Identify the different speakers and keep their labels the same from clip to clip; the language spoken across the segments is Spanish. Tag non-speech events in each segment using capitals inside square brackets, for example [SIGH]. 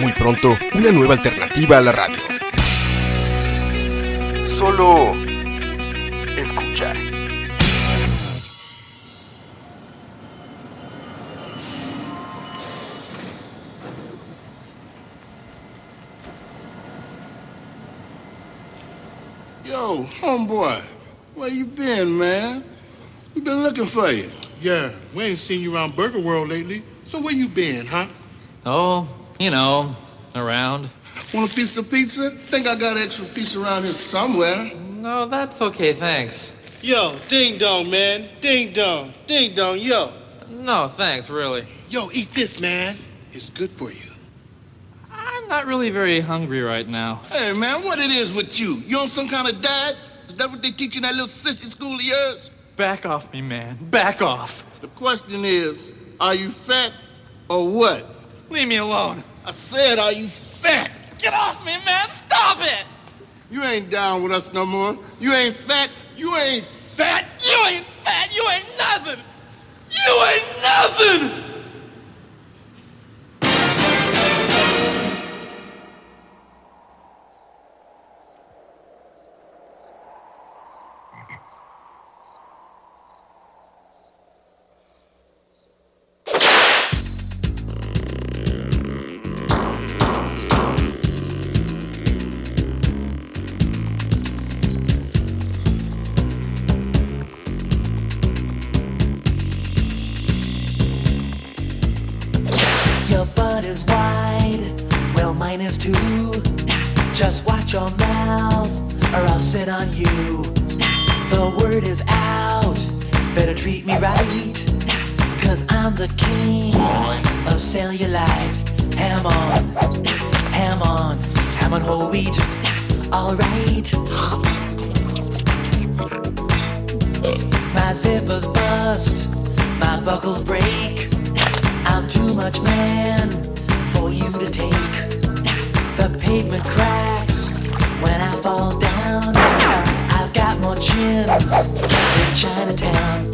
Speaker 1: Muy pronto, una nueva alternativa a la radio. Solo escucha.
Speaker 2: Yo, homeboy, where you been, man? We been looking for you.
Speaker 3: Yeah, we ain't seen you around Burger World lately. So where you been, huh?
Speaker 4: Oh, you know, around.
Speaker 2: Want a piece of pizza? Think I got extra pizza around here somewhere.
Speaker 4: No, that's okay, thanks.
Speaker 3: Yo, ding dong, man. Ding dong. Ding dong, yo.
Speaker 4: No, thanks, really.
Speaker 3: Yo, eat this, man. It's good for you.
Speaker 4: I'm not really very hungry right now.
Speaker 2: Hey, man, what it is with you? You on some kind of diet? Is that what they teach in that little sissy school of yours?
Speaker 4: Back off me, man. Back off.
Speaker 2: The question is, are you fat or what?
Speaker 4: Leave me alone.
Speaker 2: I said, are you fat?
Speaker 4: Get off me, man. Stop it.
Speaker 2: You ain't down with us no more. You ain't fat. You ain't fat.
Speaker 4: You ain't fat. You ain't nothing. You ain't nothing.
Speaker 5: Your butt is wide, well mine is too. Just watch your mouth, or I'll sit on you. The word is out, better treat me right. Cause I'm the king of cellulite. Ham on, ham on, ham on whole wheat. Alright. My zippers bust, my buckles break. I'm too much man for you to take. The pavement cracks when I fall down. I've got more chins in Chinatown.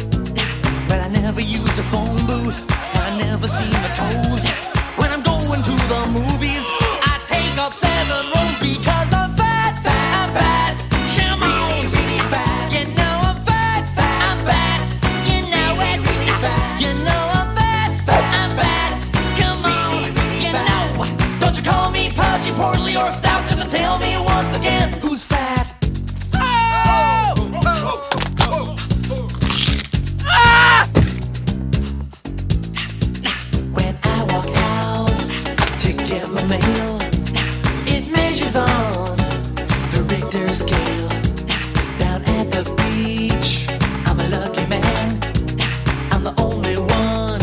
Speaker 5: But I never used a phone booth. I never seen the toes. When I'm going to the movies, I take up seven rows because I'm fat, fat, I'm fat. Come on, really fat. You know I'm fat, fat, I'm fat. You know it, really fat. You know I'm fat, fat, I'm fat. Come on, you know. Don't you call me podgy, portly, or stout? Just tell me once again who's fat. When I walk out to get my mail, it measures on the Richter scale. Down at the beach, I'm a lucky man. I'm the only one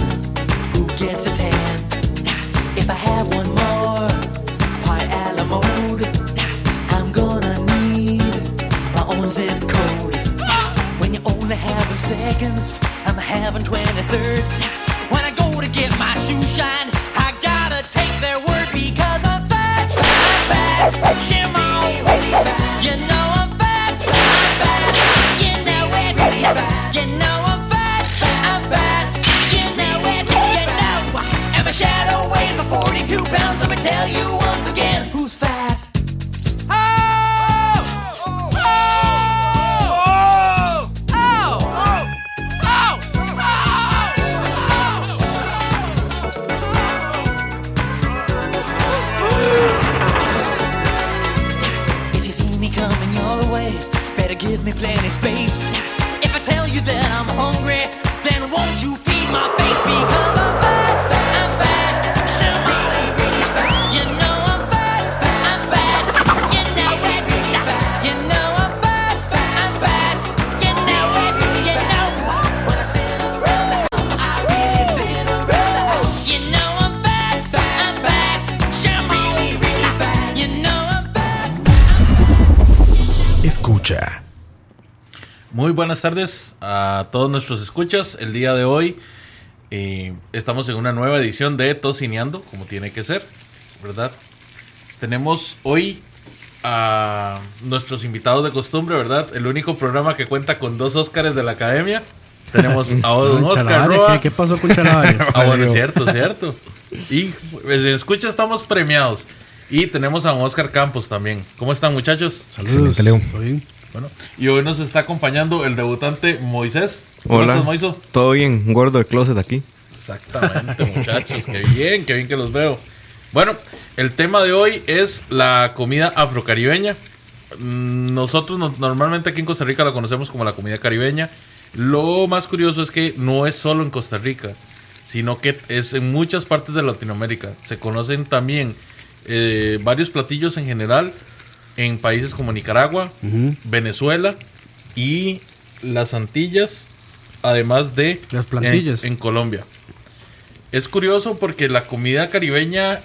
Speaker 5: who gets a tan. If I have one more pie a la mode, I'm gonna need my own zip code. When you only having seconds, I'm having 20 thirds. When I go to get my shoe shine, I gotta take their word because I'm fat, fat, fat. Shim on, you know I'm fat, fat, fat. You know it, you know I'm fat, fat, I'm fat. You know it, you know. And my shadow weighs a 42 pounds. Let me tell you once again, who's fat? Oh. Oh. If you see me coming your way, better give me plenty space. If I tell you that I'm hungry, then won't you feed my face? Because I'm fat, fat, I'm fat. Somebody really fat. You know I'm fat, fat, I'm fat. You know it, really fat. You know I'm fat, fat, I'm fat. You know it, you know. When I sit around the house, I really sit around the house. You know I'm fat, fat, I'm fat. Somebody
Speaker 1: escucha.
Speaker 6: Muy buenas tardes a todos nuestros escuchas. El día de hoy eh, estamos en una nueva edición de Tocineando, como tiene que ser, ¿verdad? Tenemos hoy a nuestros invitados de costumbre, ¿verdad? El único programa que cuenta con dos Óscares de la Academia.
Speaker 7: [LAUGHS]
Speaker 6: Tenemos a don Óscar
Speaker 7: Chalabaria,
Speaker 6: Roa.
Speaker 7: ¿qué, qué pasó con Chalabaria?
Speaker 6: [LAUGHS] Ah, bueno,
Speaker 7: [LAUGHS]
Speaker 6: cierto, cierto. Y pues, escucha, estamos premiados. Y tenemos a don Oscar Campos también. ¿Cómo están, muchachos?
Speaker 1: Excelente, Leo.
Speaker 7: ¿Todo bien?
Speaker 6: Bueno, y hoy nos está acompañando el debutante Moisés. ¿Cómo
Speaker 8: Hola.
Speaker 6: estás, Moiso?
Speaker 8: Todo bien, un gordo de closet aquí.
Speaker 6: Exactamente, muchachos. Qué bien, qué bien que los veo. Bueno, el tema de hoy es la comida afrocaribeña. Mm, Nosotros no- normalmente aquí en Costa Rica la conocemos como la comida caribeña. Lo más curioso es que no es solo en Costa Rica, sino que es en muchas partes de Latinoamérica. Se conocen también eh, varios platillos en general en países como Nicaragua, Venezuela y las Antillas, además de
Speaker 7: Las plantillas.
Speaker 6: en- en Colombia. Es curioso porque la comida caribeña,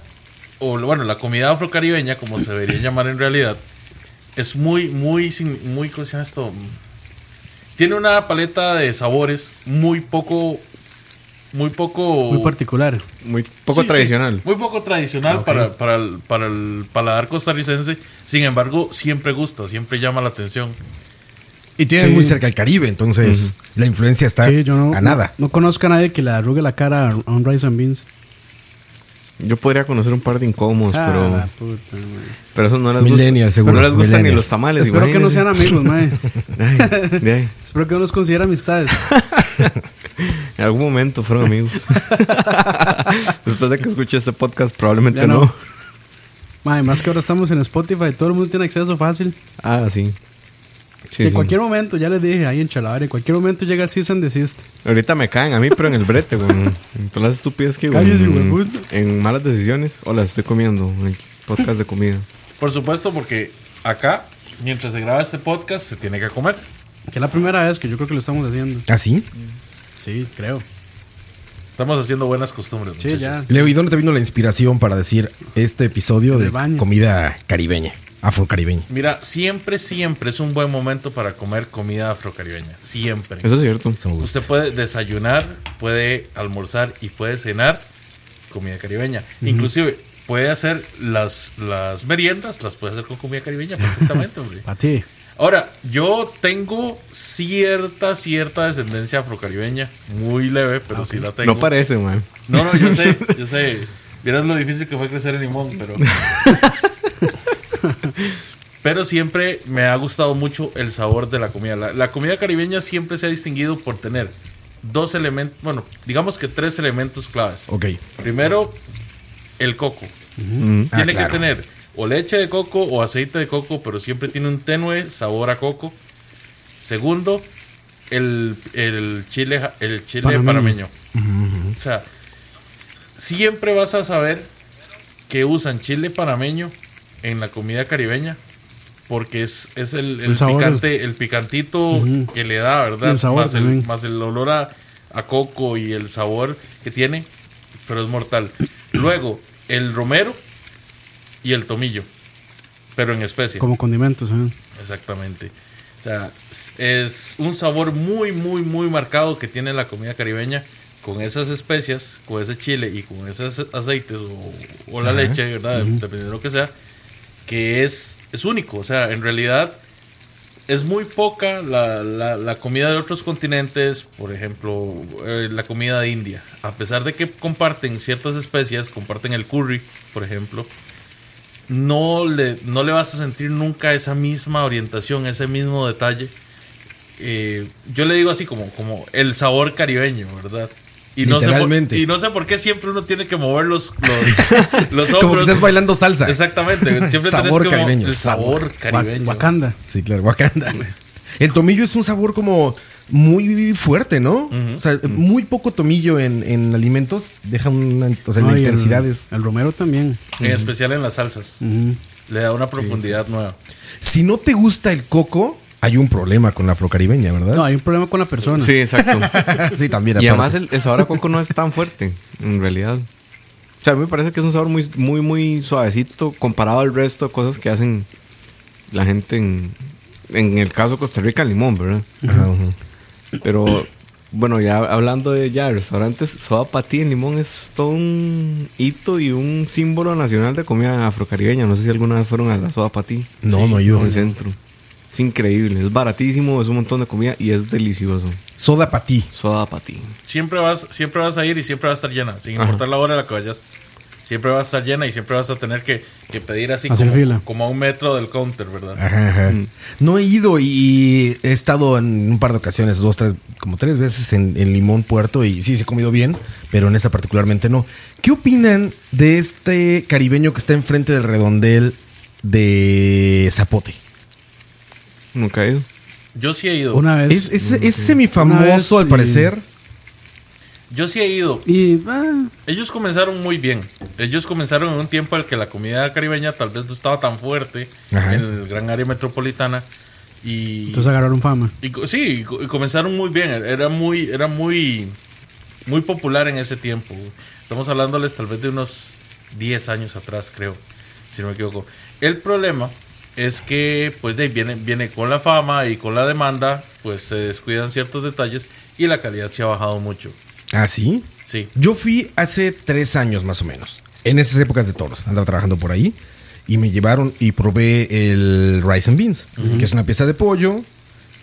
Speaker 6: o bueno, la comida afrocaribeña, como se debería [LAUGHS] llamar en realidad, es muy, muy, sin- muy, ¿cómo se llama esto? Tiene una paleta de sabores muy poco, muy poco...
Speaker 7: Muy particular.
Speaker 8: Muy poco
Speaker 6: Sí, sí,
Speaker 8: tradicional.
Speaker 6: muy poco
Speaker 7: Ah,
Speaker 6: tradicional para, para, el, para el paladar costarricense. Sin embargo, siempre gusta, siempre llama la atención.
Speaker 9: Y tienen
Speaker 7: Sí.
Speaker 9: muy cerca el Caribe, entonces la influencia está
Speaker 7: Sí, yo no,
Speaker 9: a nada.
Speaker 7: No, no conozco a nadie que le arrugue la cara a un Rice and Beans.
Speaker 8: Pues, Yo podría conocer un par de incómodos,
Speaker 7: Ah,
Speaker 8: pero,
Speaker 7: la puta, madre.
Speaker 8: pero eso no les gusta.
Speaker 9: Millennials, seguro,
Speaker 8: No les gustan ni
Speaker 9: millennials.
Speaker 8: los tamales,
Speaker 7: Espero que no sean
Speaker 8: [LAUGHS]
Speaker 7: amigos, mae.
Speaker 8: Ay, de ahí.
Speaker 7: Espero que no nos consideren amistades.
Speaker 8: En algún momento fueron amigos.
Speaker 7: [LAUGHS]
Speaker 8: Después de que escuche este podcast,
Speaker 7: Ya
Speaker 8: probablemente
Speaker 7: no.
Speaker 8: no.
Speaker 7: Mae, más que ahora estamos en Spotify, todo el mundo tiene acceso fácil.
Speaker 8: Ah, sí. Sí,
Speaker 7: en
Speaker 8: sí.
Speaker 7: cualquier momento, ya les dije, ahí en Chalabar, en cualquier momento llega el season desist.
Speaker 8: Ahorita me caen a mí, pero en el
Speaker 7: [LAUGHS]
Speaker 8: brete, güey. En todas las estupidez que güey,
Speaker 7: Cállese,
Speaker 8: en,
Speaker 7: hueputa.
Speaker 8: en malas decisiones. O las estoy comiendo. En el podcast de comida.
Speaker 6: Por supuesto, porque acá, mientras se graba este podcast, se tiene que comer.
Speaker 7: Que es la primera vez que yo creo que lo estamos haciendo.
Speaker 9: ¿Ah, sí?
Speaker 7: Sí, creo.
Speaker 6: Estamos haciendo buenas costumbres,
Speaker 7: Sí,
Speaker 6: muchachos.
Speaker 7: ya.
Speaker 9: Leo, ¿y dónde te vino la inspiración para decir este episodio
Speaker 7: Del
Speaker 9: de
Speaker 7: baño.
Speaker 9: comida caribeña, afrocaribeña?
Speaker 6: Mira, siempre, siempre es un buen momento para comer comida afrocaribeña. Siempre.
Speaker 8: Eso es cierto.
Speaker 9: Eso me gusta.
Speaker 6: Usted puede desayunar, puede almorzar y puede cenar comida caribeña. Inclusive puede hacer las, las meriendas, las puede hacer con comida caribeña perfectamente, hombre.
Speaker 7: Para ti.
Speaker 6: Ahora, yo tengo cierta, cierta descendencia afrocaribeña. Muy leve, pero sí la tengo.
Speaker 8: No parece, güey.
Speaker 6: No, no, yo sé, yo sé. Vieras lo difícil que fue crecer en limón, pero. Pero siempre me ha gustado mucho el sabor de la comida. La, la comida caribeña siempre se ha distinguido por tener dos elementos, bueno, digamos que tres elementos claves.
Speaker 9: Ok.
Speaker 6: Primero, el coco.
Speaker 9: Ah,
Speaker 6: Tiene
Speaker 9: claro.
Speaker 6: que tener o leche de coco o aceite de coco, pero siempre tiene un tenue sabor a coco. Segundo, el, el chile, ja- el chile
Speaker 7: Panameño.
Speaker 6: panameño. O sea, siempre vas a saber que usan chile panameño en la comida caribeña. Porque es, es el, el
Speaker 7: El sabor
Speaker 6: picante, el picantito que le da, ¿verdad?
Speaker 7: El sabor
Speaker 6: más, el,
Speaker 7: también.
Speaker 6: más el olor a, a coco y el sabor que tiene, pero es mortal. Luego, el romero y el tomillo, pero en especie.
Speaker 7: Como condimentos, ¿eh?
Speaker 6: Exactamente. O sea, es- es un sabor muy, muy, muy marcado que tiene la comida caribeña con esas especias, con ese chile y con esos aceites o, o la leche, ¿verdad? Dependiendo de lo que sea, que es, es único. O sea, en realidad es muy poca la, la- la comida de otros continentes, por ejemplo, eh, la comida de India. A pesar de que comparten ciertas especias, comparten el curry, por ejemplo, no le, no le vas a sentir nunca esa misma orientación, ese mismo detalle. Eh, yo le digo así como, como el sabor caribeño, ¿verdad? Y no, sé por,
Speaker 9: Literalmente.
Speaker 6: y no sé por qué siempre uno tiene que mover los,
Speaker 9: [LAUGHS]
Speaker 6: los, los hombros.
Speaker 9: Como que estés bailando salsa.
Speaker 6: Exactamente. Siempre
Speaker 9: Sabor
Speaker 6: tenés que mo-
Speaker 9: caribeño,
Speaker 6: El sabor,
Speaker 9: sabor.
Speaker 6: caribeño.
Speaker 7: Wakanda.
Speaker 9: Sí, claro, Wakanda. El tomillo es un sabor como muy fuerte, ¿no? O sea, muy poco tomillo en, en alimentos deja una... O sea,
Speaker 7: No,
Speaker 9: la
Speaker 7: y el-
Speaker 9: intensidad es...
Speaker 7: El romero también.
Speaker 6: En especial en las salsas. Le da una profundidad nueva.
Speaker 9: Si no te gusta el coco, hay un problema con la afrocaribeña,
Speaker 1: [LAUGHS]
Speaker 9: ¿verdad?
Speaker 7: No, hay un problema con la persona.
Speaker 8: Sí, exacto.
Speaker 9: sí, también.
Speaker 8: Y
Speaker 9: aparte.
Speaker 8: además el, el sabor a coco no es tan fuerte, en realidad. O sea, a mí me parece que es un sabor muy, muy, muy suavecito comparado al resto de cosas que hacen la gente en, en el caso de Costa Rica, limón, ¿verdad? Pero bueno, ya hablando de ya de restaurantes, soda patí en limón es todo un hito y un símbolo nacional de comida afrocaribeña. No sé si alguna vez fueron a la soda patí.
Speaker 1: No, no, yo.
Speaker 8: En el centro. Es increíble, es baratísimo, es un montón de comida y es delicioso.
Speaker 1: Soda patí.
Speaker 8: Soda patí.
Speaker 6: Siempre vas, siempre vas a ir y siempre va a estar llena, sin importar la hora a la que vayas. Siempre va a estar llena y siempre vas a tener que, que pedir así
Speaker 7: Hacer
Speaker 6: como,
Speaker 7: fila.
Speaker 6: como a un metro del counter, ¿verdad?
Speaker 1: Ajá, ajá. No he ido y he estado en un par de ocasiones, dos, tres, como tres veces en, en Limón Puerto y sí, se ha comido bien, pero en esta particularmente no. ¿Qué opinan de este caribeño que está enfrente del redondel de Zapote?
Speaker 8: Nunca he ido.
Speaker 6: Yo sí he ido.
Speaker 7: Una vez.
Speaker 1: Es, es, es
Speaker 7: Una vez,
Speaker 1: semifamoso al
Speaker 7: sí.
Speaker 1: parecer.
Speaker 6: Yo sí he ido.
Speaker 7: Y ah,
Speaker 6: Ellos comenzaron muy bien. Ellos comenzaron en un tiempo en el que la comida caribeña tal vez no estaba tan fuerte
Speaker 1: Ajá.
Speaker 6: en el gran área metropolitana. Y,
Speaker 7: entonces agarraron fama.
Speaker 6: y co- sí, y co- y comenzaron muy bien. Era muy, era muy, muy popular en ese tiempo. Estamos hablándoles tal vez de unos 10 años atrás, creo, si no me equivoco. El problema es que pues de ahí viene, viene con la fama y con la demanda, pues se descuidan ciertos detalles y la calidad se ha bajado mucho.
Speaker 1: Ah, sí.
Speaker 6: Sí.
Speaker 1: Yo fui hace tres años más o menos. En esas épocas de toros. Andaba trabajando por ahí. Y me llevaron y probé el rice and beans. Que es una pieza de pollo.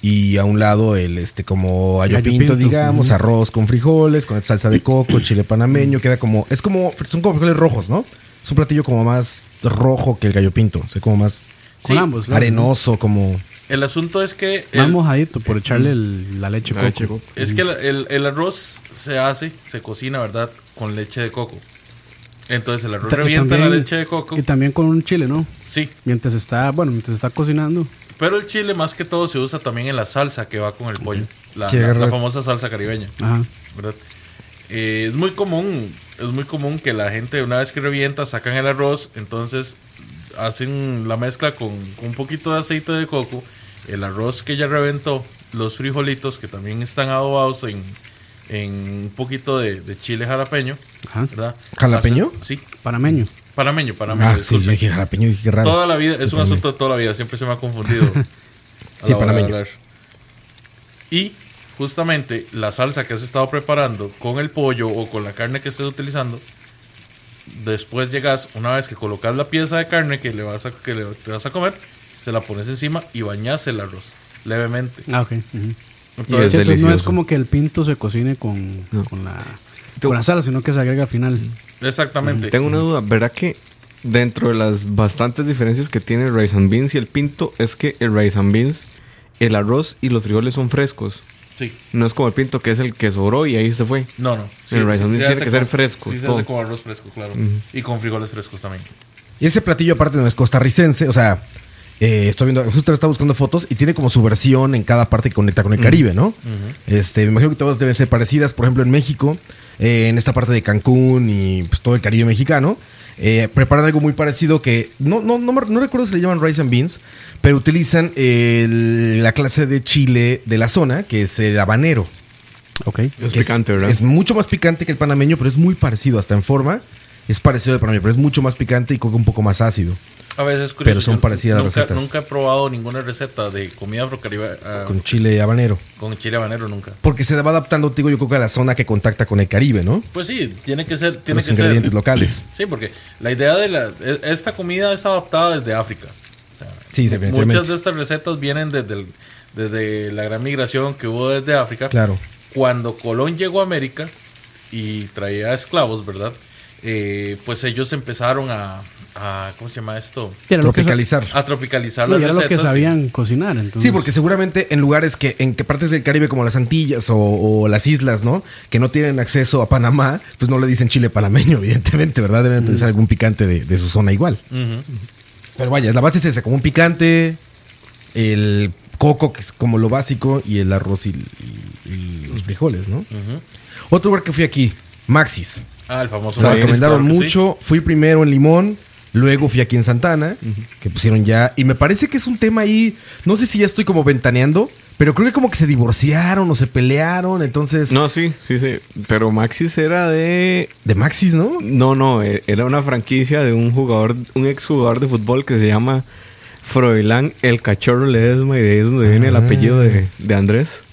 Speaker 1: Y a un lado el este como gallo
Speaker 7: Gallo
Speaker 1: pinto,
Speaker 7: pinto,
Speaker 1: digamos, arroz con frijoles, con salsa de coco, chile panameño, queda como, es como, son como frijoles rojos, ¿no? Es un platillo como más rojo que el gallo pinto, o sea, como más
Speaker 7: Con
Speaker 6: Sí,
Speaker 7: ambos. lados,
Speaker 1: arenoso, como...
Speaker 6: El asunto es que...
Speaker 7: ¿no? Más
Speaker 6: el-
Speaker 7: mojadito por echarle el- la leche
Speaker 8: La
Speaker 7: coco.
Speaker 8: leche coco.
Speaker 6: Es que el, el- el arroz se hace, se cocina, ¿verdad? Con leche de coco. Entonces el arroz
Speaker 7: Ta- y
Speaker 6: revienta la
Speaker 7: también-
Speaker 6: leche de coco.
Speaker 7: Y también con un chile, ¿no?
Speaker 6: Sí,
Speaker 7: Mientras está, bueno, mientras está cocinando.
Speaker 6: pero el chile más que todo se usa también en la salsa que va con el pollo. La,
Speaker 1: Que
Speaker 6: la- la
Speaker 1: agarra-
Speaker 6: famosa salsa caribeña,
Speaker 7: Ajá.
Speaker 6: ¿verdad? Eh, es muy común, es muy común que la gente una vez que revienta sacan el arroz, entonces hacen la mezcla con, con un poquito de aceite de coco, el arroz que ya reventó, los frijolitos que también están adobados en, en un poquito de, de chile jalapeño.
Speaker 7: Ajá.
Speaker 6: ¿verdad?
Speaker 1: ¿Jalapeño?
Speaker 6: Hace- sí,
Speaker 7: Panameño.
Speaker 6: panameño, panameño.
Speaker 1: Ah, sí,
Speaker 6: disculpe.
Speaker 1: yo dije jalapeño, dije qué raro.
Speaker 6: toda la vida, es un asunto de toda la vida, siempre se me ha confundido.
Speaker 1: Sí,
Speaker 6: a la hora de
Speaker 1: panameño.
Speaker 6: hablar. Y justamente la salsa que has estado preparando con el pollo o con la carne que estés utilizando, después llegas, una vez que colocas la pieza de carne que le vas a, que le- te vas a comer, se la pones encima y bañas el arroz levemente.
Speaker 7: Ah, ok. ujú.
Speaker 8: Y
Speaker 7: Sí,
Speaker 8: es
Speaker 6: Entonces,
Speaker 7: entonces no es
Speaker 8: delicioso.
Speaker 7: como que el pinto se cocine con, con la,
Speaker 8: Tú-
Speaker 7: con la sal, sino que se agrega al final.
Speaker 6: exactamente.
Speaker 8: Tengo una duda, ¿verdad que dentro de las bastantes diferencias que tiene el rice and beans y el pinto es que el rice and beans, el arroz y los frijoles son frescos?
Speaker 6: Sí.
Speaker 8: No es como el pinto que es el que sobró y ahí se fue.
Speaker 6: No, no.
Speaker 8: El rice and beans tiene
Speaker 6: hace
Speaker 8: que ser
Speaker 6: con-
Speaker 8: fresco,
Speaker 6: Sí, se
Speaker 8: todo.
Speaker 6: hace con arroz fresco, claro. Y con frijoles frescos también.
Speaker 1: Y ese platillo aparte no es costarricense, o sea, eh, estoy viendo, justo estaba buscando fotos y tiene como su versión en cada parte que conecta con el Caribe, ¿no? Este, me imagino que todas deben ser parecidas, por ejemplo, en México, eh, en esta parte de Cancún y pues, todo el Caribe mexicano. eh, preparan algo muy parecido que no, no, no, me- no recuerdo si le llaman rice and beans, pero utilizan el- la clase de chile de la zona, que es el habanero.
Speaker 7: Ok.
Speaker 8: Es
Speaker 1: Que
Speaker 8: picante, ¿verdad?
Speaker 1: Es mucho más picante que el panameño, pero es muy parecido, hasta en forma. Es parecido al panameño, pero es mucho más picante y creo que un poco más ácido.
Speaker 6: A veces es curioso.
Speaker 1: Pero son
Speaker 6: yo
Speaker 1: parecidas las
Speaker 6: nunca,
Speaker 1: recetas.
Speaker 6: Nunca he probado ninguna receta de comida afrocaribe ah,
Speaker 1: con chile habanero.
Speaker 6: con chile habanero nunca.
Speaker 1: Porque se va adaptando, te digo, yo creo que a la zona que contacta con el Caribe, ¿no?
Speaker 6: Pues sí, tiene que ser, tiene
Speaker 1: Los
Speaker 6: que ser.
Speaker 1: ingredientes locales.
Speaker 6: [CLEARS THROAT] Sí, porque la idea de la e- esta comida es adaptada desde África.
Speaker 1: Sí, definitivamente.
Speaker 6: Muchas de estas recetas vienen desde el- desde la gran migración que hubo desde África.
Speaker 1: Claro.
Speaker 6: Cuando Colón llegó a América y traía esclavos, ¿verdad? Eh, pues ellos empezaron a, a- ¿cómo se llama esto?
Speaker 7: Y era lo que sa-
Speaker 1: Tropicalizar.
Speaker 6: A tropicalizar
Speaker 7: no,
Speaker 6: las
Speaker 7: y era lo que
Speaker 6: recetas.
Speaker 7: sabían cocinar. Entonces,
Speaker 1: Sí, porque seguramente en lugares que, en que partes del Caribe como las Antillas o, o las islas, ¿no? Que no tienen acceso a Panamá, pues no le dicen chile panameño, [LAUGHS] evidentemente, ¿verdad? Deben utilizar algún picante de, de su zona igual. Pero vaya, la base es esa, como un picante, el coco, que es como lo básico, y el arroz y, y- y los frijoles, ¿no? Otro lugar que fui aquí, Maxis.
Speaker 6: Ah, el famoso.
Speaker 1: Se
Speaker 6: maíz,
Speaker 1: recomendaron
Speaker 6: claro que sí.
Speaker 1: mucho. Fui primero en Limón, luego fui aquí en Santana, que pusieron ya. Y me parece que es un tema ahí. No sé si ya estoy como ventaneando, pero creo que como que se divorciaron o se pelearon. Entonces,
Speaker 8: No, sí, sí, sí. Pero Maxis era de.
Speaker 1: de Maxis, ¿no?
Speaker 8: No, no, e- era una franquicia de un jugador, un exjugador de fútbol que se llama Froilán el cachorro Ledesma y de ahí es donde viene el apellido de,
Speaker 7: Ah.
Speaker 8: de Andrés.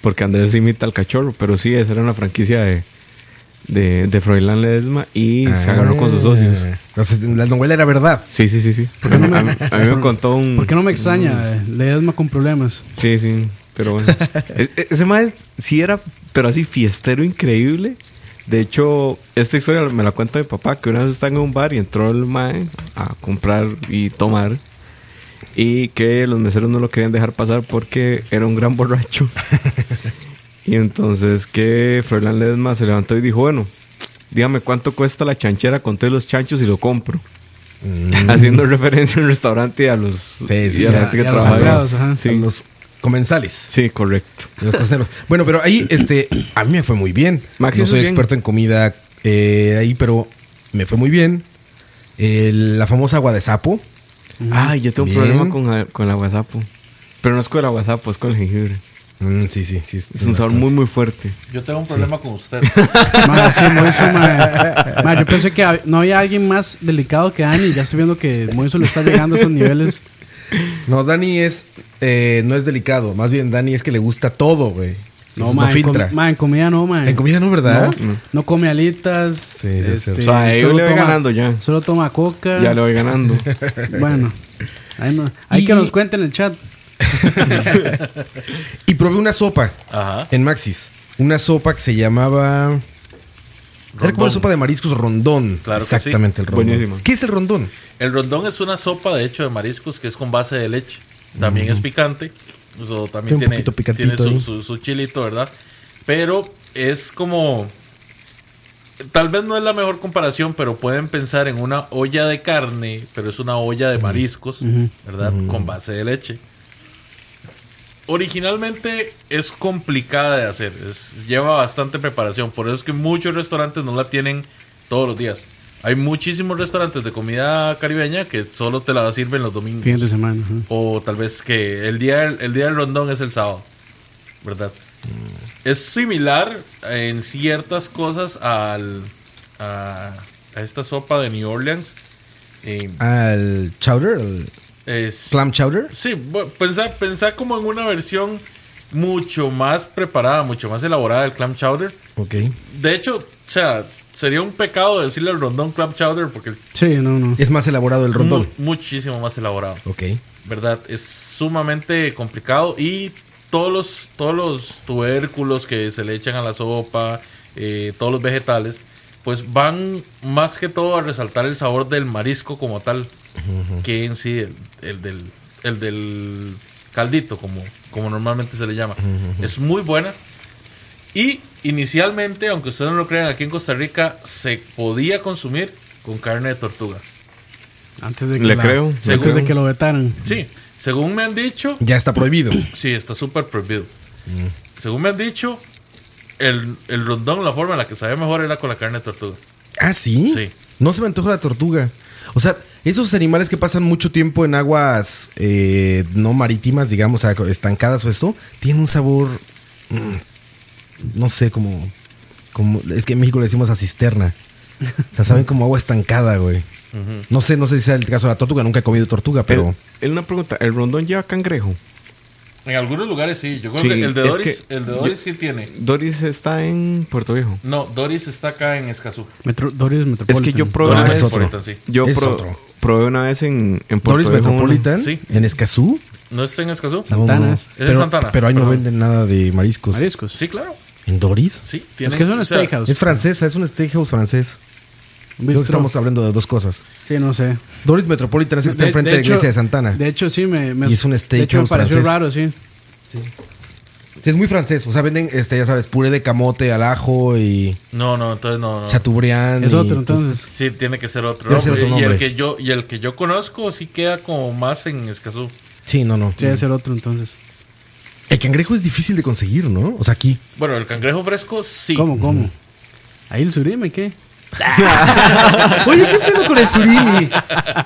Speaker 8: Porque Andrés imita al cachorro, pero sí, esa era una franquicia de, de, de Froilán Ledesma y se agarró con sus socios.
Speaker 1: Ah.
Speaker 7: Ah.
Speaker 9: Entonces, la novela era verdad.
Speaker 8: Sí, sí, sí, sí. a, mí, a mí me contó un...
Speaker 7: ¿Por qué no me extraña? eh, Ledesma con problemas.
Speaker 8: Sí, sí, pero bueno. E- [LAUGHS] e- Ese mal sí era, pero así fiestero increíble. De hecho, esta historia me la cuenta mi papá, que una vez estaba en un bar y entró el mae a comprar y tomar. Y que los meseros no lo querían dejar pasar porque era un gran borracho. y entonces que Froilán Ledesma se levantó y dijo, bueno, dígame cuánto cuesta la chanchera con todos los chanchos y lo compro. [LAUGHS] Haciendo referencia al restaurante y a los...
Speaker 9: Sí, sí,
Speaker 8: y a
Speaker 9: sí.
Speaker 8: la gente
Speaker 7: Y
Speaker 8: que
Speaker 7: a los
Speaker 8: trabaja ahí.
Speaker 7: empleados, ajá.
Speaker 8: Sí.
Speaker 9: A Los comensales.
Speaker 8: Sí, correcto.
Speaker 9: de los cocineros. Bueno, pero ahí, este, a mí me fue muy bien.
Speaker 8: Max,
Speaker 9: no
Speaker 8: ¿hizo
Speaker 9: soy
Speaker 8: bien?
Speaker 9: experto en comida eh, ahí, pero me fue muy bien. El- la famosa agua de sapo.
Speaker 8: Ay, Ah, yo tengo un
Speaker 9: Bien.
Speaker 8: problema con, la- con el aguasapo. Pero no es con el aguasapo, es con el jengibre.
Speaker 9: Mm, sí, sí, sí.
Speaker 8: Es un sabor muy, muy fuerte.
Speaker 6: Yo tengo un problema con
Speaker 9: [LAUGHS]
Speaker 6: usted.
Speaker 7: Mae, sí, Moiso, mae. Mae, yo pensé que hab- no había alguien más delicado que Dani. Ya estoy viendo que Moiso le está llegando a esos niveles.
Speaker 9: No, Dani es, eh, no es delicado. Más bien, Dani es que le gusta todo, güey.
Speaker 7: No,
Speaker 9: No,
Speaker 7: mae, en
Speaker 9: filtra.
Speaker 7: com- mae, en comida no, mae.
Speaker 9: En comida no, ¿verdad?
Speaker 7: No, no come alitas.
Speaker 9: sí, sí.
Speaker 7: este,
Speaker 9: O
Speaker 8: sea, ahí
Speaker 7: solo
Speaker 8: le voy ganando ya.
Speaker 7: Solo toma coca.
Speaker 8: Ya le voy ganando.
Speaker 7: Bueno, ahí no- hay
Speaker 9: Y-
Speaker 7: que nos cuenten en el chat.
Speaker 9: Y probé una sopa
Speaker 6: Ajá.
Speaker 9: en Maxis. Una sopa que se llamaba. Era como
Speaker 6: Rondón.
Speaker 9: una sopa de mariscos rondón.
Speaker 6: Claro que sí.
Speaker 9: Exactamente, el rondón.
Speaker 8: Buenísimo.
Speaker 9: ¿Qué es el rondón?
Speaker 6: El rondón es una sopa, de hecho, de mariscos que es con base de leche. También es picante. O sea, también
Speaker 9: Un
Speaker 6: tiene,
Speaker 9: poquito
Speaker 6: tiene
Speaker 9: picantito
Speaker 6: su,
Speaker 9: ahí.
Speaker 6: su- su chilito, ¿verdad? Pero es como... Tal vez no es la mejor comparación, pero pueden pensar en una olla de carne, pero es una olla de mariscos, ¿verdad? Con base de leche. Originalmente es complicada de hacer, es- lleva bastante preparación, por eso es que muchos restaurantes no la tienen todos los días. Hay muchísimos restaurantes de comida caribeña que solo te la sirven los domingos.
Speaker 7: Fin de semana. ajá.
Speaker 6: O tal vez que el día, del- el día del rondón es el sábado, ¿verdad? Es similar en ciertas cosas al, a, a esta sopa de New Orleans. Eh,
Speaker 9: Al chowder, al
Speaker 6: es-
Speaker 9: clam chowder.
Speaker 6: Sí, bu- pensá, pensá como en una versión mucho más preparada, mucho más elaborada del clam chowder.
Speaker 9: Ok.
Speaker 6: De hecho, o sea, sería un pecado decirle al rondón clam chowder porque es
Speaker 7: Sí, no, no.
Speaker 9: Es más elaborado el rondón.
Speaker 6: mu- muchísimo más elaborado,
Speaker 9: Ok.
Speaker 6: ¿verdad? Es sumamente complicado y todos los, todos los tubérculos que se le echan a la sopa, eh, todos los vegetales, pues van más que todo a resaltar el sabor del marisco como tal, que en sí el, el del, el del caldito, como, como normalmente se le llama. Es muy buena. Y inicialmente, aunque ustedes no lo crean, aquí en Costa Rica se podía consumir con carne de tortuga.
Speaker 7: Antes de que,
Speaker 8: Le
Speaker 7: la-
Speaker 8: creo.
Speaker 7: antes
Speaker 6: Seguro.
Speaker 7: de que lo vetaran.
Speaker 6: Sí, según me han dicho,
Speaker 9: Ya está prohibido. [CLEARS THROAT]
Speaker 6: sí, está súper prohibido. Según me han dicho, el, el rondón, la forma en la que sabía mejor era con la carne de tortuga.
Speaker 9: ¿Ah, sí?
Speaker 6: Sí.
Speaker 9: No se me antoja la tortuga. O sea, esos animales que pasan mucho tiempo en aguas eh, no marítimas, digamos, o sea, estancadas o eso, tienen un sabor. mm, no sé, como, como. Es que en México le decimos a cisterna. O sea, saben como agua estancada, güey. No sé, no sé si sea el caso de la tortuga. Nunca he comido tortuga, pero.
Speaker 8: El- el- una pregunta, ¿el rondón lleva cangrejo?
Speaker 6: En algunos lugares sí, yo creo
Speaker 8: Sí,
Speaker 6: que el de
Speaker 8: es
Speaker 6: Doris,
Speaker 8: que
Speaker 6: el de
Speaker 8: yo-
Speaker 6: Doris sí tiene.
Speaker 8: Doris está en Puerto Viejo.
Speaker 6: No, Doris está acá en Escazú.
Speaker 7: Metro, Doris
Speaker 8: Es
Speaker 7: Metropolitan.
Speaker 8: que yo probé
Speaker 9: No,
Speaker 8: una
Speaker 9: Ah, es
Speaker 8: vez.
Speaker 9: otro.
Speaker 6: sí.
Speaker 8: Yo
Speaker 9: Es
Speaker 8: pro-
Speaker 9: otro.
Speaker 8: probé una vez en, en Puerto
Speaker 9: Doris
Speaker 8: Viejo.
Speaker 9: Metropolitan,
Speaker 6: Sí.
Speaker 9: en Escazú.
Speaker 6: ¿No está en Escazú?
Speaker 7: Santanas.
Speaker 9: No, no.
Speaker 6: Es de
Speaker 9: Pero,
Speaker 6: Santana.
Speaker 9: pero ahí no
Speaker 6: Perdón.
Speaker 9: venden nada de mariscos.
Speaker 7: Mariscos.
Speaker 6: Sí, claro.
Speaker 9: ¿En Doris?
Speaker 6: Sí,
Speaker 7: es
Speaker 6: tienen-
Speaker 7: que es un
Speaker 6: o sea,
Speaker 7: steakhouse.
Speaker 9: Es francesa, es un steakhouse francés.
Speaker 7: un
Speaker 9: Creo que
Speaker 7: bistro.
Speaker 9: estamos hablando de dos cosas.
Speaker 7: Sí, no sé.
Speaker 9: Doris Metropolitan es que está
Speaker 7: De-
Speaker 9: enfrente
Speaker 7: de
Speaker 9: de, la iglesia de
Speaker 7: hecho-
Speaker 9: Santana.
Speaker 7: De hecho, sí, me, me-
Speaker 9: Y es un
Speaker 7: de hecho, me
Speaker 9: steakhouse
Speaker 7: pareció
Speaker 9: francés.
Speaker 7: raro, sí.
Speaker 9: Sí, es muy francés. O sea, venden, este, ya sabes, puré de camote al ajo y
Speaker 6: No, no, entonces no, no.
Speaker 9: chaturbrián.
Speaker 7: Es
Speaker 9: y- pues,
Speaker 7: otro, entonces.
Speaker 6: Sí, tiene que ser otro.
Speaker 9: Debe ser
Speaker 6: nombre.
Speaker 9: otro
Speaker 6: Y el
Speaker 9: nombre.
Speaker 6: que yo y el que yo conozco sí queda como más en Escazú.
Speaker 9: Sí, no, no.
Speaker 7: Sí, debe ser otro, entonces.
Speaker 9: El cangrejo es difícil de conseguir, ¿no? O sea,
Speaker 7: [LAUGHS]
Speaker 9: aquí.
Speaker 6: Bueno, el cangrejo fresco sí.
Speaker 7: ¿Cómo, cómo? Ahí el surime, ¿qué?
Speaker 9: Oye, ¿qué pedo con el surimi?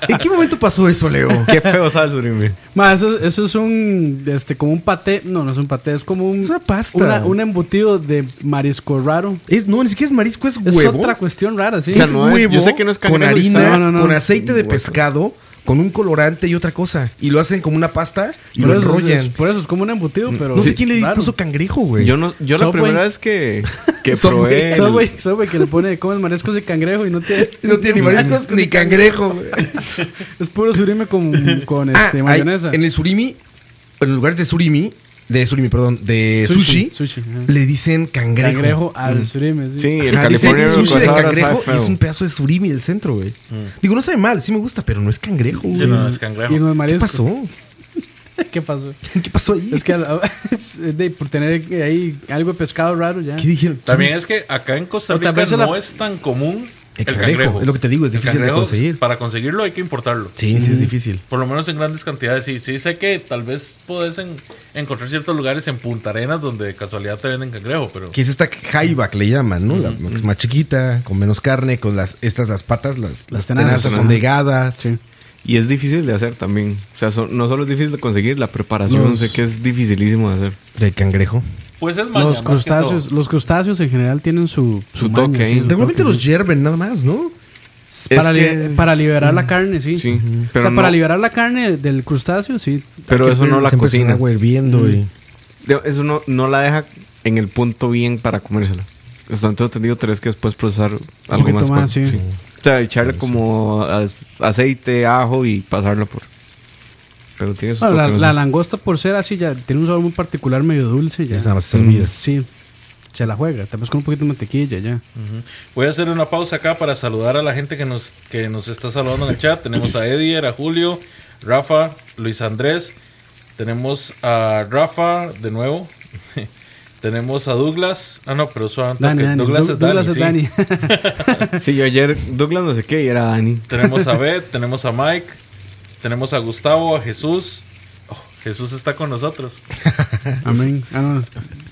Speaker 9: ¿En qué momento pasó eso, Leo?
Speaker 8: Qué feo sabe el surimi.
Speaker 7: Ma, eso, eso es un, este, como un paté. No, no es un paté, es como un.
Speaker 9: Es una pasta.
Speaker 7: una- un embutido de marisco raro.
Speaker 9: Es, no, ni siquiera es marisco, es
Speaker 7: Es
Speaker 9: huevo.
Speaker 7: otra cuestión rara, sí.
Speaker 8: O sea,
Speaker 9: es
Speaker 8: no es-
Speaker 9: huevo
Speaker 8: yo sé que no es
Speaker 9: con
Speaker 8: cangrejo y
Speaker 9: harina,
Speaker 7: sabe- No, no, no.
Speaker 9: con aceite de
Speaker 8: Guaca.
Speaker 9: pescado, con un colorante y otra cosa. Y lo hacen como una pasta y lo
Speaker 7: por, eso, es,
Speaker 9: enrollan. Mm.
Speaker 7: por eso es como un embutido, pero.
Speaker 9: No sé quién le
Speaker 7: raro.
Speaker 9: puso cangrejo, güey.
Speaker 8: Yo, no, yo la
Speaker 7: Subway.
Speaker 8: primera vez que,
Speaker 9: [LAUGHS]
Speaker 8: que
Speaker 9: Subway.
Speaker 8: probé. el-
Speaker 7: Subway, Subway que le pone comes mariscos y cangrejo y no tiene.
Speaker 9: [LAUGHS] No tiene ni mariscos ni cangrejo, güey.
Speaker 7: [LAUGHS] Este, Es puro surime con, con
Speaker 9: [LAUGHS] Ah,
Speaker 7: este,
Speaker 9: hay-
Speaker 7: mayonesa.
Speaker 9: en el surimi, en los lugares de surimi, de surimi, perdón, de sushi,
Speaker 7: Sushi. ajá.
Speaker 9: le dicen cangrejo. Mm.
Speaker 7: Cangrejo al surime. Sí.
Speaker 8: Sí, el
Speaker 9: Ajá, dicen
Speaker 8: California
Speaker 9: sushi de
Speaker 8: Roll ahora sabe
Speaker 9: cangrejo y
Speaker 8: feo.
Speaker 9: es un pedazo de surimi del centro, güey. Digo, no sabe mal, sí me gusta, pero no es cangrejo,
Speaker 6: Sí,
Speaker 9: güey.
Speaker 6: no, es
Speaker 7: Y
Speaker 6: cangrejo.
Speaker 7: los
Speaker 9: ¿Qué
Speaker 7: mariscos.
Speaker 9: pasó?
Speaker 7: [LAUGHS]
Speaker 9: [LAUGHS]
Speaker 7: ¿Qué pasó?
Speaker 9: ¿Qué pasó ahí?
Speaker 7: Es que al- es [LAUGHS] de- por tener ahí algo de pescado raro ya.
Speaker 9: ¿Qué dijeron?
Speaker 6: También es que acá en Costa
Speaker 7: O tal
Speaker 6: Rica
Speaker 7: vez la-
Speaker 6: no es tan común
Speaker 9: El
Speaker 6: el,
Speaker 9: cangrejo,
Speaker 6: cangrejo,
Speaker 9: es lo que te digo, es
Speaker 6: El
Speaker 9: difícil de
Speaker 6: cangrejo,
Speaker 9: conseguir.
Speaker 6: Para conseguirlo hay que importarlo.
Speaker 9: Sí, sí, es difícil.
Speaker 6: Por lo menos en grandes cantidades. Sí, sí sé que tal vez podés en- encontrar ciertos lugares en Punta Arenas donde de casualidad te venden cangrejo, pero
Speaker 9: Que es esta jaiba que le llaman, ¿no? La que es más chiquita, con menos carne, con las, estas las patas, las, las tenazas,
Speaker 7: tenazas,
Speaker 9: son
Speaker 7: ajá.
Speaker 9: delgadas.
Speaker 8: Y es difícil de hacer también. O sea, so- no solo es difícil de conseguir, la preparación
Speaker 7: Los-
Speaker 8: sé que es dificilísimo de hacer.
Speaker 9: Del cangrejo.
Speaker 6: pues es maña,
Speaker 7: Los
Speaker 6: más que todo.
Speaker 7: crustáceos, los crustáceos en general tienen su,
Speaker 8: Su
Speaker 7: maña,
Speaker 8: toque ahí.
Speaker 7: su
Speaker 9: Regularmente
Speaker 7: toque,
Speaker 9: los hierven nada más, ¿no?
Speaker 7: sí. para,
Speaker 8: es
Speaker 7: li-
Speaker 8: que es-
Speaker 7: para liberar la carne, sí.
Speaker 8: Sí,
Speaker 7: Ujú.
Speaker 8: pero
Speaker 7: o sea, para
Speaker 8: no-
Speaker 7: liberar la carne del crustáceo, sí.
Speaker 8: Pero
Speaker 7: Hay que
Speaker 8: eso no
Speaker 7: hervir.
Speaker 8: la
Speaker 9: Siempre es
Speaker 8: cocina.
Speaker 9: agua hirviendo y...
Speaker 8: De- Eso no, no la deja en el punto bien para comérsela. O sea, entonces te digo tres que después procesar algo
Speaker 7: poquito
Speaker 8: más.
Speaker 7: más,
Speaker 8: fuerte,
Speaker 7: sí.
Speaker 8: O sea, echarle como as- aceite, ajo y pasarlo por. Pero tiene sus
Speaker 7: Bueno, la,
Speaker 8: toques, no
Speaker 7: la
Speaker 8: sé.
Speaker 7: langosta por ser así ya tiene un sabor muy particular, medio dulce ya. Mm,
Speaker 9: Es nada más servida.
Speaker 7: Sí. Se la juega, tal vez con un poquito de mantequilla ya.
Speaker 6: Voy a hacer una pausa acá para saludar a la gente que nos, que nos está saludando en el chat. Tenemos a Edier, a Julio, Rafa, Luis Andrés. Tenemos a Rafa de nuevo. [LAUGHS] Tenemos a Douglas. Ah, no, pero suave.
Speaker 7: Dani,
Speaker 6: que
Speaker 7: Dani.
Speaker 6: Douglas
Speaker 7: Du-
Speaker 6: es Dani.
Speaker 7: Douglas
Speaker 6: sí.
Speaker 7: es Dani.
Speaker 8: Sí, yo ayer Douglas no sé qué y era Dani.
Speaker 6: [LAUGHS]
Speaker 7: [LAUGHS]
Speaker 6: Tenemos a Beth, tenemos a Mike, tenemos a Gustavo, a Jesús. Oh, Jesús está con nosotros.
Speaker 7: Amén. Ah, no.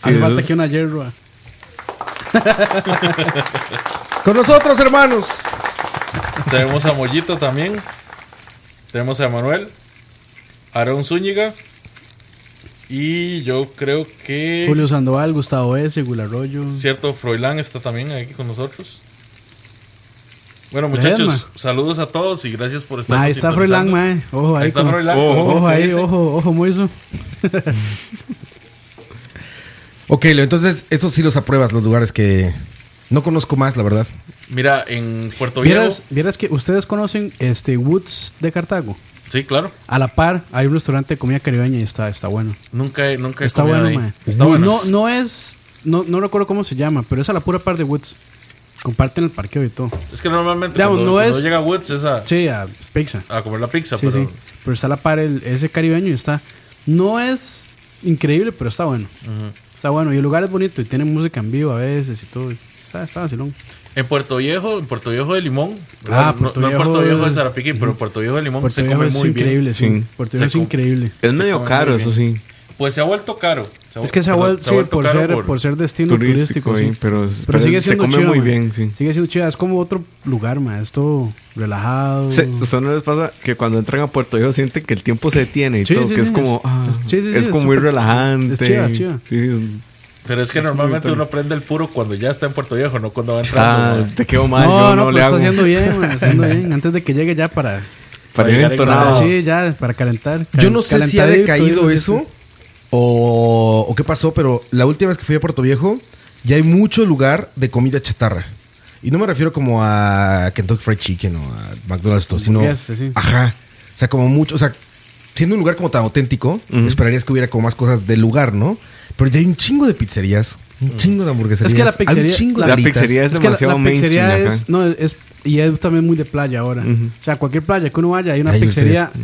Speaker 7: Hace
Speaker 8: eso
Speaker 7: falta
Speaker 8: es-
Speaker 7: que una yerba.
Speaker 9: Con nosotros, hermanos.
Speaker 6: Tenemos a Mollito también. Tenemos a Manuel, Aarón Zúñiga. Y yo creo que.
Speaker 7: Julio Sandoval, Gustavo S., Gularroyo.
Speaker 6: Cierto, Froilán está también aquí con nosotros. Bueno, muchachos,
Speaker 7: Ledesma.
Speaker 6: saludos a todos y gracias por estar
Speaker 7: Ahí está Froilán, mae. Ojo ahí.
Speaker 6: Ahí está
Speaker 7: con-
Speaker 6: Froilán.
Speaker 7: Ojo,
Speaker 6: Ojo, ¿qué
Speaker 7: ahí,
Speaker 6: dice?
Speaker 7: ojo, ojo, Moiso.
Speaker 9: Ok, Leo, entonces, esos sí los apruebas, los lugares que no conozco más, la verdad.
Speaker 6: Mira, en Puerto Viejo.
Speaker 7: Vieras, vieras que ustedes conocen este Woods de Cartago.
Speaker 6: Sí, claro.
Speaker 7: A la par, hay un restaurante de comida caribeña y está, está bueno.
Speaker 6: Nunca, he- nunca he
Speaker 7: Está
Speaker 6: comido
Speaker 7: bueno,
Speaker 6: ahí.
Speaker 7: mae.
Speaker 6: Está bueno.
Speaker 7: No, no es. No, no recuerdo cómo se llama, pero es a la pura par de Woods. Comparten el parqueo y todo.
Speaker 6: Es que normalmente
Speaker 7: Digamos,
Speaker 6: cuando,
Speaker 7: no
Speaker 6: cuando
Speaker 7: es-
Speaker 6: llega a Woods es a,
Speaker 7: Sí, a pizza.
Speaker 6: a comer la pizza,
Speaker 7: Sí,
Speaker 6: pero
Speaker 7: sí. Pero está a la par el, ese caribeño y está. No es increíble, pero está bueno. Está bueno. Y el lugar es bonito y tiene música en vivo a veces y todo. Está, está vacilón.
Speaker 6: en Puerto Viejo, en Puerto Viejo de Limón,
Speaker 7: Ah,
Speaker 6: ¿verdad? no,
Speaker 7: Puerto
Speaker 6: no en Puerto
Speaker 7: Viejo
Speaker 6: Viejo de
Speaker 7: es-
Speaker 6: Sarapiquí, pero Puerto Viejo de Limón
Speaker 7: Puerto
Speaker 6: se
Speaker 7: Viejo
Speaker 6: come
Speaker 7: es
Speaker 6: muy
Speaker 7: increíble,
Speaker 6: bien.
Speaker 7: sí.
Speaker 8: Sí.
Speaker 7: Puerto
Speaker 6: Se
Speaker 7: Viejo es
Speaker 6: come-
Speaker 7: increíble.
Speaker 8: Es
Speaker 6: Se
Speaker 8: medio
Speaker 6: come
Speaker 8: caro,
Speaker 6: muy
Speaker 8: eso sí.
Speaker 6: Pues se ha vuelto caro. ha
Speaker 7: Es que se ha
Speaker 6: vuel-
Speaker 7: vuelto, sí, por,
Speaker 6: caro
Speaker 7: ser, por ser destino
Speaker 8: turístico,
Speaker 7: turístico.
Speaker 8: ahí,
Speaker 7: sí.
Speaker 8: pero-
Speaker 7: Pero
Speaker 8: pero
Speaker 7: sigue
Speaker 8: se
Speaker 7: siendo
Speaker 8: come
Speaker 7: chido,
Speaker 8: muy
Speaker 7: ma.
Speaker 8: bien, sí.
Speaker 7: Sigue siendo chido. Es como otro lugar, ma. Es todo relajado.
Speaker 8: Se, o sea, no les pasa que cuando entran a Puerto Rico sienten que el tiempo se detiene y
Speaker 7: Sí,
Speaker 8: todo,
Speaker 7: sí,
Speaker 8: que es
Speaker 7: sí,
Speaker 8: como.
Speaker 7: es-
Speaker 8: ah,
Speaker 7: es-
Speaker 8: es,
Speaker 7: sí, sí, sí, es
Speaker 8: como muy
Speaker 7: súper-
Speaker 8: relajante.
Speaker 7: es chiva, es chiva.
Speaker 8: Sí, sí, es-
Speaker 6: Pero es que normalmente uno prende el puro cuando ya está en Puerto Viejo, no cuando va
Speaker 8: Ah,
Speaker 6: entrando. ¿no?
Speaker 8: te quedo mal.
Speaker 7: no,
Speaker 8: yo
Speaker 7: no,
Speaker 8: no,
Speaker 7: pero
Speaker 8: le
Speaker 7: está
Speaker 8: hago.
Speaker 7: haciendo bien, ma, está
Speaker 8: [LAUGHS]
Speaker 7: haciendo bien. Antes de que llegue ya para,
Speaker 8: Para ir
Speaker 6: Para
Speaker 8: entonado.
Speaker 6: llegar
Speaker 7: sí, ya, para calentar.
Speaker 9: Yo no sé si ha
Speaker 7: Calentadito,
Speaker 9: decaído
Speaker 7: digo,
Speaker 9: eso o, o qué pasó, pero la última vez que fui a Puerto Viejo ya hay mucho lugar de comida chatarra. Y no me refiero como a Kentucky Fried Chicken o a McDonald's, todo, sino...
Speaker 7: Hamburguesas, sí.
Speaker 9: Ajá. O sea, como mucho... O sea, siendo un lugar como tan auténtico, esperarías que hubiera como más cosas del lugar, ¿no? Pero ya hay un chingo de pizzerías, un chingo de hamburgueserías.
Speaker 7: Mm. Es que la
Speaker 9: hay un
Speaker 7: pizzería-
Speaker 9: chingo
Speaker 7: la-
Speaker 9: de
Speaker 8: La
Speaker 9: alitas.
Speaker 8: pizzería es,
Speaker 7: Es que la,
Speaker 8: demasiado
Speaker 7: la
Speaker 8: mainstream
Speaker 7: pizzería
Speaker 8: acá.
Speaker 7: es, no, es, y es también muy de playa ahora. O sea, cualquier playa que uno vaya, hay una
Speaker 9: Hay
Speaker 7: pizzería. [LAUGHS]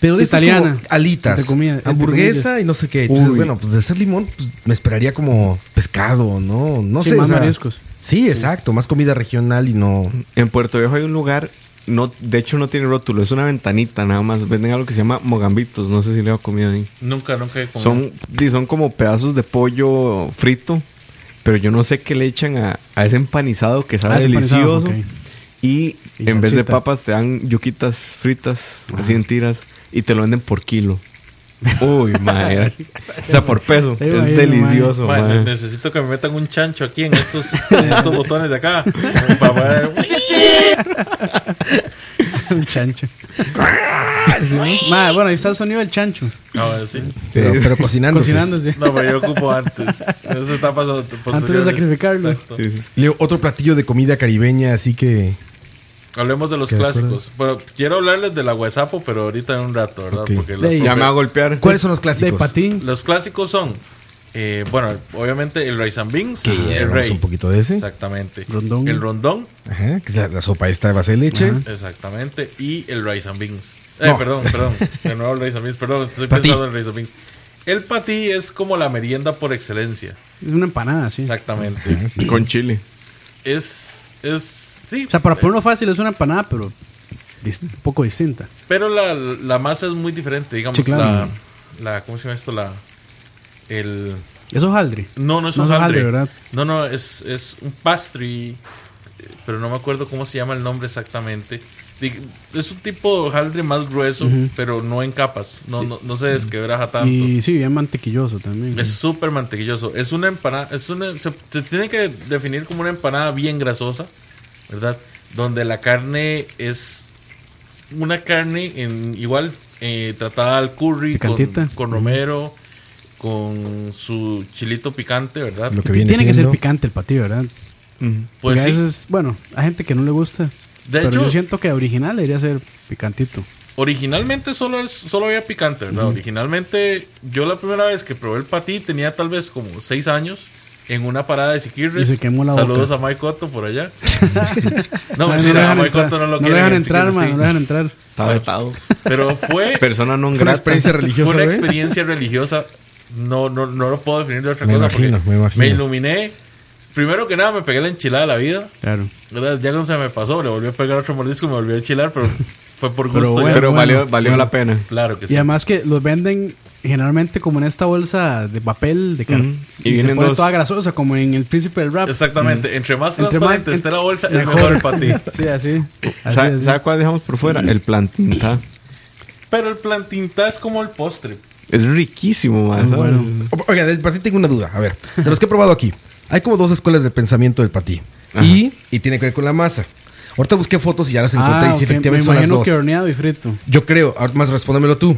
Speaker 9: Pero de italiana,
Speaker 7: italiana,
Speaker 9: alitas,
Speaker 7: entre comillas, entre
Speaker 9: hamburguesa
Speaker 7: comillas.
Speaker 9: y no sé qué. Entonces,
Speaker 8: Uy.
Speaker 9: bueno, pues de ser limón, pues, me esperaría como pescado, ¿no? No
Speaker 7: Sí,
Speaker 9: sé.
Speaker 7: más mariscos.
Speaker 9: Sí, exacto, más comida regional y no.
Speaker 8: En Puerto Viejo hay un lugar, no, de hecho no tiene rótulo, es una ventanita nada más. Venden algo que se llama mogambitos, no sé si le he comido ahí.
Speaker 6: Nunca, nunca he comido.
Speaker 8: Son, di, son como pedazos de pollo frito, pero yo no sé qué le echan a, a ese empanizado que sabe
Speaker 7: Ah, ese
Speaker 8: delicioso.
Speaker 7: empanizado, ok.
Speaker 8: Y,
Speaker 7: Y
Speaker 8: en vez de
Speaker 7: salsita.
Speaker 8: papas te dan yuquitas fritas, así en tiras, y te lo venden por kilo.
Speaker 7: [LAUGHS]
Speaker 8: Uy, madre. o sea, por peso.
Speaker 7: Te
Speaker 8: es
Speaker 7: imagino,
Speaker 8: delicioso,
Speaker 6: Bueno,
Speaker 8: mae.
Speaker 6: necesito que me metan un chancho aquí en estos, en estos botones de acá. como para poder-
Speaker 8: [LAUGHS]
Speaker 7: Un chancho. Ma, bueno, ahí está el sonido del chancho.
Speaker 6: Ahora sí.
Speaker 9: Pero, pero cocinando.
Speaker 7: Cocinándose.
Speaker 6: No, pero yo ocupo antes. Eso está pasando.
Speaker 7: Antes de sacrificarlo.
Speaker 8: Sí, sí.
Speaker 9: Leo, otro platillo de comida caribeña, así que.
Speaker 6: Hablemos de los clásicos. Bueno, quiero hablarles del aguasapo, pero ahorita en un rato, ¿verdad?
Speaker 9: Ok.
Speaker 6: Porque los,
Speaker 7: Ey.
Speaker 8: Ya me va a golpear.
Speaker 9: ¿Cuáles son los
Speaker 7: De
Speaker 9: clásicos?
Speaker 7: patín.
Speaker 6: los clásicos son, eh, bueno, obviamente el rice and beans,
Speaker 9: Que ya
Speaker 6: el
Speaker 9: hablamos
Speaker 6: rey.
Speaker 9: Ah, un poquito de ese.
Speaker 6: Exactamente.
Speaker 7: Rondón.
Speaker 6: El rondón,
Speaker 9: Ajá, que es la, la sopa esta de base de leche.
Speaker 6: exactamente. Y el rice and beans. Eh,
Speaker 9: Ah. No.
Speaker 6: perdón,
Speaker 9: [LAUGHS]
Speaker 6: perdón. De nuevo el rice and beans, perdón. Estoy
Speaker 9: Patí.
Speaker 6: pensando en el rice and beans. El patí es como la merienda por excelencia.
Speaker 7: Es una empanada, sí.
Speaker 6: Exactamente.
Speaker 8: Con chile.
Speaker 6: Es, es, sí.
Speaker 7: O sea, para ponerlo fácil es una empanada, pero dis- un poco distinta.
Speaker 6: Pero la, la masa es muy diferente, digamos.
Speaker 7: Sí, claro.
Speaker 6: la, la, ¿Cómo se llama esto? La, el,
Speaker 7: Es hojaldre.
Speaker 6: no, no es
Speaker 7: No
Speaker 6: un
Speaker 7: es hojaldre,
Speaker 6: hojaldre.
Speaker 7: ¿verdad?
Speaker 6: No, no, es, es un pastry, eh, pero no me acuerdo cómo se llama el nombre exactamente. Dig- Es un tipo de hojaldre más grueso, pero no en capas. No, no, no se desquebraja tanto.
Speaker 7: Y sí, bien mantequilloso también.
Speaker 6: Es súper mantequilloso. Es una empanada. Es una, se, se tiene que definir como una empanada bien grasosa, ¿verdad? Donde la carne es una carne en, igual eh, tratada al curry, con,
Speaker 7: Picantita.
Speaker 6: con romero, con su chilito picante, ¿verdad?
Speaker 9: Lo que viene
Speaker 7: Tiene que ser
Speaker 9: siendo.
Speaker 7: picante el patí, ¿verdad?
Speaker 6: Pues
Speaker 7: Porque
Speaker 6: sí.
Speaker 7: a veces, bueno, hay gente que no le gusta.
Speaker 6: De
Speaker 7: pero
Speaker 6: hecho-
Speaker 7: yo siento que original debería ser picantito.
Speaker 6: Originalmente solo, es- solo había picante, ¿verdad? Originalmente, yo la primera vez que probé el patí tenía tal vez como 6 años en una parada de Siquirres.
Speaker 7: Y se quemó la
Speaker 6: Saludos
Speaker 7: boca.
Speaker 6: a Mike Cotto por
Speaker 7: [LAUGHS]
Speaker 6: allá.
Speaker 7: Ah,
Speaker 6: no,
Speaker 7: No, lo
Speaker 6: mentira, a
Speaker 7: dejan
Speaker 6: Mike
Speaker 7: entrar,
Speaker 6: Cotto no lo
Speaker 7: no
Speaker 6: quieren
Speaker 7: dejan
Speaker 6: en
Speaker 7: entrar, man,
Speaker 6: Siquirres, pues sí.
Speaker 7: no lo dejan entrar.
Speaker 8: Está vetado.
Speaker 6: Pero
Speaker 9: [LAUGHS]
Speaker 6: fue,
Speaker 8: Persona non
Speaker 9: Es ¿eh? una
Speaker 8: grata.
Speaker 9: experiencia
Speaker 6: [LAUGHS]
Speaker 9: [LAUGHS]
Speaker 6: fue
Speaker 9: religiosa,
Speaker 6: una
Speaker 9: güey.
Speaker 6: experiencia religiosa. No, no, no lo puedo definir de otra
Speaker 9: Me
Speaker 6: cosa
Speaker 9: imagino,
Speaker 6: porque
Speaker 9: me imagino.
Speaker 6: iluminé. Primero que nada, me pegué la enchilada de la vida.
Speaker 7: Claro.
Speaker 6: ¿verdad? Ya no se me pasó, le volví a pegar otro mordisco y me volví a enchilar, pero fue por gusto.
Speaker 7: Pero
Speaker 6: ya.
Speaker 7: bueno,
Speaker 8: Pero valió,
Speaker 7: bueno,
Speaker 8: valió
Speaker 7: sí.
Speaker 8: la pena.
Speaker 6: Claro que sí.
Speaker 7: Y además que los venden generalmente como en esta bolsa de papel de cartón.
Speaker 8: Ujú. Y
Speaker 7: Y,
Speaker 8: vienen
Speaker 7: se pone
Speaker 8: dos.
Speaker 7: toda grasosa, como en El Príncipe del Rap.
Speaker 6: Exactamente, entre más
Speaker 7: Entre más-
Speaker 6: transparente esté la bolsa, es
Speaker 7: mejor.
Speaker 6: mejor para
Speaker 9: [LAUGHS]
Speaker 6: ti.
Speaker 7: [LAUGHS] Sí, así. así,
Speaker 8: ¿Sabe,
Speaker 7: así.
Speaker 8: sabe cuál dejamos por fuera? El plantinta.
Speaker 6: Pero el plantinta es como el postre.
Speaker 8: Es riquísimo, man. ¿sabe?
Speaker 7: Ah, Bueno.
Speaker 9: O- Oiga, del patí tengo una duda.
Speaker 7: [LAUGHS]
Speaker 9: A ver, de los que he probado aquí, hay como dos escuelas de pensamiento del patí. Y, y tiene que ver con la masa. Ahorita busqué fotos y ya las encontré
Speaker 7: Ah,
Speaker 9: y sí,
Speaker 7: ok,
Speaker 9: efectivamente
Speaker 7: me
Speaker 9: son las
Speaker 7: imagino
Speaker 9: dos.
Speaker 7: que horneado y frito.
Speaker 9: Yo creo, ahora más respóndemelo tú.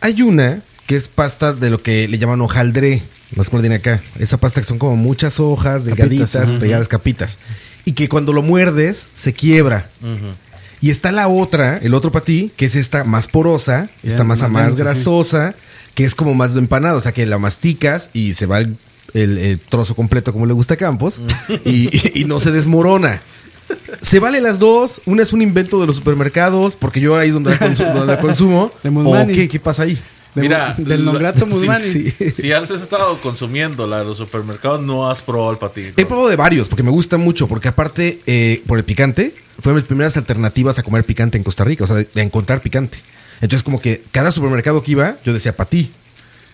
Speaker 9: Hay una que es pasta de lo que le llaman hojaldre, más como la tiene acá. Esa pasta que son como muchas hojas, delgaditas, pegadas, capitas. Y que cuando lo muerdes, se quiebra. Y está la otra, el otro patí, que es esta más porosa, esta
Speaker 7: Ya,
Speaker 9: masa
Speaker 7: más densa,
Speaker 9: más
Speaker 7: sí.
Speaker 9: grasosa, que es como más de empanada, o sea que la masticas y se va el, el- el trozo completo como le gusta a Campos y, y- y no se desmorona. Se vale las dos, una es un invento de los supermercados, porque yo ahí es donde la, consu- donde la consumo.
Speaker 7: De
Speaker 9: ¿O
Speaker 7: Musmani.
Speaker 9: qué, qué pasa ahí?
Speaker 7: De-
Speaker 6: Mira,
Speaker 7: del
Speaker 6: lo-
Speaker 7: Longrato
Speaker 6: [LAUGHS] sí,
Speaker 7: Musmani.
Speaker 9: [LAUGHS] sí.
Speaker 6: Si has estado consumiendo la de los supermercados, no has probado el patí.
Speaker 9: He probado de varios, porque me gusta mucho, porque aparte, eh, por el picante, fue de mis primeras alternativas a comer picante en Costa Rica, o sea, de, de encontrar picante. Entonces, como que cada supermercado que iba, yo decía, para ti.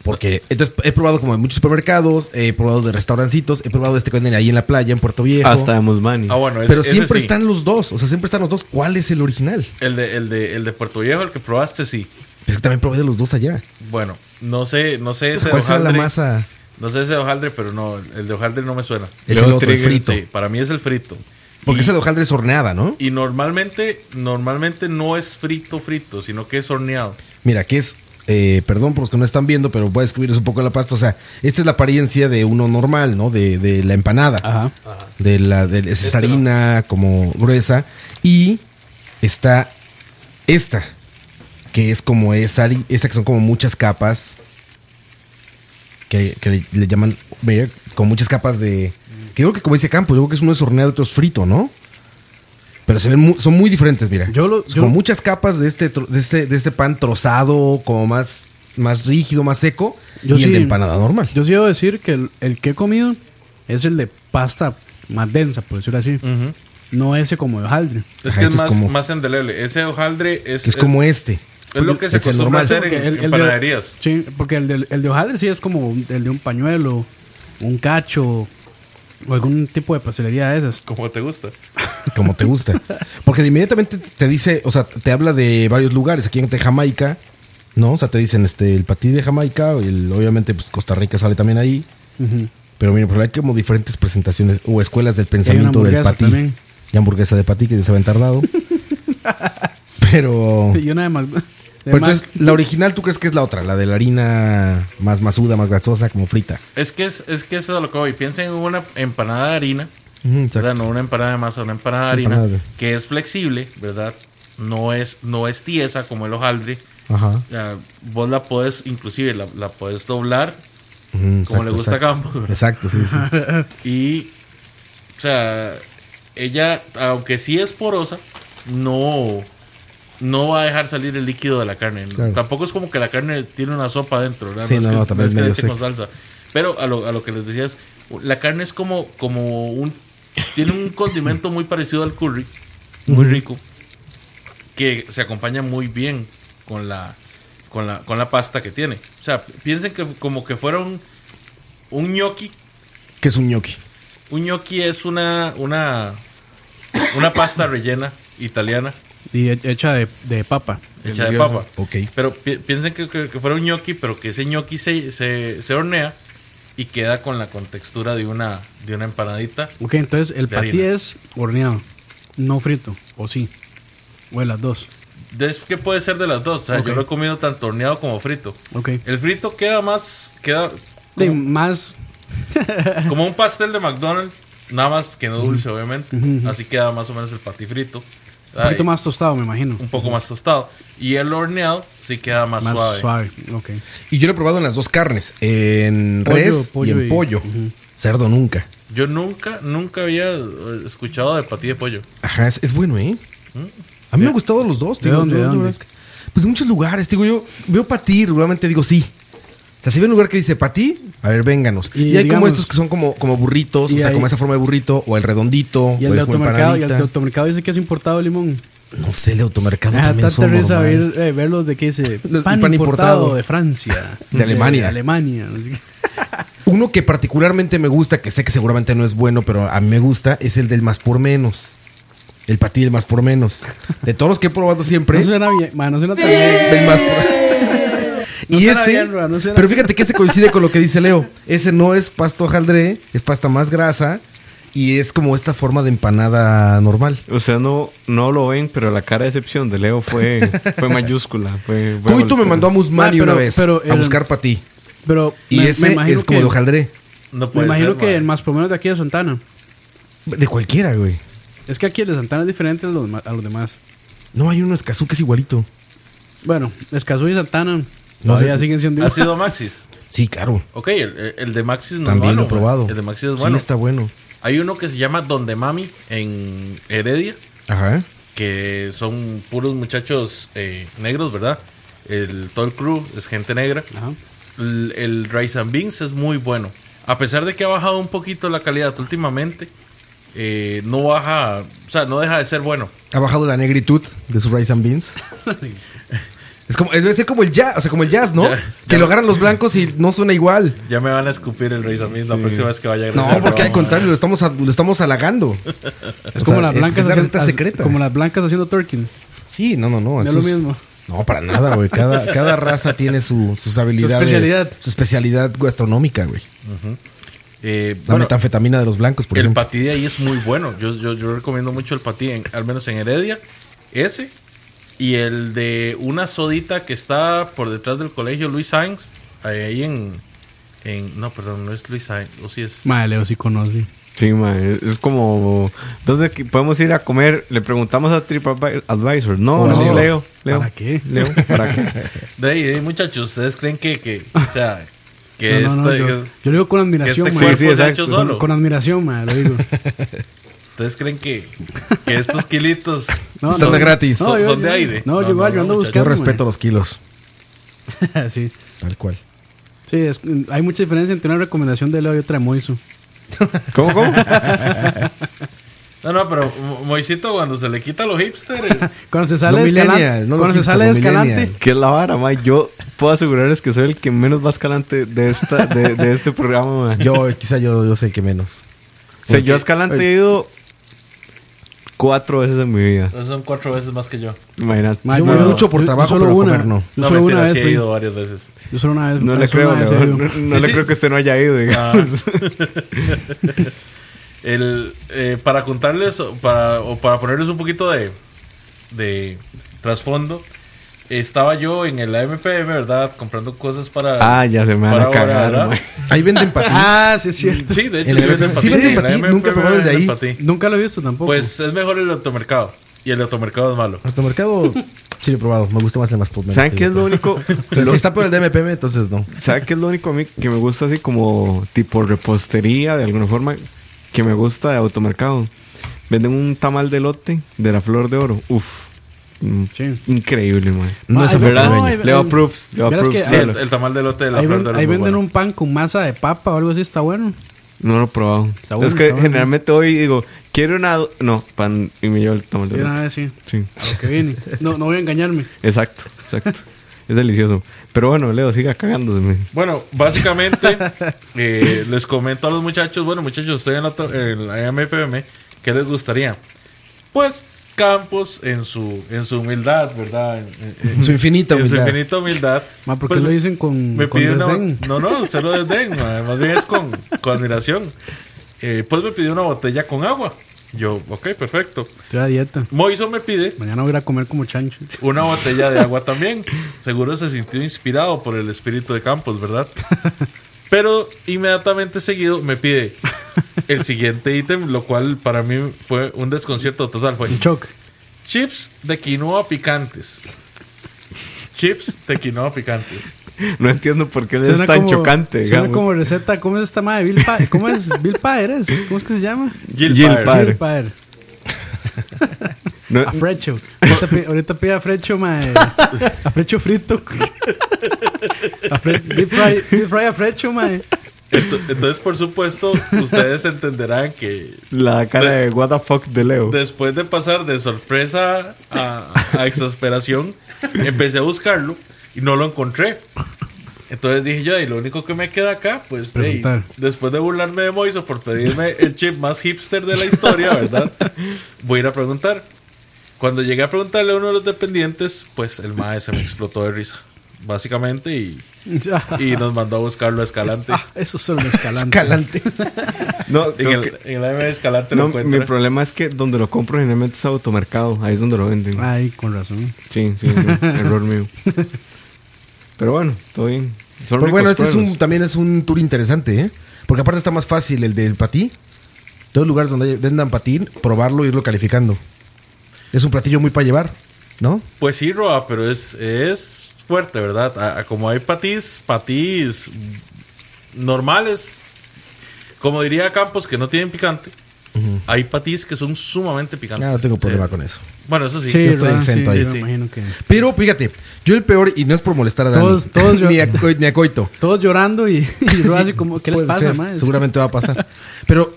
Speaker 9: Porque, entonces, he probado como en muchos supermercados, he probado de restaurancitos, he probado este que venden ahí en la playa, en Puerto Viejo.
Speaker 8: Hasta de Musmani.
Speaker 6: Ah, bueno, es-
Speaker 9: pero
Speaker 6: ese
Speaker 9: siempre
Speaker 6: sí.
Speaker 9: están los dos, o sea, siempre están los dos. ¿Cuál es el original?
Speaker 6: El de, el, de, el de Puerto Viejo, el que probaste, sí.
Speaker 9: Es que también probé de los dos allá.
Speaker 6: Bueno, no sé, no sé ese de
Speaker 9: ¿Cuál será la
Speaker 6: hojaldre.
Speaker 9: masa?
Speaker 6: No sé ese de hojaldre, pero no, el de hojaldre no me suena.
Speaker 9: Es
Speaker 8: Luego
Speaker 9: el otro, el
Speaker 8: Trigger,
Speaker 9: frito.
Speaker 6: Sí, para mí es el frito.
Speaker 9: Porque
Speaker 6: Y-
Speaker 9: ese de hojaldre es horneada, ¿no?
Speaker 6: Y normalmente, normalmente no es frito frito, sino que es horneado.
Speaker 9: Mira, que es. eh, perdón por los que no están viendo, pero voy a describirles un poco la pasta. O sea, esta es la apariencia de uno normal, ¿no? De, de la empanada.
Speaker 7: Ajá. Este
Speaker 9: De la de esa es harina como gruesa. Y está esta, que es como esa, hari- esa que son como muchas capas. Que, que le, le llaman, mira, con muchas capas de... Que yo creo que como dice Campos, yo creo que es uno es horneado y otro es frito, ¿no? Pero se ven mu- son muy diferentes, mira.
Speaker 7: Yo lo-
Speaker 9: Son
Speaker 7: yo-
Speaker 9: como muchas capas de este, tro- de este, de este pan trozado, como más, más rígido, más seco.
Speaker 7: Yo
Speaker 9: y el de
Speaker 7: sí-
Speaker 9: empanada normal.
Speaker 7: Yo sí debo decir que el, el que he comido es el de pasta más densa, por decirlo así. No ese como de hojaldre.
Speaker 6: Es
Speaker 9: Ajá,
Speaker 6: que
Speaker 9: ese
Speaker 6: es
Speaker 9: es
Speaker 6: más,
Speaker 9: como-
Speaker 6: más endeleble. Ese hojaldre es,
Speaker 9: que es como este.
Speaker 6: es lo que se
Speaker 9: es el
Speaker 6: acostumbra a
Speaker 9: normal.
Speaker 6: hacer
Speaker 7: Porque
Speaker 6: en,
Speaker 7: el-
Speaker 6: en
Speaker 7: el de-
Speaker 6: panaderías.
Speaker 7: sí, porque el de, el de hojaldre sí es como un- el de un pañuelo, un cacho o algún tipo de pastelería de esas.
Speaker 6: Como te gusta.
Speaker 9: Como te gusta. Porque de inmediatamente te dice, o sea, te habla de varios lugares. Aquí en de Jamaica, ¿no? O sea, te dicen este, el patí de Jamaica, el, obviamente pues Costa Rica sale también ahí. Pero mira, pero hay como diferentes presentaciones o escuelas del pensamiento del
Speaker 7: hamburguesa
Speaker 9: patí.
Speaker 7: también.
Speaker 6: [LAUGHS]
Speaker 9: Y hamburguesa de patí que ya se habían tardado. pero
Speaker 7: Y una de McDonald's.
Speaker 9: Pero
Speaker 7: Mac.
Speaker 9: Oh. Pues entonces, la original, ¿tú crees que es la otra? La de la harina más masuda, más grasosa, como frita.
Speaker 6: Es que es, es que eso es a lo que voy. Piensen en una empanada de harina, ¿verdad? No una empanada de masa, una empanada de harina
Speaker 9: Empanada.
Speaker 6: que es flexible, ¿verdad? No es, no es tiesa como el hojaldre.
Speaker 9: Ajá.
Speaker 6: O sea, vos la puedes, inclusive la, la puedes doblar
Speaker 9: Ujú,
Speaker 6: como
Speaker 9: exacto,
Speaker 6: le gusta
Speaker 9: exacto.
Speaker 6: a Campos, ¿verdad?
Speaker 9: Exacto, sí, sí.
Speaker 6: [LAUGHS] Y, o sea, ella, aunque sí es porosa, no, no va a dejar salir el líquido de la carne.
Speaker 9: Claro.
Speaker 6: Tampoco es como que la carne tiene una sopa dentro, ¿verdad?
Speaker 9: Sí,
Speaker 6: es
Speaker 9: no,
Speaker 6: que-
Speaker 9: no, también
Speaker 6: es que le
Speaker 9: medio
Speaker 6: echen con
Speaker 9: seca.
Speaker 6: salsa. Pero a lo, a lo que les decía es, la carne es como, como un, tiene un condimento muy parecido al curry, muy rico, que se acompaña muy bien con la, con la, con la pasta que tiene. O sea, piensen que como que fuera un, un gnocchi
Speaker 9: que es un ñoqui.
Speaker 6: un gnocchi es una, una, una pasta rellena italiana
Speaker 7: Y he- hecha de, de papa.
Speaker 6: hecha de
Speaker 8: Delicioso.
Speaker 6: papa.
Speaker 9: Ok.
Speaker 6: Pero pi- piensen que, que- que fuera un gnocchi, pero que ese gnocchi se, se, se hornea y queda con la contextura de una, de una empanadita.
Speaker 7: Ok, entonces el
Speaker 6: De
Speaker 7: patí
Speaker 6: harina.
Speaker 7: es horneado, no frito, o sí. O de las dos.
Speaker 6: Es que puede ser de las dos. O sea,
Speaker 7: Ok.
Speaker 6: yo lo he comido tanto horneado como frito.
Speaker 7: Ok.
Speaker 6: El frito queda más, queda
Speaker 7: De más.
Speaker 6: como un pastel de McDonald's, nada más que no dulce, obviamente. Así queda más o menos el patifrito.
Speaker 7: Un poquito más tostado, me imagino.
Speaker 6: un poco más tostado. Y el horneado sí queda más,
Speaker 7: Más
Speaker 6: suave.
Speaker 7: suave. Ok.
Speaker 9: Y yo lo he probado en las dos carnes, en
Speaker 7: Pollo,
Speaker 9: res
Speaker 7: pollo
Speaker 9: y en
Speaker 7: y-
Speaker 9: pollo. Cerdo nunca.
Speaker 6: Yo nunca, nunca había eh, escuchado de patí de pollo.
Speaker 9: Ajá, es, es bueno, ¿eh? A mí me han gustado los dos,
Speaker 7: ¿De
Speaker 9: digo,
Speaker 7: dónde,
Speaker 9: yo,
Speaker 7: de
Speaker 9: la
Speaker 7: dónde?
Speaker 9: verdad es que- Pues en muchos lugares, digo, yo veo para ti, regularmente digo sí. O sea, si veo un lugar que dice para ti, a ver, vénganos.
Speaker 7: Y
Speaker 9: Y, hay como
Speaker 7: digamos-
Speaker 9: estos que son como, como burritos,
Speaker 7: Y
Speaker 9: o sea,
Speaker 7: ahí-
Speaker 9: como esa forma de burrito, o el redondito,
Speaker 7: Y
Speaker 9: o
Speaker 7: el de
Speaker 9: es como
Speaker 7: automercado, y el de
Speaker 9: empanadita.
Speaker 7: automercado dice que es importado el limón.
Speaker 9: No sé, el de automercado
Speaker 7: Ah,
Speaker 9: también
Speaker 7: tanta
Speaker 9: son
Speaker 7: risa
Speaker 9: normal.
Speaker 7: ver, eh, verlos de que dice
Speaker 9: [LAUGHS] Los-
Speaker 7: pan,
Speaker 9: pan
Speaker 7: importado,
Speaker 9: importado.
Speaker 7: de Francia.
Speaker 9: [LAUGHS] De Alemania.
Speaker 7: De Alemania. no sé qué.
Speaker 9: Uno que particularmente me gusta, que sé que seguramente no es bueno, pero a mí me gusta, es el del más por menos. El patí del más por menos. De todos los que he probado siempre.
Speaker 7: No suena bien, ma, no suena tan bien.
Speaker 9: del más por-
Speaker 7: No
Speaker 9: y
Speaker 7: suena
Speaker 9: ese,
Speaker 7: bien, Roa, no suena
Speaker 9: pero
Speaker 7: bien.
Speaker 9: fíjate que se coincide con lo que dice Leo. Ese no es pasto jaldre, es pasta más grasa y es como esta forma de empanada normal.
Speaker 8: O sea, no, no lo ven, pero la cara de decepción de
Speaker 7: [LAUGHS]
Speaker 8: Leo fue, fue mayúscula. Fue, fue
Speaker 9: Coito me
Speaker 8: golpe-
Speaker 9: mandó a Musmani
Speaker 7: Ah, pero-
Speaker 9: una vez
Speaker 7: pero
Speaker 9: a
Speaker 7: el-
Speaker 9: buscar para ti.
Speaker 7: Pero
Speaker 9: Y
Speaker 7: me- me
Speaker 9: ese
Speaker 7: imagino
Speaker 9: es como
Speaker 7: que-
Speaker 9: de hojaldre.
Speaker 6: No
Speaker 7: Me
Speaker 6: puede
Speaker 7: imagino
Speaker 6: ser,
Speaker 7: que
Speaker 6: madre.
Speaker 7: el más por menos de aquí de Santana.
Speaker 9: De cualquiera, güey.
Speaker 7: Es que aquí el de Santana es diferente a los, ma- a los demás.
Speaker 9: No, hay uno de Escazú que es igualito. Bueno.
Speaker 7: Escazú y Santana
Speaker 9: No
Speaker 7: todavía
Speaker 9: sé.
Speaker 7: siguen siendo
Speaker 6: ha
Speaker 7: igual.
Speaker 6: sido Maxis.
Speaker 9: Sí, claro.
Speaker 6: Ok, el, el de Maxis no es
Speaker 9: También
Speaker 6: malo,
Speaker 9: lo he probado.
Speaker 6: man. El de Maxis es
Speaker 9: Sí,
Speaker 6: bueno.
Speaker 9: está bueno.
Speaker 6: Hay uno que se llama Donde Mami en Heredia,
Speaker 9: Ajá.
Speaker 6: que son puros muchachos eh, negros, ¿verdad? El, todo el crew es gente negra.
Speaker 7: Ajá.
Speaker 6: El, el Rice and Beans es muy bueno. A pesar de que ha bajado un poquito la calidad últimamente, eh, no baja, o sea, no deja de ser bueno.
Speaker 9: Ha bajado la negritud de sus rice and
Speaker 6: [LAUGHS]
Speaker 9: beans. es como, debe ser como el jazz, o sea, como el jazz, ¿no?
Speaker 6: Ya,
Speaker 9: que
Speaker 6: ya.
Speaker 9: lo agarran los blancos y no suena igual.
Speaker 6: Ya me van a escupir el Rice and Beans la próxima vez que vaya a
Speaker 9: No,
Speaker 6: Grecia,
Speaker 9: porque al
Speaker 6: pero vamos a
Speaker 9: contrario, lo estamos, a- lo estamos halagando.
Speaker 7: Es como las blancas
Speaker 9: Es la
Speaker 7: haciendo-
Speaker 9: receta
Speaker 7: as-
Speaker 9: secreta.
Speaker 7: Como las blancas haciendo twerking.
Speaker 9: Sí, no, no, no.
Speaker 7: es
Speaker 9: eso
Speaker 7: lo mismo.
Speaker 9: No, para nada, güey.
Speaker 7: [LAUGHS]
Speaker 9: Cada, cada raza tiene su- sus habilidades.
Speaker 7: especialidad.
Speaker 9: Su especialidad gastronómica, güey.
Speaker 6: ver. Eh,
Speaker 9: La
Speaker 6: bueno,
Speaker 9: metanfetamina de los blancos, por
Speaker 6: el
Speaker 9: ejemplo.
Speaker 6: patí de ahí es muy bueno. Yo, yo, yo recomiendo mucho el patí, en- al menos en Heredia. Ese. Y el de una sodita que está por detrás del colegio Luis Sainz. Ahí en. en no, perdón, no es Luis Sainz. O sí es.
Speaker 7: Madre, Leo sí conoce.
Speaker 8: Sí, ma, es, es como. ¿Dónde que- podemos ir a comer? Le preguntamos a TripAdvisor. No,
Speaker 9: Hola,
Speaker 8: no,
Speaker 9: Leo.
Speaker 8: Leo. Leo.
Speaker 7: ¿Para qué?
Speaker 8: Leo, ¿para qué?
Speaker 6: De ahí, de ahí, muchachos, ¿ustedes creen que. que o sea, que
Speaker 7: No, no, no,
Speaker 6: este-
Speaker 7: yo,
Speaker 6: que es-
Speaker 7: yo lo digo con
Speaker 6: que
Speaker 7: admiración,
Speaker 6: este
Speaker 7: ma.
Speaker 6: cuerpo
Speaker 8: Sí, sí,
Speaker 6: se ha
Speaker 8: exacto.
Speaker 6: hecho
Speaker 7: con,
Speaker 6: solo.
Speaker 7: con admiración, ma, lo digo.
Speaker 6: ¿Ustedes creen que, que estos kilitos
Speaker 7: [LAUGHS] No,
Speaker 9: Están de gratis.
Speaker 6: Son- son de aire.
Speaker 7: No, yo
Speaker 6: No,
Speaker 7: igual,
Speaker 6: no,
Speaker 7: yo
Speaker 6: no,
Speaker 7: ando
Speaker 6: muchachos.
Speaker 9: Yo
Speaker 7: buscando.
Speaker 9: respeto los kilos.
Speaker 7: ma. sí,
Speaker 9: Tal cual.
Speaker 7: sí es- hay mucha diferencia entre una recomendación de Leo y otra de Moiso.
Speaker 8: ¿Cómo, cómo?
Speaker 6: No, no, pero Mo- Moisito cuando se le quita los hipsters.
Speaker 9: [LAUGHS]
Speaker 7: Cuando se sale
Speaker 9: No
Speaker 7: de Escalante,
Speaker 9: millennial, no lo
Speaker 7: cuando se
Speaker 9: dijiste,
Speaker 7: sale de
Speaker 9: no
Speaker 7: Escalante,
Speaker 9: millennial.
Speaker 8: ¿Qué es la vara, ma? Yo puedo asegurarles que soy el que menos va escalante de, esta, de, de este programa, ma.
Speaker 9: Yo, quizá yo, yo sé que menos.
Speaker 8: O sea, yo a Escalante he ido cuatro veces en mi vida.
Speaker 6: Son cuatro veces más que yo.
Speaker 8: Imagínate.
Speaker 7: ma,
Speaker 9: Sí,
Speaker 7: yo-
Speaker 9: voy
Speaker 7: yo-
Speaker 9: mucho por
Speaker 7: yo- yo
Speaker 9: trabajo,
Speaker 7: solo
Speaker 9: pero a
Speaker 7: una,
Speaker 9: comer no.
Speaker 7: Yo
Speaker 6: No,
Speaker 7: solo
Speaker 6: mentira,
Speaker 7: una vez
Speaker 6: sí he
Speaker 7: fui.
Speaker 6: ido varias veces.
Speaker 7: Yo solo una vez.
Speaker 8: No le
Speaker 7: solo
Speaker 8: creo,
Speaker 7: una vez he
Speaker 8: Leo.
Speaker 7: ido.
Speaker 8: No, no
Speaker 6: Sí, Ah,
Speaker 8: le
Speaker 6: sí.
Speaker 8: creo que usted no haya ido, [LAUGHS] digamos.
Speaker 6: El, eh, para contarles o para, o para ponerles un poquito de, de trasfondo, estaba yo en el AMPM, ¿verdad? Comprando cosas para.
Speaker 8: Ah, ya se me van
Speaker 6: para
Speaker 8: a
Speaker 6: ahora,
Speaker 8: cagar,
Speaker 6: ¿verdad?
Speaker 8: mae.
Speaker 9: [LAUGHS] Ahí venden patín.
Speaker 7: Ah, sí, es cierto.
Speaker 6: Sí, de hecho,
Speaker 9: En
Speaker 6: sí
Speaker 9: el
Speaker 6: venden
Speaker 9: AMPM. Sí
Speaker 6: patí,
Speaker 9: venden
Speaker 6: en el
Speaker 9: patí, nunca he
Speaker 6: AMPM
Speaker 9: probado el de
Speaker 6: venden
Speaker 9: ahí.
Speaker 6: patí.
Speaker 7: Nunca lo he visto tampoco.
Speaker 6: Pues es mejor el automercado. Y el automercado es malo.
Speaker 9: Automercado, sí lo he probado. Me gusta más el más pop.
Speaker 8: ¿Saben qué es lo único?
Speaker 9: [LAUGHS]
Speaker 6: [LAUGHS]
Speaker 9: O sea,
Speaker 8: lo-
Speaker 9: si está por el DMPM, entonces no.
Speaker 8: ¿Saben qué es lo único a mí que me gusta así como tipo repostería de alguna forma que me gusta de automercado? Venden un tamal de lote de la flor de oro. Uf. Mm,
Speaker 7: Sí.
Speaker 8: Increíble, man.
Speaker 9: No
Speaker 7: Ah,
Speaker 9: es
Speaker 7: es
Speaker 8: ¿Verdad?
Speaker 7: No,
Speaker 9: afrobeña.
Speaker 7: ahí-
Speaker 8: Leo
Speaker 7: ahí-
Speaker 8: Proofs. Leo
Speaker 7: verás
Speaker 8: Proofs.
Speaker 7: que
Speaker 9: Ah,
Speaker 6: Sí,
Speaker 7: ahí-
Speaker 6: el, el tamal de lote de la
Speaker 7: ahí
Speaker 6: flor
Speaker 7: ven-
Speaker 6: de oro
Speaker 7: ahí
Speaker 6: es muy
Speaker 7: venden
Speaker 6: bueno.
Speaker 7: un pan con masa de papa o algo así, está bueno.
Speaker 8: No lo he probado.
Speaker 7: Está bueno,
Speaker 8: es que
Speaker 7: está bueno.
Speaker 8: generalmente hoy digo, quiero una. do- No, pan y me llevo el tamal
Speaker 7: Yo
Speaker 8: de
Speaker 7: una
Speaker 8: lote.
Speaker 7: vez sí,
Speaker 8: Sí.
Speaker 7: a lo que viene. [LAUGHS] No, no voy a engañarme.
Speaker 8: Exacto, exacto. es delicioso. Pero bueno, Leo, siga cagándose.
Speaker 6: Bueno, básicamente [LAUGHS] eh, les comento a los muchachos, bueno muchachos, estoy en la, to- en la MPM, ¿qué les gustaría? Pues Campos en su en su humildad, ¿verdad? En, en- en-
Speaker 9: Su infinita
Speaker 6: en su
Speaker 9: humildad.
Speaker 6: infinita humildad.
Speaker 7: Ma, ¿por qué
Speaker 6: Pues,
Speaker 7: lo dicen con,
Speaker 6: me
Speaker 7: con
Speaker 6: pidió una-
Speaker 7: desdén?
Speaker 6: No, no, usted lo desdén, ma, más bien
Speaker 7: [LAUGHS]
Speaker 6: es con, con admiración. Eh, pues me pidió una botella con agua. Yo, ok, perfecto.
Speaker 7: Estoy a dieta.
Speaker 6: Moiso me pide
Speaker 7: Mañana voy a ir a comer como chancho. [LAUGHS]
Speaker 6: una botella de agua también. Seguro se sintió inspirado por el espíritu de Campos, ¿verdad? Pero inmediatamente seguido me pide el siguiente ítem, lo cual para mí fue un desconcierto total. Fue
Speaker 7: Un choc.
Speaker 6: chips de quinoa picantes. Chips de quinoa picantes.
Speaker 8: [LAUGHS] No entiendo por qué es tan
Speaker 7: como-
Speaker 8: chocante.
Speaker 7: Suena
Speaker 8: digamos.
Speaker 7: como receta. ¿Cómo es esta madre? Bill Pa- ¿Cómo es? ¿Bill Paer es? ¿Cómo es que se llama?
Speaker 6: Jill
Speaker 8: Jill
Speaker 6: Paer.
Speaker 8: Paer.
Speaker 7: Bill Paer.
Speaker 8: No-
Speaker 7: A Frecho. Ahorita, pi- ahorita pide a Frecho, mae. A Frecho frito. [LAUGHS] A Fre deep, fry, deep fry a Frecho, eh. mae.
Speaker 6: Ento- Entonces, por supuesto, ustedes entenderán que
Speaker 8: La cara de, what the fuck de Leo.
Speaker 6: Después de pasar de sorpresa a, a exasperación, empecé a buscarlo y no lo encontré. Entonces dije yo, y lo único que me queda acá, pues hey,
Speaker 7: Preguntar.
Speaker 6: después de burlarme de Moiso por pedirme el chip más hipster de la historia, ¿verdad? Voy a ir a preguntar. Cuando llegué a preguntarle a uno de los dependientes, pues el maestro se me explotó de risa, básicamente, y,
Speaker 7: Ya.
Speaker 6: y nos mandó a buscarlo a
Speaker 7: [LAUGHS]
Speaker 6: Escalante.
Speaker 7: Ah, eso es solo un escalante.
Speaker 9: Escalante.
Speaker 8: no,
Speaker 6: En
Speaker 8: lo
Speaker 6: el,
Speaker 8: que-
Speaker 6: en el AM de Escalante
Speaker 8: no,
Speaker 6: lo
Speaker 8: mi
Speaker 6: encuentra.
Speaker 8: problema es que donde lo compro generalmente es automercado. Ahí es donde lo venden.
Speaker 9: Ah.
Speaker 7: Ay, con razón.
Speaker 8: Sí, sí, sí, error mío. Pero bueno, todo bien. Son
Speaker 9: Pero
Speaker 8: ricos
Speaker 9: bueno, este es
Speaker 8: pueblos.
Speaker 9: un, también es un tour interesante, ¿eh? Porque aparte está más fácil el del patí. Todos los lugares donde vendan patín, probarlo e irlo calificando. Es un platillo muy para llevar, ¿no?
Speaker 6: Pues sí, Roa, pero es, es fuerte, ¿verdad? A- a- como hay patís, patís normales, como diría Campos, que no tienen picante, hay patís que son sumamente picantes.
Speaker 9: Ah, no tengo
Speaker 6: Sí.
Speaker 9: problema con eso.
Speaker 6: Bueno, eso sí.
Speaker 7: Sí,
Speaker 9: estoy
Speaker 7: ¿verdad?
Speaker 9: exento
Speaker 7: sí,
Speaker 9: ahí.
Speaker 7: sí,
Speaker 6: Sí.
Speaker 7: me imagino que.
Speaker 9: Pero fíjate, yo el peor, y no es por molestar a Dani,
Speaker 7: Todos- todos yo-
Speaker 9: [LAUGHS] ni, a, co- ni a Coito.
Speaker 7: Todos llorando y, [LAUGHS] y Roa así
Speaker 9: Sí,
Speaker 7: como, ¿qué les
Speaker 9: puede
Speaker 7: pasa,
Speaker 9: ser,
Speaker 7: mae?
Speaker 9: Seguramente va a pasar. [LAUGHS] Pero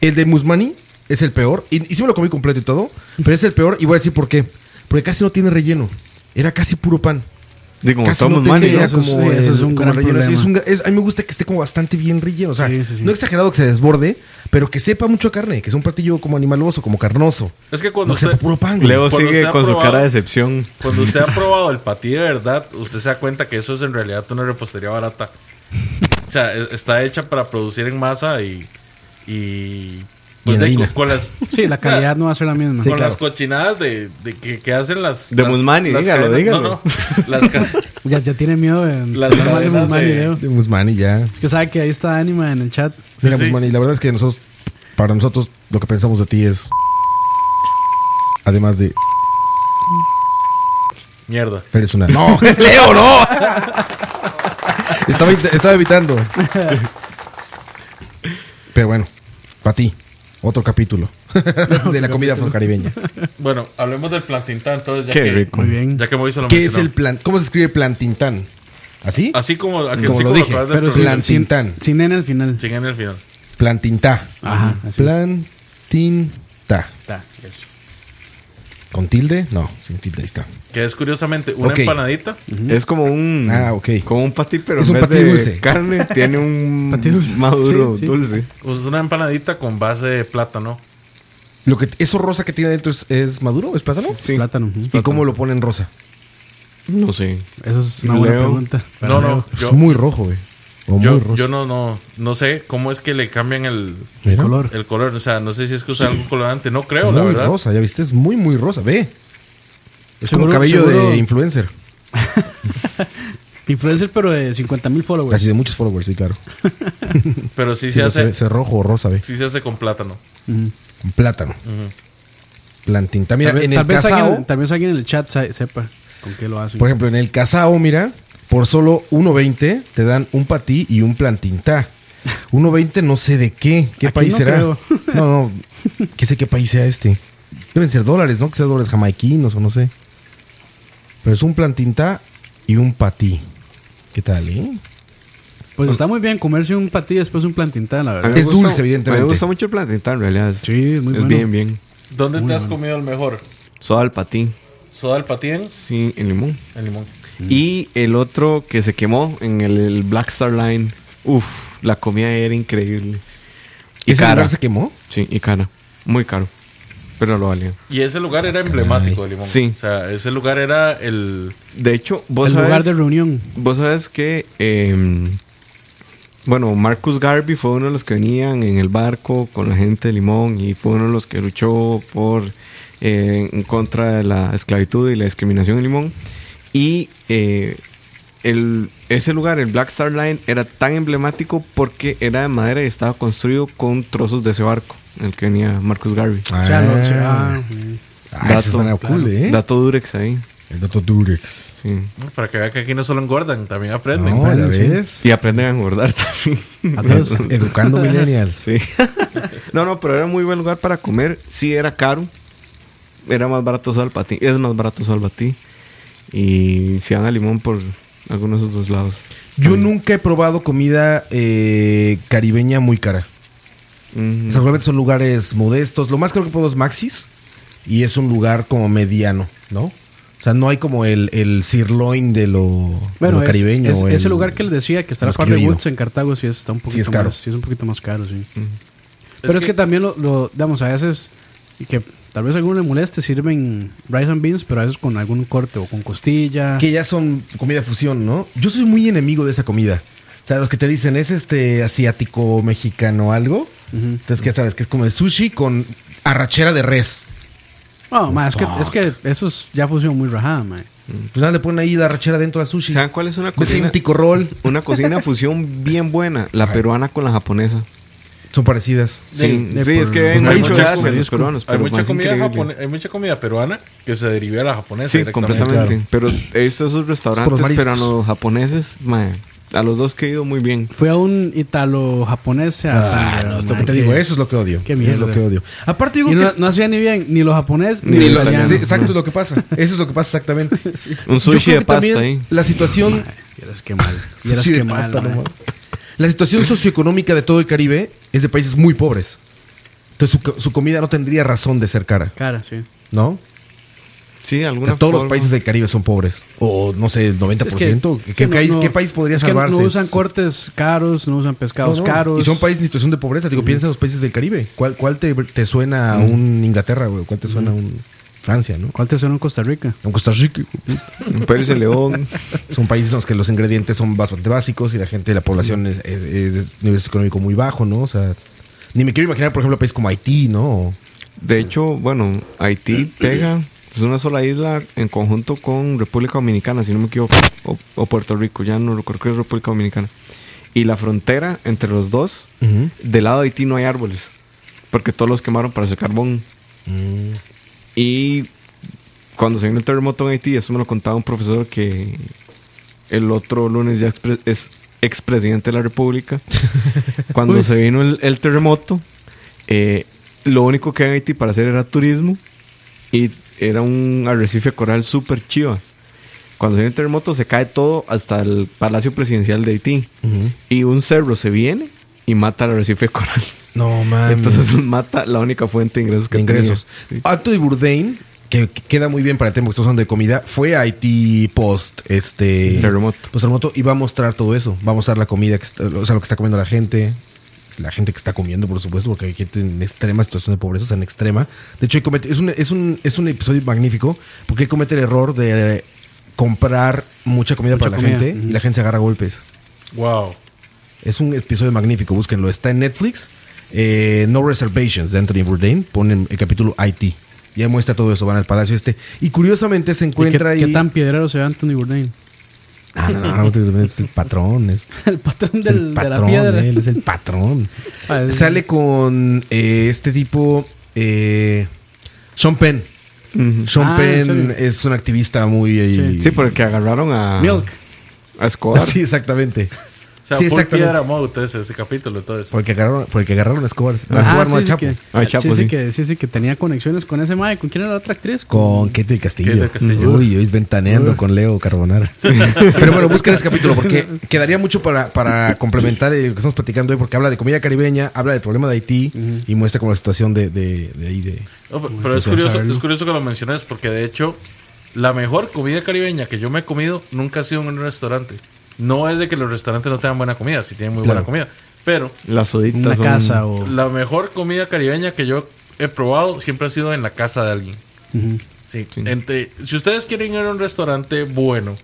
Speaker 9: el de Musmani es el peor. Y, y sí me lo comí completo y todo. Pero es el peor. Y voy a decir por qué. Porque casi no tiene relleno. Era casi puro pan.
Speaker 8: Sí, como
Speaker 9: casi
Speaker 8: Thomas
Speaker 9: no
Speaker 8: Manning,
Speaker 9: tiene
Speaker 7: sí,
Speaker 8: ¿no?
Speaker 7: eso es-
Speaker 9: como
Speaker 7: eso es
Speaker 9: el-
Speaker 7: un
Speaker 9: como
Speaker 7: gran
Speaker 9: el relleno. Sí, es
Speaker 7: problema.
Speaker 9: un gra- es- a mí me gusta que esté como bastante bien relleno. O sea,
Speaker 7: Sí, sí, sí.
Speaker 9: no exagerado que se desborde, pero que sepa mucho a carne. Que sea un platillo como animaloso, como carnoso.
Speaker 6: Es que cuando
Speaker 9: No que sepa
Speaker 6: usted,
Speaker 9: puro pan. güey.
Speaker 8: Leo
Speaker 6: Cuando
Speaker 8: sigue
Speaker 6: usted ha
Speaker 8: con su
Speaker 6: probado-
Speaker 8: cara de decepción.
Speaker 6: cuando usted ha probado el patí de verdad, usted se da cuenta que eso es en realidad una repostería
Speaker 9: [LAUGHS]
Speaker 6: barata. O sea, e- está hecha para producir en masa y... y pues,
Speaker 9: Y en
Speaker 6: de-
Speaker 9: harina.
Speaker 6: con, con las,
Speaker 7: Sí, la
Speaker 6: o sea,
Speaker 7: calidad no va a ser la misma.
Speaker 6: con
Speaker 9: claro.
Speaker 6: las cochinadas de, de que, que hacen las.
Speaker 8: De
Speaker 6: las-
Speaker 8: Musmani,
Speaker 6: las
Speaker 8: dígalo,
Speaker 6: cadenas-
Speaker 8: dígalo.
Speaker 6: No, no. Las, ca- [LAUGHS]
Speaker 7: Ya, ya tiene miedo de.
Speaker 6: Las
Speaker 7: de hablar de
Speaker 6: cadenas
Speaker 7: Guzmán y
Speaker 6: de-
Speaker 7: Leo.
Speaker 9: De Musmani ya.
Speaker 7: Es que sabe que ahí está Anima en el chat.
Speaker 9: Mira,
Speaker 6: sí.
Speaker 9: Guzmán, y la verdad es que nosotros, para nosotros, lo que pensamos de ti es. Además de.
Speaker 6: mierda.
Speaker 9: Eres una. [LAUGHS] ¡No! ¡Leo, no! estaba, estaba evitando. Pero bueno, para ti, otro capítulo [LAUGHS] de la comida afrocaribeña.
Speaker 6: Bueno, hablemos del plantintán entonces. Ya
Speaker 8: Qué
Speaker 6: que,
Speaker 8: rico.
Speaker 7: Muy bien.
Speaker 6: Ya que Moisés lo
Speaker 9: ¿Qué es el
Speaker 6: mencionó. Ah.
Speaker 9: plan? ¿Cómo se escribe plantintán? ¿Así?
Speaker 6: Así como. así
Speaker 9: Como lo dije,
Speaker 6: acabas de
Speaker 7: Pero
Speaker 6: pronunciar.
Speaker 9: plan-
Speaker 7: sin,
Speaker 9: Plantintán.
Speaker 7: Pues sin, sin N al final.
Speaker 6: Sin en el final.
Speaker 9: Plantintá.
Speaker 7: Ajá, así.
Speaker 9: Plantintá.
Speaker 7: Está, eso.
Speaker 9: ¿Con tilde? No, sin tilde, ahí está.
Speaker 6: Que es curiosamente una
Speaker 9: Ok.
Speaker 6: empanadita.
Speaker 8: Es como un.
Speaker 9: Ah, ok.
Speaker 8: Como un patí, pero
Speaker 9: Es
Speaker 8: en
Speaker 9: un
Speaker 8: vez
Speaker 9: patí
Speaker 8: de
Speaker 9: dulce. [LAUGHS]
Speaker 8: carne tiene un
Speaker 7: Patí dulce.
Speaker 8: maduro
Speaker 7: Sí, sí.
Speaker 8: dulce.
Speaker 6: Es pues, una empanadita con base de plátano.
Speaker 9: Lo que, ¿Eso rosa que tiene adentro es, es maduro? ¿Es plátano?
Speaker 8: Sí.
Speaker 7: Plátano. ujú.
Speaker 9: ¿Y cómo lo ponen rosa?
Speaker 8: No sé.
Speaker 7: Eso es una buena
Speaker 8: Leo.
Speaker 7: pregunta.
Speaker 6: No, no. Yo,
Speaker 9: es muy rojo, güey. O muy
Speaker 6: yo,
Speaker 9: rosa.
Speaker 6: yo no, no, no sé cómo es que le cambian el,
Speaker 7: El
Speaker 9: Mira.
Speaker 7: color.
Speaker 6: el color. O sea, no sé si es que usa algo colorante. No creo, la
Speaker 9: Muy
Speaker 6: verdad.
Speaker 9: rosa, ya viste, es muy, muy rosa. Ve. Es
Speaker 7: Seguro-
Speaker 9: como cabello
Speaker 7: seguro-
Speaker 9: de influencer.
Speaker 7: Influencer, pero de 50 mil followers.
Speaker 9: Así de muchos followers, sí, claro.
Speaker 6: Pero sí,
Speaker 9: Sí,
Speaker 6: Pues se
Speaker 9: lo
Speaker 6: hace.
Speaker 9: sé, sé rojo o rosa, ve.
Speaker 6: Sí se hace con plátano.
Speaker 9: Con Plátano. Plantinta. Mira,
Speaker 7: tal, vez-
Speaker 9: en
Speaker 7: tal
Speaker 9: el
Speaker 7: vez
Speaker 9: casao,
Speaker 7: alguien, tal vez alguien en el chat sa- sepa con qué lo hacen.
Speaker 9: por ejemplo, en el casao, mira, por solo 1.20 te dan un patí y
Speaker 7: [LAUGHS]
Speaker 9: un plantinta. 1.20 no sé de qué, qué
Speaker 7: Aquí
Speaker 9: país
Speaker 7: no
Speaker 9: será.
Speaker 7: creo.
Speaker 9: [LAUGHS] No, no, que sé qué país sea este. Deben ser dólares, ¿no? Que sean dólares jamaiquinos o no sé. Pero es un plantinta y un patí. ¿Qué tal, eh?
Speaker 7: pues está muy bien comerse un patí y después un plantintán, la
Speaker 8: A mí
Speaker 7: verdad.
Speaker 8: me
Speaker 9: Es dulce, evidentemente.
Speaker 8: A mí me gusta mucho el planeta, en realidad.
Speaker 7: Sí, es muy bueno.
Speaker 8: Ah, bien, bien.
Speaker 6: ¿Dónde te has comido el mejor?
Speaker 8: Soda al patín,
Speaker 6: ¿Soda al patín?
Speaker 8: sí, en limón.
Speaker 6: El limón.
Speaker 8: Y el otro que se quemó en el, el Black Star Line. Uf, la comida era increíble. Y
Speaker 9: ¿Ese
Speaker 8: cara.
Speaker 9: lugar se quemó?
Speaker 8: Sí, y cara. Muy caro. Pero lo valía.
Speaker 6: Y ese lugar era emblemático de limón.
Speaker 8: Sí.
Speaker 6: O sea, ese lugar era el.
Speaker 8: De hecho, vos
Speaker 7: El lugar
Speaker 8: sabés.
Speaker 7: de reunión.
Speaker 8: Vos sabés que. eh, bueno, Marcus Garvey fue uno de los que venían en el barco con la gente de Limón y fue uno de los que luchó por eh, en contra de la esclavitud y la discriminación en Limón. Y eh, el- ese lugar, el Black Star Line, era tan emblemático porque era de madera y estaba construido con trozos de ese barco en el que venía Marcus Garvey.
Speaker 7: O sea, lo- se- ah,
Speaker 9: Ah, eso suena cool, ¿eh?
Speaker 8: dato Durex ahí.
Speaker 9: El dato Durex.
Speaker 8: sí.
Speaker 6: Para que vean que aquí no solo engordan, también aprenden.
Speaker 9: No, ya
Speaker 7: prenden, sí.
Speaker 9: ves.
Speaker 8: Y aprenden a engordar [LAUGHS] también.
Speaker 7: a todos.
Speaker 8: [LAUGHS]
Speaker 9: Educando millennials.
Speaker 8: Sí. no, no, pero era muy buen lugar para comer. Sí, era caro. Era más barato Salpatí. Es más barato Salpatí. Y si van a Limón por alguno de esos dos lados.
Speaker 9: Yo nunca he probado comida eh, caribeña muy cara.
Speaker 8: Mm,
Speaker 9: O sea, realmente son lugares modestos. Lo más creo que puedo es Maxis. Y es un lugar como mediano, ¿no? O sea, no hay como el, el sirloin de lo, de
Speaker 7: Bueno,
Speaker 9: lo
Speaker 7: es,
Speaker 9: caribeño.
Speaker 7: es-
Speaker 9: o el-
Speaker 7: ese lugar que les decía que está a la
Speaker 9: los que
Speaker 7: par
Speaker 9: yo
Speaker 7: de
Speaker 9: he ido.
Speaker 7: Woods en Cartago sí está un poquito
Speaker 9: es caro.
Speaker 7: más, sí es un poquito más caro, sí. Pero es que, también lo, lo- digamos, a veces y que tal vez a alguno le moleste sirven rice and beans, pero a veces con algún corte o con costilla.
Speaker 9: Que ya son comida fusión, ¿no? Yo soy muy enemigo de esa comida. O sea, los que te dicen es este asiático, mexicano, algo. Entonces, ¿qué sabes? Que es como el sushi con arrachera de res.
Speaker 7: No, ma, es que
Speaker 9: Oh,
Speaker 7: es que eso es ya fusión muy rajada, ma.
Speaker 9: Pues nada, le ponen ahí la arrachera dentro al sushi.
Speaker 8: ¿Saben cuál es una
Speaker 9: Meten
Speaker 8: cocina?
Speaker 9: un tico roll.
Speaker 8: Una cocina fusión bien buena. La peruana con la japonesa.
Speaker 9: Son parecidas.
Speaker 8: Sí,
Speaker 7: de
Speaker 8: sí,
Speaker 7: por-
Speaker 8: es que hay
Speaker 7: Hay
Speaker 8: mucho
Speaker 6: mucha-
Speaker 8: gracias a los peruanos.
Speaker 6: Hay
Speaker 8: pero
Speaker 6: mucha,
Speaker 8: más
Speaker 6: comida
Speaker 8: increíble.
Speaker 6: japone- hay mucha comida peruana que se deriva de la japonesa.
Speaker 8: Sí,
Speaker 6: directamente.
Speaker 8: completamente. Pero he visto esos restaurantes
Speaker 9: mariscos.
Speaker 8: peruanos japoneses. mae, a los dos que he ido muy bien.
Speaker 7: Fue a un italo japonés
Speaker 9: Ah, no, esto que te digo, eso es lo que odio.
Speaker 7: qué mierda.
Speaker 9: Es lo que odio. Aparte, digo
Speaker 7: Y no,
Speaker 9: que.
Speaker 7: no hacía ni bien ni los japoneses ni,
Speaker 9: Ni
Speaker 7: los
Speaker 9: lo-
Speaker 8: italiano.
Speaker 9: sí,
Speaker 7: italianos.
Speaker 9: exacto, es lo que pasa. Eso es lo que pasa exactamente.
Speaker 8: Un
Speaker 9: Yo
Speaker 8: sushi
Speaker 9: creo
Speaker 8: de
Speaker 9: que
Speaker 8: pasta
Speaker 9: también
Speaker 8: ahí.
Speaker 9: La situación.
Speaker 7: Vieras qué
Speaker 9: [LAUGHS]
Speaker 7: mal. Vieras
Speaker 9: sushi de
Speaker 7: qué mal,
Speaker 9: pasta,
Speaker 7: ma.
Speaker 9: no mames. La situación socioeconómica de todo el Caribe es de países muy pobres. Entonces, su, su comida no tendría razón de ser cara,
Speaker 7: Cara, sí.
Speaker 9: ¿no?
Speaker 8: Sí, de
Speaker 9: O
Speaker 8: alguna
Speaker 9: sea, todos los
Speaker 8: forma.
Speaker 9: países del Caribe son pobres. O no sé, el 90%.
Speaker 7: Es que-
Speaker 9: ¿Qué,
Speaker 7: es que no-
Speaker 9: país,
Speaker 7: no-
Speaker 9: qué país podría
Speaker 7: es que
Speaker 9: salvarse?
Speaker 7: no usan cortes caros, no usan pescados
Speaker 9: No, no.
Speaker 7: caros.
Speaker 9: Y son países en situación de pobreza. Digo, piensa en los países del Caribe. ¿Cuál, cuál te, te suena
Speaker 7: Mm.
Speaker 9: a un Inglaterra, güey? ¿Cuál te suena a un Francia, no?
Speaker 7: ¿Cuál te suena en Costa Rica?
Speaker 9: En Costa Rica.
Speaker 8: Pérez de León.
Speaker 9: Son países en los que los ingredientes son bastante básicos y la gente, la población es, es, es de nivel económico muy bajo, ¿no? O sea, ni me quiero imaginar, por ejemplo, países como Haití, ¿no? O-
Speaker 8: De hecho, bueno, Haití pega. Es una sola isla en conjunto con República Dominicana, si no me equivoco. O, o Puerto Rico, ya no recuerdo que es República Dominicana. Y la frontera entre los dos, del lado de Haití no hay árboles. Porque todos los quemaron para hacer carbón. Y cuando se vino el terremoto en Haití, eso me lo contaba un profesor que el otro lunes ya expre- es expresidente de la República. Cuando se vino el, el terremoto, eh, lo único que había en Haití para hacer era turismo y era un arrecife coral súper chiva. Cuando se viene el terremoto se cae todo hasta el Palacio Presidencial de Haití. Y un cerro se viene y mata al arrecife coral.
Speaker 9: No,
Speaker 7: Ah,
Speaker 8: [LAUGHS]
Speaker 9: mames.
Speaker 8: Entonces mata la única fuente de ingresos que
Speaker 9: de ingresos.
Speaker 8: tenía. Sí.
Speaker 9: Anthony Bourdain, que que queda muy bien para el tema que estamos hablando de comida, fue a Haití post este
Speaker 8: Terremoto.
Speaker 9: Post terremoto y va a mostrar todo eso. Va a mostrar la comida, que está- o sea, lo que está comiendo la gente. La gente que está comiendo, por supuesto, porque hay gente en extrema situación de pobreza, o sea, en extrema. De hecho, él comete- es, un, es, un, es un episodio magnífico porque él comete el error de comprar mucha comida
Speaker 7: Mucha
Speaker 9: para
Speaker 7: comida,
Speaker 9: la gente
Speaker 7: ujú.
Speaker 9: y la gente se agarra a golpes.
Speaker 6: Wow.
Speaker 9: Es un episodio magnífico, búsquenlo. Está en Netflix. eh, no Reservations de Anthony Bourdain. Ponen el capítulo IT. Ya muestra todo eso, van al palacio este. Y curiosamente se
Speaker 7: ¿Y qué,
Speaker 9: encuentra ahí.
Speaker 7: qué tan piedrero se ve Anthony Bourdain? [LAUGHS]
Speaker 9: Ah, no, no, no, Anthony Bourdain es el patrón. Es,
Speaker 7: El patrón,
Speaker 9: es
Speaker 7: del,
Speaker 9: el patrón,
Speaker 7: de la piedra.
Speaker 9: él es el
Speaker 7: [LAUGHS]
Speaker 9: patrón.
Speaker 7: Ah, es-
Speaker 9: Sale con eh, este tipo, eh, Sean Penn. Sean
Speaker 7: Ah,
Speaker 9: Penn
Speaker 7: sí.
Speaker 9: es un activista muy. eh,
Speaker 7: Sí.
Speaker 8: Sí, porque agarraron a.
Speaker 7: Milk.
Speaker 8: A Escobar.
Speaker 9: [LAUGHS] Sí, exactamente.
Speaker 6: O sea,
Speaker 9: Sí,
Speaker 6: full
Speaker 9: exactamente.
Speaker 6: piedra mode ese, ese capítulo, entonces.
Speaker 9: Porque agarraron, porque agarraron a Escobar. No,
Speaker 7: Ah,
Speaker 9: Escobar
Speaker 7: sí,
Speaker 9: no a
Speaker 7: sí
Speaker 9: Chapo.
Speaker 7: que-
Speaker 8: Ah, Chapo,
Speaker 7: sí, sí,
Speaker 8: sí.
Speaker 7: que, sí, sí, que tenía conexiones con ese mae. ¿Con quién era la otra actriz?
Speaker 9: Con Kate del Castillo.
Speaker 6: Kate del Castillo.
Speaker 9: Uy, hoy es ventaneando con Leo Carbonara. [LAUGHS] Pero bueno, busquen ese capítulo [LAUGHS] porque quedaría mucho para, para complementar eh, lo que estamos platicando hoy, porque habla de comida caribeña, habla del problema de Haití y muestra como la situación de, de, de ahí. De...
Speaker 8: Pues,
Speaker 6: No, pero- pero es curioso, es curioso que lo menciones porque de hecho la mejor comida caribeña que yo me he comido nunca ha sido en un restaurante. No es de que los restaurantes no tengan buena comida, sí tienen muy buena
Speaker 9: Claro.
Speaker 6: comida, pero
Speaker 8: Las soditas.
Speaker 7: Una
Speaker 8: son-
Speaker 7: casa o.
Speaker 6: la mejor comida caribeña que yo he probado siempre ha sido en la casa de alguien. Sí, entre- si ustedes quieren ir a un restaurante bueno,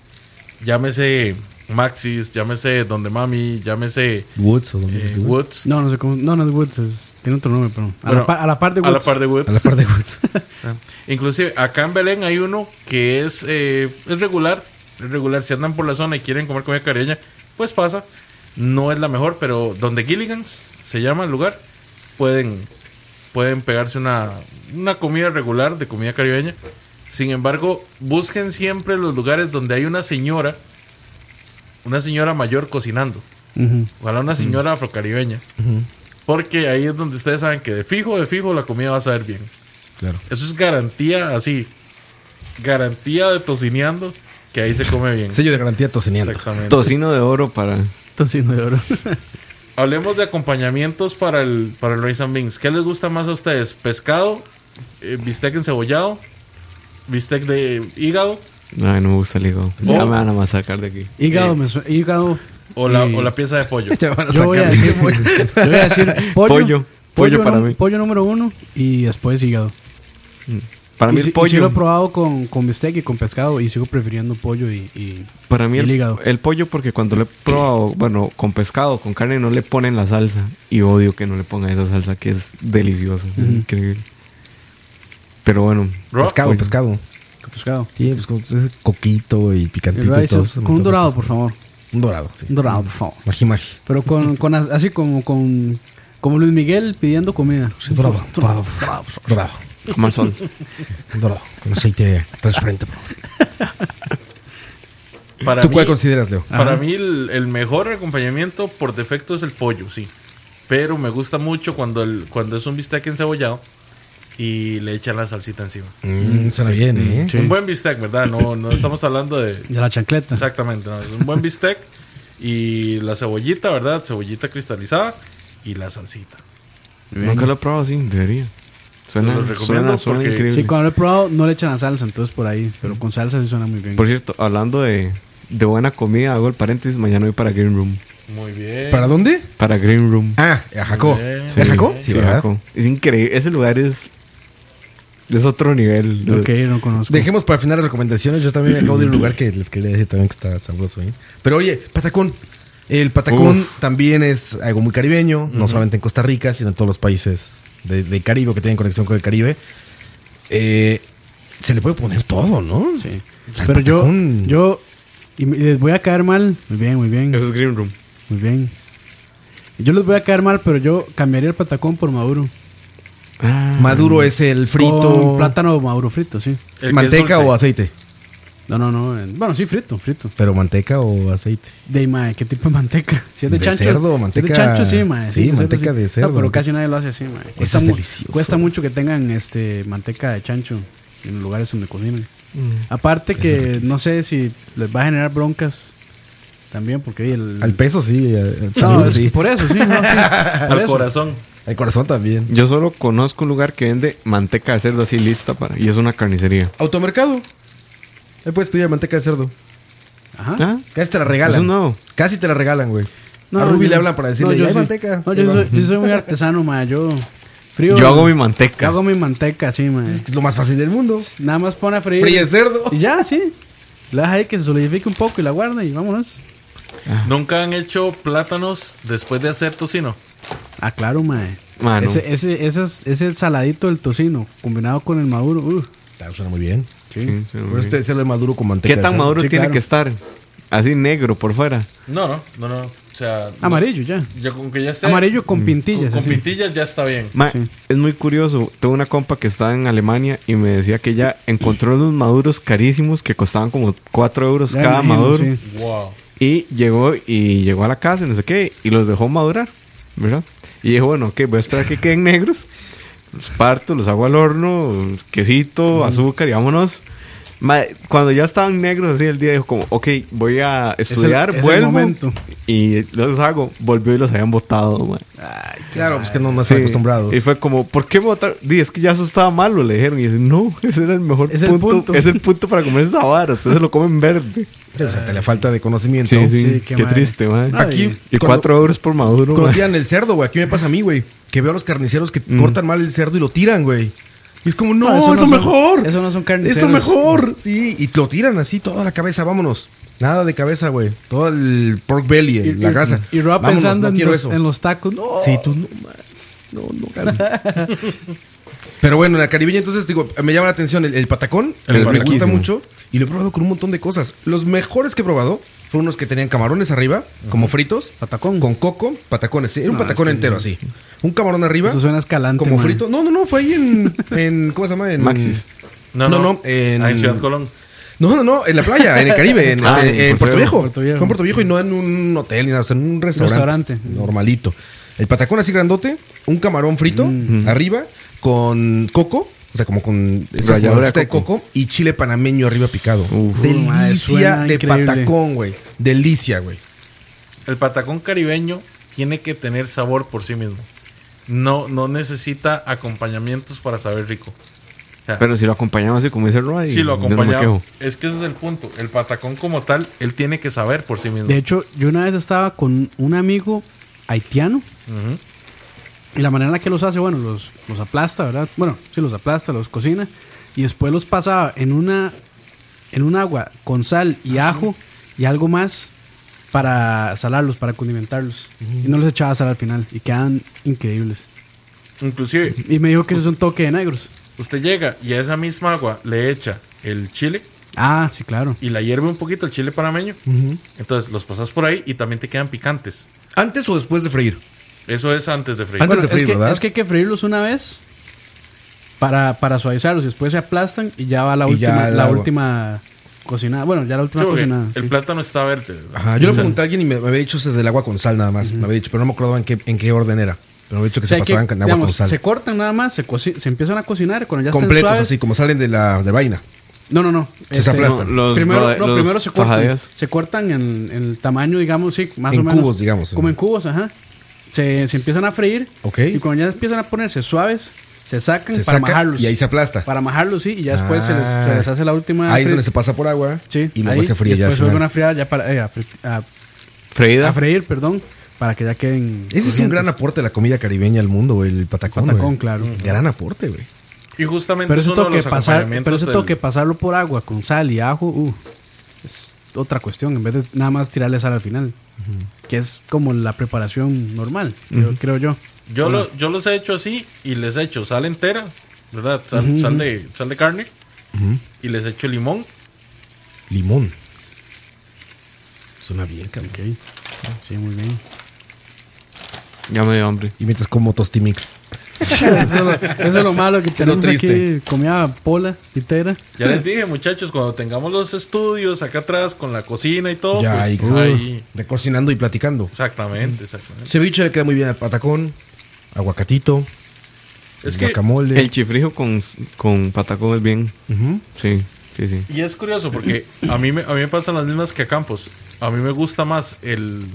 Speaker 6: llámese Maxis, llámese Donde Mami, llámese
Speaker 9: Woods o donde-
Speaker 6: eh, Woods.
Speaker 7: No, no sé cómo. No, no es Woods, es- tiene otro nombre, pero. A,
Speaker 6: Bueno,
Speaker 7: la, par, a la par de
Speaker 6: A
Speaker 7: Woods.
Speaker 6: la par de Woods. Ah.
Speaker 9: A la par de Eh, Woods. [LAUGHS]
Speaker 6: Inclusive acá en Belén hay uno que es, eh, es regular, es regular. Si andan por la zona y quieren comer comida caribeña, pues pasa. No es la mejor, pero donde Gilligan's se llama el lugar, pueden, pueden pegarse una, una comida regular de comida caribeña. Sin embargo, busquen siempre los lugares donde hay una señora, una señora mayor cocinando.
Speaker 7: Ujú.
Speaker 6: Ojalá una señora afrocaribeña. Porque ahí es donde ustedes saben que de fijo, de fijo, la comida va a saber bien.
Speaker 9: Claro.
Speaker 6: Eso es garantía, así. Garantía de tocineando que ahí se come bien.
Speaker 9: Sello de garantía tocineando.
Speaker 6: Exactamente.
Speaker 8: Tocino de oro para.
Speaker 7: Tocino de
Speaker 8: [LAUGHS]
Speaker 7: oro.
Speaker 8: Eh.
Speaker 6: Hablemos de acompañamientos para el, para el Rice and Beans. ¿Qué les gusta más a ustedes? ¿Pescado? Eh, ¿Bistec encebollado? ¿Bistec de hígado?
Speaker 8: Ay, no me gusta el hígado.
Speaker 6: Oh.
Speaker 8: Ya me van a masacrar de aquí.
Speaker 7: Hígado, me su- hígado.
Speaker 6: ¿O la,
Speaker 7: y-
Speaker 6: o la pieza de pollo?
Speaker 9: [LAUGHS] [LAUGHS] Ya van a
Speaker 7: Yo voy a
Speaker 9: sacar-
Speaker 7: decir, [LAUGHS] yo voy a decir pollo,
Speaker 8: Pollo.
Speaker 7: pollo,
Speaker 8: Pollo para
Speaker 7: num-
Speaker 8: mí.
Speaker 7: pollo número uno y después hígado.
Speaker 8: Para
Speaker 7: Y
Speaker 8: mí
Speaker 7: sí-
Speaker 8: el
Speaker 7: y sí lo
Speaker 8: pollo.
Speaker 7: he probado con, con bistec y con pescado y sigo prefiriendo pollo y, y-
Speaker 8: Para mí
Speaker 7: y el,
Speaker 8: el,
Speaker 7: hígado.
Speaker 8: el pollo porque cuando lo he probado, bueno, con pescado, con carne no le ponen la salsa y odio que no le pongan esa salsa que es deliciosa, es increíble. Pero bueno,
Speaker 6: Rob,
Speaker 9: [LAUGHS] Pescado, pescado.
Speaker 7: con pescado.
Speaker 9: Sí, pues con ese coquito y
Speaker 7: Y
Speaker 9: picantito y
Speaker 7: rice
Speaker 9: todo.
Speaker 7: es-
Speaker 9: eso.
Speaker 7: con un dorado, por favor.
Speaker 9: Un dorado, sí.
Speaker 7: Un dorado, por favor.
Speaker 9: Magi, magi.
Speaker 7: Pero con, con as- así como con como Luis Miguel pidiendo comida.
Speaker 9: Dorado, dorado, dorado.
Speaker 8: como
Speaker 7: [LAUGHS]
Speaker 8: al sol.
Speaker 9: Dorado. Con aceite transparente, por favor.
Speaker 6: para
Speaker 9: ¿Tú
Speaker 6: mí- Ah.
Speaker 9: cuál consideras, Leo?
Speaker 6: Para mí el, el mejor acompañamiento por defecto es el pollo, sí. Pero me gusta mucho cuando, el, cuando es un bistec encebollado y le echan la salsita encima.
Speaker 9: Mm, suena bien, ¿eh?
Speaker 6: Un buen bistec, ¿verdad? No, no estamos hablando de...
Speaker 7: De la chancleta.
Speaker 6: [LAUGHS] Exactamente, no, es un buen bistec y la cebollita, ¿verdad? Cebollita cristalizada y la salsita.
Speaker 8: Nunca lo he probado así, debería. Suena,
Speaker 6: Se los recomiendo
Speaker 8: suena, suena
Speaker 6: porque-
Speaker 8: increíble.
Speaker 7: Sí, cuando lo he probado no le echan la salsa, entonces por ahí. Pero con salsa sí suena muy bien.
Speaker 8: Por cierto, hablando de, de buena comida, hago el paréntesis, mañana voy para Green Room.
Speaker 6: Muy bien.
Speaker 9: ¿Para dónde?
Speaker 8: Para Green Room.
Speaker 9: Ah, a Jacó.
Speaker 6: Bien.
Speaker 9: ¿Es Jacó?
Speaker 8: Sí, Jacó. Es increíble, ese lugar es es otro nivel.
Speaker 7: Ok, no conozco.
Speaker 9: Dejemos para el final las recomendaciones. Yo también me acabo de ir a un lugar que les quería decir también que está sabroso. ¿eh? Pero oye, Patacón. El Patacón también es algo muy caribeño, no solamente en Costa Rica, sino en todos los países de- del Caribe o que tienen conexión con el Caribe. Eh, se le puede poner todo, ¿no?
Speaker 7: Sí.
Speaker 9: O sea, el
Speaker 7: Pero yo,
Speaker 9: patacón-
Speaker 7: yo y me- les voy a caer mal. Muy bien, muy bien.
Speaker 8: Eso es Green Room.
Speaker 7: Muy bien. Yo les voy a caer mal, pero yo cambiaría el patacón por maduro. Ah,
Speaker 9: Maduro es el frito,
Speaker 7: Con plátano maduro frito, sí.
Speaker 6: El que es
Speaker 9: manteca
Speaker 6: dulce.
Speaker 9: o aceite.
Speaker 7: No, no, no. en- Bueno, sí, frito, frito.
Speaker 9: Pero manteca o aceite.
Speaker 7: De mae, ¿qué tipo de manteca? [LAUGHS] Si es de,
Speaker 9: De
Speaker 7: chancho.
Speaker 9: cerdo,
Speaker 7: si es
Speaker 9: manteca-
Speaker 7: de chancho, sí, mae.
Speaker 9: sí, manteca de cerdo.
Speaker 7: No, pero casi nadie lo hace así, mae.
Speaker 9: Eso es
Speaker 7: mu-
Speaker 9: delicioso.
Speaker 7: cuesta mucho que tengan este manteca de chancho en los lugares donde cocinan. Aparte que no sé si les va a generar broncas también, porque el.
Speaker 9: Al peso sí, al al
Speaker 7: No,
Speaker 9: salud
Speaker 7: es-
Speaker 9: sí.
Speaker 7: por eso, sí.
Speaker 9: [LAUGHS]
Speaker 7: no, sí, por
Speaker 6: Al
Speaker 7: eso.
Speaker 6: corazón.
Speaker 9: Al corazón también.
Speaker 8: Yo solo conozco un lugar que vende manteca de cerdo así lista para y es una carnicería.
Speaker 9: Automercado. Ahí puedes pedir manteca de cerdo.
Speaker 7: Ajá.
Speaker 8: ¿Ah?
Speaker 9: Casi te la regalan.
Speaker 8: Eso no.
Speaker 9: Casi te la regalan, güey.
Speaker 7: No,
Speaker 9: a Ruby
Speaker 7: yo-
Speaker 9: le hablan para decirle,
Speaker 7: no, yo
Speaker 9: "Ya hay
Speaker 7: soy-
Speaker 9: manteca.
Speaker 7: No, yo
Speaker 9: Ahí
Speaker 7: soy,
Speaker 9: va.
Speaker 7: yo soy muy artesano, ma. Yo frío.
Speaker 8: Yo hago mi manteca.
Speaker 7: Yo hago mi manteca, sí, ma.
Speaker 9: Es que es lo más fácil del mundo.
Speaker 7: Nada más pone a freír.
Speaker 9: Fríe cerdo.
Speaker 7: Y ya, sí. La deja ahí que se solidifique un poco y la guarda y vámonos.
Speaker 6: Nunca han hecho plátanos después de hacer tocino.
Speaker 7: Ah, claro, ma.
Speaker 8: Mano,
Speaker 7: Ese, ese, ese, es- ese saladito del tocino combinado con el maduro. uh,
Speaker 9: Claro, suena muy bien.
Speaker 8: sí, sí,
Speaker 9: Por eso es el maduro con manteca.
Speaker 8: ¿Qué
Speaker 9: de
Speaker 8: tan
Speaker 9: cerdo.
Speaker 8: maduro
Speaker 7: Sí,
Speaker 8: tiene
Speaker 7: claro.
Speaker 8: que estar? Así negro por fuera.
Speaker 6: No, no, no, no. O sea, no.
Speaker 7: amarillo ya.
Speaker 6: Yo con que ya esté.
Speaker 7: Amarillo con
Speaker 6: Con,
Speaker 7: pintillas.
Speaker 6: con
Speaker 7: así.
Speaker 6: pintillas ya está bien.
Speaker 8: Ma,
Speaker 7: Sí.
Speaker 8: Es muy curioso. Tengo una compa que está en Alemania y me decía que ella encontró unos maduros carísimos que costaban como 4 euros
Speaker 7: Ya
Speaker 8: cada
Speaker 7: imagino,
Speaker 8: maduro.
Speaker 7: sí.
Speaker 6: Wow.
Speaker 8: Y llegó y llegó a la casa, y no sé qué, y los dejó madurar, ¿verdad? Y dijo, bueno, ok, voy a esperar que queden negros. Los parto, los hago al horno, quesito, azúcar y vámonos. Ma- cuando ya estaban negros así el día, dijo como, ok, voy a estudiar,
Speaker 7: es el
Speaker 8: vuelvo.
Speaker 7: momento.
Speaker 8: Y los hago, volvió y los habían botado, ma.
Speaker 9: Claro, pues que no, no están
Speaker 8: Sí.
Speaker 9: acostumbrados.
Speaker 8: Y fue como, ¿por qué votar? Di, es que ya eso estaba malo, le dijeron. Y dice, no, [LAUGHS] ese era el mejor
Speaker 7: Es el
Speaker 8: punto,
Speaker 7: punto.
Speaker 8: Es el punto para comer esa vara. Ustedes lo comen verde.
Speaker 9: O sea, te la falta de conocimiento.
Speaker 8: Sí, sí.
Speaker 7: sí, qué
Speaker 8: qué
Speaker 7: madre.
Speaker 8: triste, man.
Speaker 7: Ay.
Speaker 9: Aquí-
Speaker 8: Y
Speaker 9: cuando-
Speaker 8: cuatro euros por maduro,
Speaker 9: Cuando
Speaker 8: man.
Speaker 9: tiran el cerdo, güey. Aquí me pasa a mí, güey. Que veo a los carniceros que cortan mal el cerdo y lo tiran, güey. Y es como,
Speaker 7: No,
Speaker 9: no,
Speaker 7: Mm. Ah, eso
Speaker 9: es lo
Speaker 7: no son-
Speaker 9: mejor.
Speaker 7: eso no son carniceros.
Speaker 9: Es lo mejor. Sí, y lo tiran así, toda la cabeza, vámonos. Nada de cabeza, güey. Todo el pork belly,
Speaker 7: Y-
Speaker 9: la
Speaker 7: y-
Speaker 9: grasa.
Speaker 7: Y Roa
Speaker 9: Vámonos,
Speaker 7: pensando
Speaker 9: no
Speaker 7: en,
Speaker 9: quiero
Speaker 7: los,
Speaker 9: eso.
Speaker 7: en los tacos. No.
Speaker 9: Sí, tú no, mames, no, no, gracias. Pero bueno, la caribeña, entonces, digo, me llama la atención el, el patacón.
Speaker 8: El
Speaker 9: me gusta
Speaker 8: riquísimo.
Speaker 9: mucho. Y lo he probado con un montón de cosas. Los mejores que he probado fueron unos que tenían camarones arriba, como fritos.
Speaker 7: Patacón.
Speaker 9: Con coco, patacones. sí, Era un
Speaker 7: No,
Speaker 9: patacón
Speaker 7: es que-
Speaker 9: entero, así. Un camarón arriba.
Speaker 7: Eso suena escalante,
Speaker 9: Como
Speaker 7: man.
Speaker 9: frito. No, no, no, fue ahí en. en- ¿Cómo se llama? En
Speaker 8: Maxis.
Speaker 6: No,
Speaker 9: No,
Speaker 6: no.
Speaker 9: no, en-
Speaker 6: Ah, Ciudad Colón.
Speaker 9: No, no, no, en la playa, en el
Speaker 7: [LAUGHS]
Speaker 9: Caribe, en,
Speaker 8: Ah,
Speaker 9: este,
Speaker 8: en
Speaker 9: en
Speaker 8: Puerto
Speaker 9: Puerto, Viejo.
Speaker 8: Viejo.
Speaker 7: Puerto Viejo.
Speaker 9: Fue en Puerto Viejo y no en un hotel ni nada, o sea, en un restaurante.
Speaker 7: Restaurante.
Speaker 9: Normalito. El patacón así grandote, un camarón frito
Speaker 7: Mm.
Speaker 9: arriba con coco, o sea, como con esa
Speaker 8: Ralladura
Speaker 9: bolsita de
Speaker 8: de
Speaker 9: coco.
Speaker 8: coco.
Speaker 9: y chile panameño arriba picado.
Speaker 8: Uf.
Speaker 7: Madre,
Speaker 9: Delicia
Speaker 7: suena
Speaker 9: de
Speaker 7: increíble.
Speaker 9: patacón, güey. Delicia, güey.
Speaker 6: El patacón caribeño tiene que tener sabor por sí mismo. No, no necesita acompañamientos para saber rico. O sea,
Speaker 8: Pero si lo acompañamos así como dice Roy.
Speaker 6: si lo
Speaker 8: yo no me
Speaker 6: acompañamos.
Speaker 8: quejo.
Speaker 6: es que ese es el punto. El patacón como tal, él tiene que saber por sí mismo.
Speaker 7: De hecho, yo una vez estaba con un amigo haitiano. Y la manera en la que los hace, bueno, los, los aplasta, ¿verdad? Bueno, sí, los aplasta, los cocina. Y después los pasaba en una en un agua con sal y ajo y algo más para salarlos, para condimentarlos. Y no les echaba sal al final. Y quedan increíbles.
Speaker 6: Inclusive,
Speaker 7: Y me dijo que eso es un toque de negros.
Speaker 6: usted llega y a esa misma agua le echa el chile
Speaker 7: Ah, sí, claro.
Speaker 6: y la hierve un poquito el chile panameño. Entonces los pasas por ahí y también te quedan picantes.
Speaker 9: ¿Antes o después de freír?
Speaker 6: Eso es antes de freír.
Speaker 9: Antes de
Speaker 7: es,
Speaker 9: freír,
Speaker 7: que,
Speaker 9: ¿verdad?
Speaker 7: es que hay que freírlos una vez para, para suavizarlos y después se aplastan y ya va la
Speaker 9: Y ya
Speaker 7: última,
Speaker 9: el
Speaker 7: la
Speaker 9: agua.
Speaker 7: última cocinada. Bueno, ya la última
Speaker 6: Sí, porque
Speaker 7: cocinada.
Speaker 6: eh, el
Speaker 7: pues sí.
Speaker 6: plátano está verde. ¿verdad?
Speaker 9: Ajá, yo le pregunté a alguien y me, me había dicho ese del agua con sal nada más. Me había dicho, pero no me acordaba en qué, en qué orden era. Pero me había dicho que
Speaker 7: O sea,
Speaker 9: se
Speaker 7: hay que,
Speaker 9: pasaban con agua
Speaker 7: digamos,
Speaker 9: con sal.
Speaker 7: Se cortan nada más, se, coci- se empiezan a cocinar. Cuando ya están
Speaker 9: Completos,
Speaker 7: suaves-
Speaker 9: así como salen de la de vaina.
Speaker 7: No, no, no.
Speaker 9: Se aplastan.
Speaker 7: no,
Speaker 8: Los
Speaker 7: primero,
Speaker 8: roda-
Speaker 7: no,
Speaker 8: los
Speaker 7: primero se cortan.
Speaker 8: tajadillas.
Speaker 7: Se cortan en, en el tamaño, digamos, sí, más
Speaker 9: En
Speaker 7: o menos.
Speaker 9: cubos, digamos,
Speaker 7: Como
Speaker 9: ¿no?
Speaker 7: en cubos, ajá. Se, se empiezan a freír.
Speaker 9: Ok.
Speaker 7: Y cuando ya empiezan a ponerse suaves, se sacan
Speaker 9: Se
Speaker 7: para
Speaker 9: saca
Speaker 7: majarlos.
Speaker 9: y ahí se aplasta.
Speaker 7: Para majarlos, sí. Y ya después se, les,
Speaker 9: Ah.
Speaker 7: se les hace la última.
Speaker 9: Ahí es donde
Speaker 7: fri-
Speaker 9: se pasa por agua
Speaker 7: Sí,
Speaker 9: y luego
Speaker 7: ahí,
Speaker 9: se fría ya. al
Speaker 7: Después vuelven
Speaker 9: final.
Speaker 7: a friar, ya para. eh, a, fri- a-
Speaker 8: Freida.
Speaker 7: a freír, perdón. Para que ya queden.
Speaker 9: Ese es un gran
Speaker 7: crujientes.
Speaker 9: aporte de la comida caribeña al mundo, güey, el patacón.
Speaker 7: Patacón,
Speaker 9: güey. Mm,
Speaker 7: claro.
Speaker 9: Gran aporte, güey.
Speaker 6: Y justamente
Speaker 7: Pero
Speaker 6: es
Speaker 7: eso
Speaker 6: uno
Speaker 7: tengo
Speaker 6: de
Speaker 7: que
Speaker 6: los
Speaker 7: pasar,
Speaker 6: acompañamientos
Speaker 7: pero eso
Speaker 6: del-
Speaker 7: tengo que pasarlo por agua con sal y ajo, uh, es otra cuestión en vez de nada más tirarle sal al final, que es como la preparación normal, creo, creo yo.
Speaker 6: Yo, lo, yo los he hecho así y les echo sal entera, ¿verdad? Sal, sal de, sal de carne y les echo limón.
Speaker 9: Limón. Suena bien, cabrón.
Speaker 7: Ok. Sí, muy bien.
Speaker 8: Ya me dio hambre.
Speaker 9: Y mientras como tostimix.
Speaker 7: eso, es lo, eso es lo malo
Speaker 6: [LAUGHS]
Speaker 7: que tenemos aquí,
Speaker 9: triste.
Speaker 7: comida pola, pitera.
Speaker 6: Ya les dije, muchachos, cuando tengamos los estudios acá atrás con la cocina y todo,
Speaker 9: ya
Speaker 6: pues
Speaker 9: ahí,
Speaker 6: ahí.
Speaker 9: de cocinando y platicando.
Speaker 6: Exactamente, exactamente.
Speaker 9: Ceviche le queda muy bien al patacón, aguacatito,
Speaker 6: Es que,
Speaker 9: guacamole.
Speaker 8: El chifrijo con, con patacón es bien. Sí, sí, sí.
Speaker 6: y es curioso porque a mí, me, a mí me pasan las mismas que a Campos. A mí me gusta más el.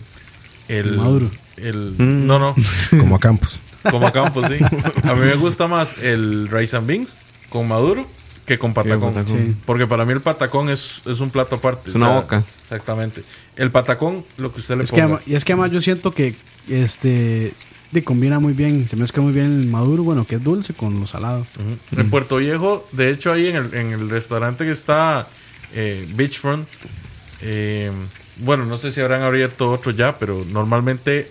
Speaker 6: El.
Speaker 7: Maduro.
Speaker 6: el-
Speaker 8: Mm.
Speaker 6: No, no.
Speaker 9: Como
Speaker 6: [LAUGHS]
Speaker 9: a Campos.
Speaker 6: Como a Campos, sí. A mí me gusta más el rice and beans con maduro que con patacón.
Speaker 8: patacón.
Speaker 7: Sí.
Speaker 6: Porque para mí el patacón es, es un plato aparte.
Speaker 8: Es una boca.
Speaker 6: Exactamente. El patacón, lo que usted le
Speaker 7: Es que,
Speaker 6: ponga.
Speaker 7: ama- y es que además yo siento que este te combina muy bien, se mezcla muy bien el maduro, bueno, que es dulce con lo salado.
Speaker 6: Ujú. En Puerto Viejo, de hecho, ahí en el, en el restaurante que está eh, Beachfront, eh, bueno, no sé si habrán abierto otro ya, pero normalmente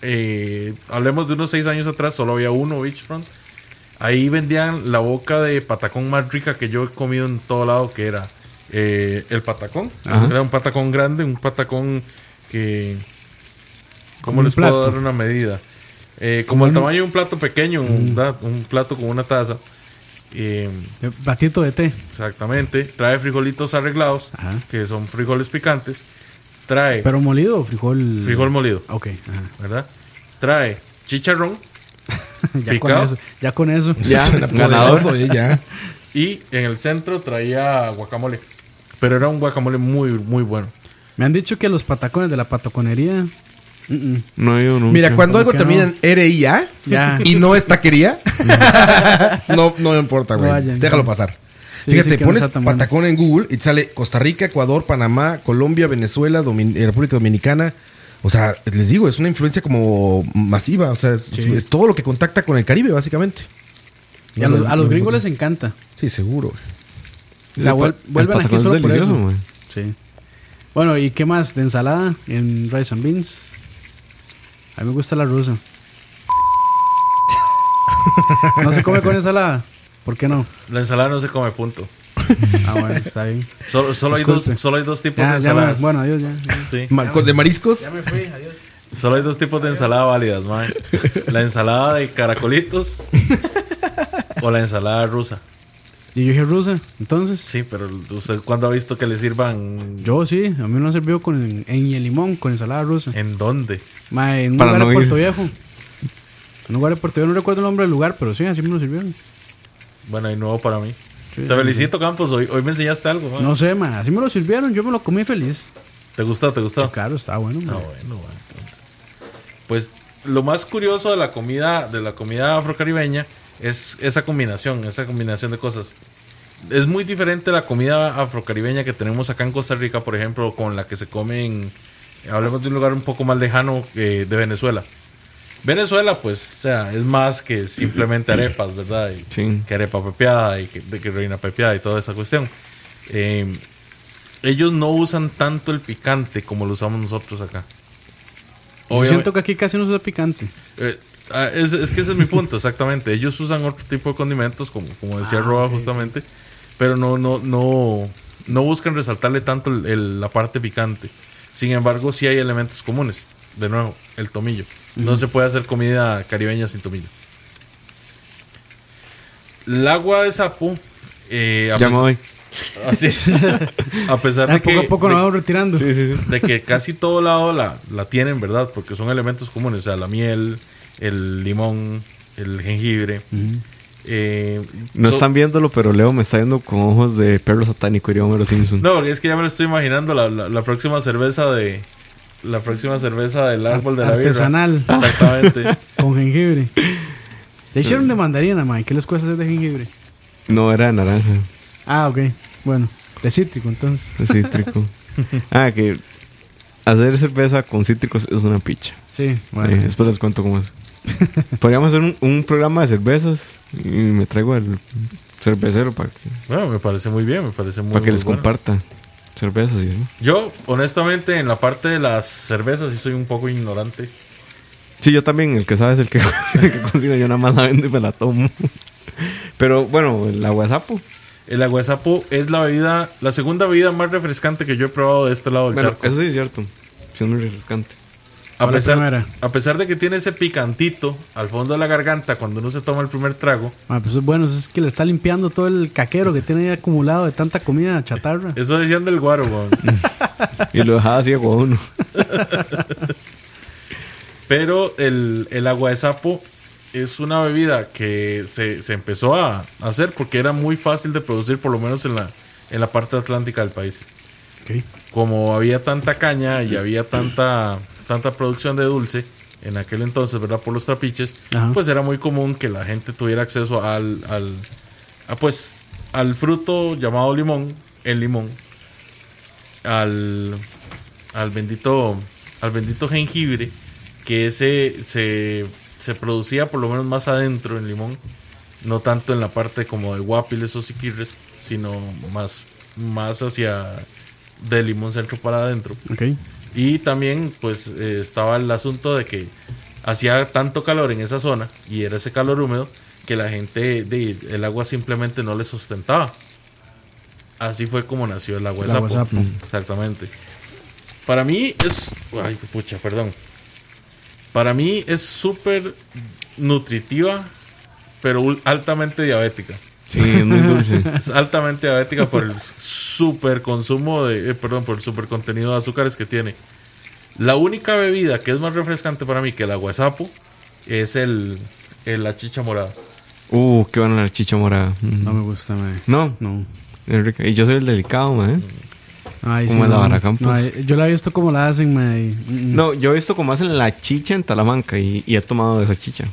Speaker 6: eh, hablemos de unos seis años atrás, solo había uno Beachfront. Ahí vendían la boca de patacón más rica que yo he comido en todo lado, que era eh, el patacón. Era un patacón grande, un patacón que... ¿Cómo
Speaker 7: Como un
Speaker 6: les puedo
Speaker 7: plato.
Speaker 6: dar una medida? Eh, como el tamaño de un plato pequeño,
Speaker 7: Mm.
Speaker 6: un, da- un plato con una taza. Eh,
Speaker 7: Eh, Platito de té.
Speaker 6: exactamente. Trae frijolitos arreglados,
Speaker 7: Ajá.
Speaker 6: que son frijoles picantes. Trae
Speaker 7: ¿Pero molido o frijol?
Speaker 6: frijol molido.
Speaker 7: Ah, Ok. ajá. [LAUGHS]
Speaker 6: ¿verdad? Trae chicharrón
Speaker 7: Ya con
Speaker 6: Picado.
Speaker 7: eso. Ya con eso.
Speaker 9: Ya, suena
Speaker 6: ganador.
Speaker 9: poderoso, eh, ya.
Speaker 6: y en el centro traía guacamole. Pero era un guacamole muy, muy bueno.
Speaker 7: Me han dicho que los patacones de la pataconería.
Speaker 8: No he ido nunca.
Speaker 9: Mira, cuando algo
Speaker 7: ¿Por qué
Speaker 9: termina
Speaker 7: no?
Speaker 9: en RIA
Speaker 7: Ya.
Speaker 9: y no es
Speaker 7: [LAUGHS]
Speaker 9: taquería, no, no me importa, güey.
Speaker 7: Vayan.
Speaker 9: Déjalo pasar.
Speaker 7: Sí,
Speaker 9: Fíjate,
Speaker 7: dicen que no
Speaker 9: pones
Speaker 7: está tan bueno.
Speaker 9: patacón en Google y te sale Costa Rica, Ecuador, Panamá, Colombia, Venezuela, Domin- eh, República Dominicana. O sea, les digo, es una influencia como masiva. O sea, es, es todo lo que contacta con el Caribe, básicamente.
Speaker 7: Y a los, a los gringos les encanta.
Speaker 9: Sí, seguro. güey.
Speaker 7: O sea,
Speaker 8: El
Speaker 7: vuel-
Speaker 8: pa- el
Speaker 7: vuelven aquí
Speaker 8: patacón
Speaker 7: solo
Speaker 8: es
Speaker 7: por eso.
Speaker 8: delicioso, man.
Speaker 7: Sí. Bueno, ¿y qué más de ensalada en rice and beans? A mí me gusta la rusa. [LAUGHS] No se come con ensalada. ¿Por qué no?
Speaker 6: La ensalada no se come, punto.
Speaker 7: Ah, bueno, está
Speaker 8: [LAUGHS]
Speaker 7: bien.
Speaker 6: Solo, solo hay, dos,
Speaker 7: Disculpe.
Speaker 6: solo hay dos tipos de
Speaker 7: Ya, ya me-
Speaker 6: ensaladas.
Speaker 7: bueno, adiós, ya.
Speaker 6: Sí.
Speaker 9: Mar- ¿De mariscos?
Speaker 6: Solo hay dos tipos de ensalada válidas, mae. La ensalada de caracolitos o la ensalada rusa.
Speaker 7: Y yo dije rusa, entonces.
Speaker 6: Sí, pero ¿usted cuándo ha visto que le sirvan?
Speaker 7: Yo sí, a mí no ha servido con en, en el limón, con ensalada rusa.
Speaker 6: ¿En dónde?
Speaker 7: Ma, en un
Speaker 8: Para
Speaker 7: lugar
Speaker 8: no
Speaker 7: de
Speaker 8: ir.
Speaker 7: Puerto Viejo. En un lugar de Puerto Viejo, no recuerdo el nombre del lugar, pero sí, así me lo sirvieron.
Speaker 6: Bueno, hay nuevo para mí.
Speaker 7: Sí,
Speaker 6: Te felicito, Campos. Hoy, hoy me enseñaste algo, mae.
Speaker 7: No sé, ma, así me lo sirvieron, yo me lo comí feliz.
Speaker 6: ¿Te gustó? ¿Te gustó?
Speaker 7: Claro, está bueno, ma.
Speaker 6: Ah, bueno, bueno, entonces. Pues lo más curioso de la comida, de la comida afrocaribeña, es esa combinación, esa combinación de cosas. Es muy diferente la comida afrocaribeña que tenemos acá en Costa Rica, por ejemplo, con la que se come en, hablemos de un lugar un poco más lejano eh, de Venezuela. Venezuela, pues, o sea, es más que simplemente arepas, ¿verdad? Y
Speaker 8: Sí.
Speaker 6: Que arepa pepeada y que, de que reina pepeada y toda esa cuestión. Eh, ellos no usan tanto el picante como lo usamos nosotros acá.
Speaker 7: Yo
Speaker 6: Obviamente,
Speaker 7: siento que aquí casi no se usa picante.
Speaker 6: eh, ah, es, es que ese es mi punto, exactamente. Ellos usan otro tipo de condimentos, como, como
Speaker 7: Ah,
Speaker 6: decía Roa justamente, pero no, no, no, no buscan resaltarle tanto el- el- la parte picante. Sin embargo, sí hay elementos comunes. De nuevo, el tomillo. No se puede hacer comida caribeña sin tomillo. El agua de sapo. eh, a
Speaker 8: Ya me
Speaker 6: pesar-
Speaker 8: voy.
Speaker 7: [LAUGHS]
Speaker 6: así es. a pesar
Speaker 7: Ah,
Speaker 6: de que.
Speaker 7: poco a poco
Speaker 6: de-
Speaker 7: nos vamos retirando.
Speaker 8: Sí, sí, sí.
Speaker 6: de que casi todo lado la, la tienen, ¿verdad? Porque son elementos comunes, o sea, la miel, el limón, el jengibre. Eh,
Speaker 8: No
Speaker 6: so-
Speaker 8: están viéndolo, pero Leo me está viendo con ojos de perro satánico, diría Homero Simpson.
Speaker 6: No, porque es que ya me lo estoy imaginando la, la- la próxima cerveza de... La próxima cerveza del árbol de la birra.
Speaker 7: Artesanal.
Speaker 6: Exactamente.
Speaker 7: Con jengibre. Te hicieron de mandarina, ma. ¿Qué les cuesta hacer de jengibre?
Speaker 8: No, era de naranja.
Speaker 7: Ah, ok. Bueno, de cítrico, entonces.
Speaker 8: de cítrico. ah, que hacer cerveza con cítricos es una picha.
Speaker 7: Sí, bueno.
Speaker 8: Eh, después les cuento cómo es. Podríamos hacer un, un programa de cervezas y me traigo al cervecero para que,
Speaker 6: bueno, me parece muy bien, me parece muy
Speaker 8: para que
Speaker 6: muy
Speaker 8: les
Speaker 6: bueno.
Speaker 8: comparta cervezas y eso.
Speaker 6: Yo, honestamente, en la parte de las cervezas sí soy un poco ignorante.
Speaker 8: Sí, yo también, el que sabe es el que, [LAUGHS] el que cocina, yo nada más la vendo y me la tomo. Pero bueno, el aguasapo.
Speaker 6: El agua de sapo es la bebida, la segunda bebida más refrescante que yo he probado de este lado del
Speaker 8: Bueno,
Speaker 6: charco.
Speaker 8: eso sí es cierto. Sí, es muy refrescante.
Speaker 6: A
Speaker 7: Hola,
Speaker 6: pesar,
Speaker 7: primera.
Speaker 6: a pesar de que tiene ese picantito al fondo de la garganta cuando uno se toma el primer trago,
Speaker 7: Ah, pues bueno, eso es que le está limpiando todo el caquero que tiene ahí acumulado de tanta comida chatarra.
Speaker 6: eso decían del guaro,
Speaker 7: [LAUGHS]
Speaker 6: weón.
Speaker 8: Y lo dejaba ciego a uno.
Speaker 6: Pero el, el agua de sapo es una bebida que se, se empezó a hacer porque era muy fácil de producir, por lo menos en la, en la parte atlántica del país.
Speaker 7: Ok.
Speaker 6: Como había tanta caña y había tanta, tanta producción de dulce en aquel entonces, ¿verdad? Por los trapiches,
Speaker 7: Ajá.
Speaker 6: pues era muy común que la gente tuviera acceso al, al, a, pues, al fruto llamado limón, el limón, al, al bendito al bendito jengibre que ese se, se producía por lo menos más adentro en limón no tanto en la parte como de guapiles o siquirres sino más más hacia de limón centro para adentro
Speaker 7: Ok.
Speaker 6: y también pues eh, estaba el asunto de que hacía tanto calor en esa zona y era ese calor húmedo que la gente, de, el agua simplemente no le sustentaba. Así fue como nació el agua de
Speaker 7: El agua
Speaker 6: sapo. Mm.
Speaker 7: de sapo.
Speaker 6: Exactamente. Para mí es. Ay, pucha, perdón. Para mí es súper nutritiva, pero ul- altamente diabética.
Speaker 8: Sí, es muy dulce.
Speaker 6: [LAUGHS] Es altamente diabética por el super consumo de, eh, perdón, por el super contenido de azúcares que tiene. La única bebida que es más refrescante para mí que el agua de sapo es el, el- la chicha morada.
Speaker 8: Uh, qué buena la chicha morada. Mm.
Speaker 7: No me gusta, mae.
Speaker 8: No,
Speaker 7: No.
Speaker 8: es rica. Y yo soy el delicado, ¿eh? man.
Speaker 7: Ay,
Speaker 8: Como en la
Speaker 7: no,
Speaker 8: Baracampus.
Speaker 7: no, ay, yo la he visto como la hacen, mae. Mm, mm.
Speaker 8: No, yo he visto cómo hacen la chicha en Talamanca y, y he tomado de esa chicha.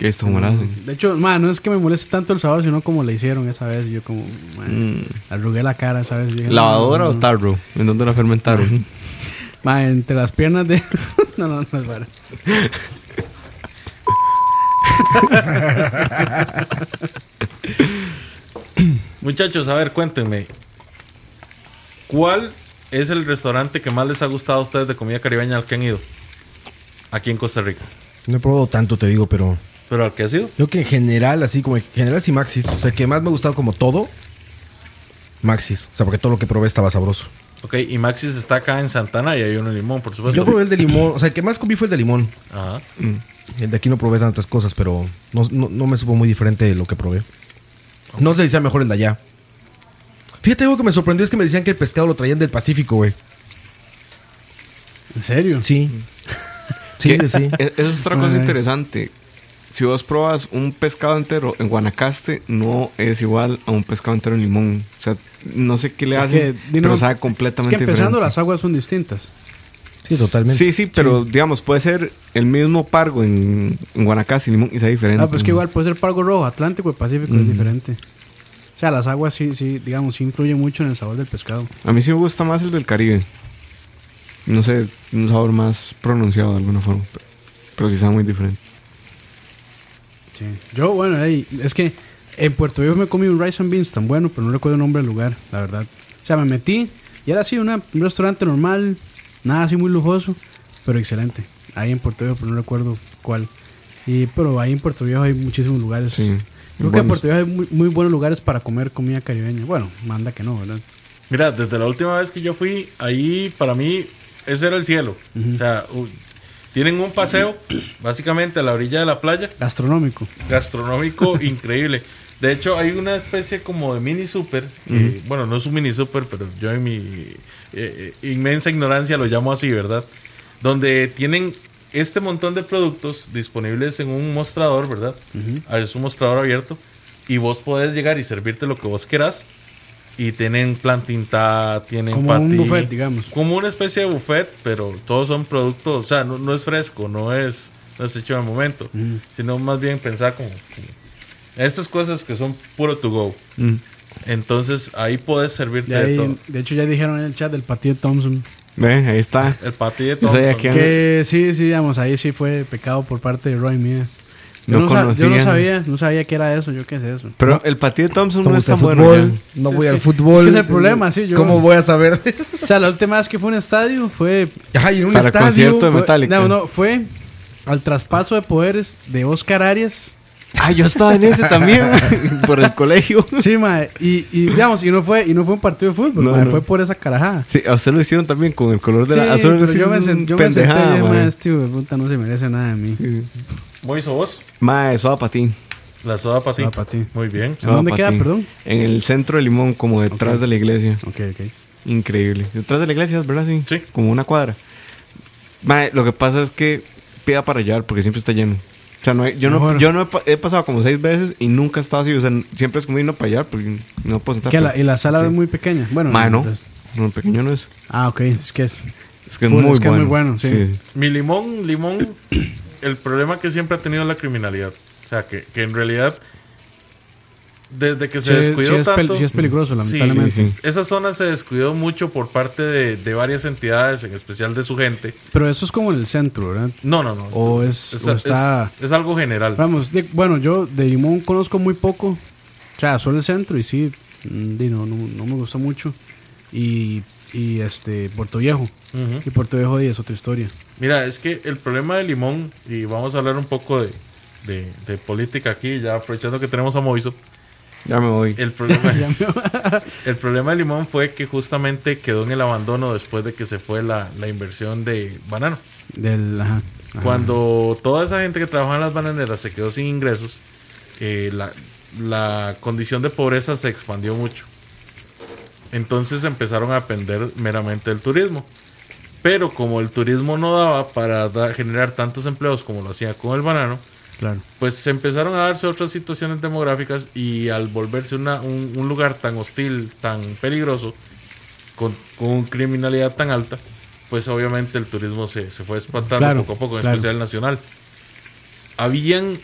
Speaker 8: He visto cómo la hacen.
Speaker 7: De hecho, mae, no es que me moleste tanto el sabor, sino como le hicieron esa vez. y Yo como, mae, arrugué la cara, ¿sabes? Yo dije,
Speaker 8: Mm. ¿Lavadora
Speaker 7: no, no,
Speaker 8: o tarro? ¿En dónde la fermentaron?
Speaker 7: no. Mae, entre las piernas de... [LAUGHS] no, no, no es vara.
Speaker 6: Muchachos, a ver, cuéntenme. ¿Cuál es el restaurante que más les ha gustado a ustedes de comida caribeña al que han ido? Aquí en Costa Rica.
Speaker 9: No he probado tanto, te digo, pero
Speaker 6: ¿Pero al que ha sido?
Speaker 9: creo que en general, así como en general, sí, Maxis. O sea, el que más me ha gustado como todo, Maxis. O sea, porque todo lo que probé estaba sabroso.
Speaker 6: Ok, y Maxis está acá en Santana y hay uno en Limón, por supuesto.
Speaker 9: Yo probé el de limón. O sea, el que más comí fue el de limón.
Speaker 6: Ajá.
Speaker 9: El de aquí no probé tantas cosas, pero no, no- no me supo muy diferente de lo que probé. No sé si sea mejor el de allá. Fíjate, algo que me sorprendió es que me decían que el pescado lo traían del Pacífico, güey.
Speaker 7: ¿En serio?
Speaker 8: [LAUGHS]
Speaker 9: Sí. Sí, sí, sí.
Speaker 8: E- Esa es otra cosa
Speaker 7: Ajá.
Speaker 8: interesante. Si vos probas un pescado entero en Guanacaste, no es igual a un pescado entero en Limón. O sea, no sé qué le
Speaker 7: Es
Speaker 8: hacen,
Speaker 7: que, di,
Speaker 8: pero
Speaker 7: no,
Speaker 8: sabe
Speaker 7: Es
Speaker 8: completamente
Speaker 7: que empezando
Speaker 8: diferente.
Speaker 7: las aguas son distintas.
Speaker 9: Sí, totalmente.
Speaker 8: Sí, sí, pero digamos, puede ser el mismo pargo en, en Guanacaste y Limón y sea diferente.
Speaker 7: Ah, pues que igual puede ser Pargo Rojo, Atlántico y Pacífico,
Speaker 8: Mm.
Speaker 7: es diferente. O sea, las aguas sí, sí, digamos, sí influyen mucho en el sabor del pescado.
Speaker 8: A mí sí me gusta más el del Caribe. No sé, un sabor más pronunciado de alguna forma. Pero, pero sí sabe muy diferente.
Speaker 7: Sí. Yo, bueno, ahí, es que en Puerto Viejo me comí un rice and beans tan bueno, pero no recuerdo el nombre del lugar, la verdad. O sea, me metí y era así una- un restaurante normal, nada así muy lujoso, pero excelente. Ahí en Puerto Viejo, pero no recuerdo cuál. Y, pero ahí en Puerto Viejo hay muchísimos lugares.
Speaker 8: Sí,
Speaker 7: Creo que en
Speaker 8: buenos.
Speaker 7: Puerto Viejo hay muy, muy buenos lugares para comer comida caribeña. Bueno, manda que no, ¿verdad?
Speaker 6: Mira, desde la última vez que yo fui, ahí para mí ese era el cielo. O sea, u- tienen un paseo básicamente a la orilla de la playa,
Speaker 7: Gastronómico.
Speaker 6: gastronómico increíble. De hecho, hay una especie como de mini super, que, bueno, no es un mini super, pero yo en mi eh, eh, inmensa ignorancia lo llamo así, ¿verdad? Donde tienen este montón de productos disponibles en un mostrador, ¿verdad? Ah, Es un mostrador abierto y vos podés llegar y servirte lo que vos querás. Y tienen plan tinta, tienen
Speaker 7: Como un buffet, digamos.
Speaker 6: Como una especie de buffet, pero todos son productos, o sea, no, no es fresco, no es, no es hecho de momento, sino más bien pensar como, como estas cosas que son puro to go. Entonces ahí puedes servirte
Speaker 7: De,
Speaker 6: de
Speaker 7: ahí-
Speaker 6: todo.
Speaker 7: de hecho, ya dijeron en el chat del patio Thompson.
Speaker 8: Ve, ahí está.
Speaker 6: El patty de
Speaker 8: Yo sabía
Speaker 6: Thompson.
Speaker 8: que-
Speaker 7: Que sí, sí, digamos, ahí sí fue pecado por parte de Roy Mía. Yo
Speaker 8: No
Speaker 7: no, sa- yo no
Speaker 8: conocían.
Speaker 7: sabía, no sabía qué era eso, yo qué es eso.
Speaker 8: Pero el patí de Thompson
Speaker 9: No
Speaker 8: no
Speaker 9: me
Speaker 8: es
Speaker 9: gusta
Speaker 8: tan
Speaker 9: el fútbol,
Speaker 8: bueno. ya.
Speaker 9: no
Speaker 7: Sí,
Speaker 9: voy
Speaker 7: es
Speaker 9: al
Speaker 7: que-
Speaker 9: fútbol.
Speaker 7: es que es el problema, sí, yo-
Speaker 9: ¿Cómo voy a saber?
Speaker 7: [LAUGHS] O sea, la última vez que fue a un estadio fue.
Speaker 9: Ay, en un
Speaker 8: Para
Speaker 9: estadio.
Speaker 8: concierto de
Speaker 7: fue-
Speaker 8: Metallica.
Speaker 7: No, no, fue al traspaso de poderes de Oscar Arias.
Speaker 8: Ah, yo estaba en ese
Speaker 7: [LAUGHS]
Speaker 8: también, [LAUGHS] por el colegio.
Speaker 7: Sí, mae, y, y digamos, y no fue, y no fue un partido de fútbol,
Speaker 8: No,
Speaker 7: mae,
Speaker 8: no.
Speaker 7: fue por esa carajada.
Speaker 8: Sí, a usted lo hicieron también con el color de
Speaker 7: Sí,
Speaker 8: la azul.
Speaker 7: pero
Speaker 8: sí,
Speaker 7: yo me,
Speaker 8: es
Speaker 7: sen-
Speaker 8: un
Speaker 7: yo me senté
Speaker 8: pendejada,
Speaker 7: y dije,
Speaker 8: mae.
Speaker 7: mae, este hijo de puta no se merece nada de mí.
Speaker 6: Moiso, vos,
Speaker 8: Mae, suave patín.
Speaker 6: la soda patí.
Speaker 7: Soda patí.
Speaker 6: Muy bien.
Speaker 7: ¿En dónde
Speaker 8: suave
Speaker 7: queda,
Speaker 8: patín.
Speaker 7: perdón?
Speaker 8: En el centro de Limón, como detrás de la iglesia.
Speaker 7: Ok, ok.
Speaker 8: Increíble. Detrás de la iglesia, ¿verdad? Sí.
Speaker 6: Sí.
Speaker 8: Como una cuadra. Mae, lo que pasa es que pida para llevar porque siempre está lleno. O sea, no hay- yo, no,
Speaker 7: Mejor.
Speaker 8: yo no he, pa- he pasado como seis veces y nunca he estado así. O sea, n- siempre es como irnos para llevar porque no puedo sentar.
Speaker 7: Que
Speaker 8: pero-
Speaker 7: la- y la sala es muy pequeña. Bueno,
Speaker 8: Mae, no.
Speaker 7: entonces-
Speaker 8: No, pequeño no es.
Speaker 7: Ah, ok, es que es.
Speaker 8: Es que es,
Speaker 7: Full,
Speaker 8: muy,
Speaker 7: es que es
Speaker 8: bueno.
Speaker 7: muy bueno, sí.
Speaker 6: Mi limón, limón, el problema que siempre ha tenido es la criminalidad. O sea, que, que en realidad, desde que se
Speaker 7: Sí,
Speaker 6: descuidó
Speaker 7: sí es pel-
Speaker 6: tanto.
Speaker 7: sí es peligroso,
Speaker 6: Sí,
Speaker 7: lamentablemente.
Speaker 8: Sí, sí.
Speaker 6: Esa zona se descuidó mucho por parte de, de varias entidades, en especial de su gente.
Speaker 7: Pero eso es como en el centro, ¿verdad?
Speaker 6: No, no, no.
Speaker 7: O
Speaker 6: esto
Speaker 7: es- o está-
Speaker 6: es- es algo general.
Speaker 7: Vamos, de- bueno, yo de Limón conozco muy poco. O sea, solo el centro y sí, mm, di, no, no, no me gusta mucho. Y y este Puerto Viejo. Y Puerto Viejo de ahí es otra historia.
Speaker 6: Mira, es que el problema de Limón, y vamos a hablar un poco de, de- de política aquí, ya aprovechando que tenemos a Moiso,
Speaker 8: Ya me voy.
Speaker 6: el problema, el problema de Limón fue que justamente quedó en el abandono después de que se fue la, la inversión de Banano.
Speaker 7: Del, ajá, ajá.
Speaker 6: Cuando toda esa gente que trabajaba en las bananeras se quedó sin ingresos, eh, la, la condición de pobreza se expandió mucho. Entonces empezaron a depender meramente del turismo. Pero como el turismo no daba para da- generar tantos empleos como lo hacía con el banano,
Speaker 7: Claro.
Speaker 6: pues se empezaron a darse otras situaciones demográficas y al volverse una- un, un lugar tan hostil, tan peligroso, con, con criminalidad tan alta, pues obviamente el turismo se, se fue espantando
Speaker 7: Claro,
Speaker 6: poco a poco, en
Speaker 7: claro.
Speaker 6: especial el nacional. Habían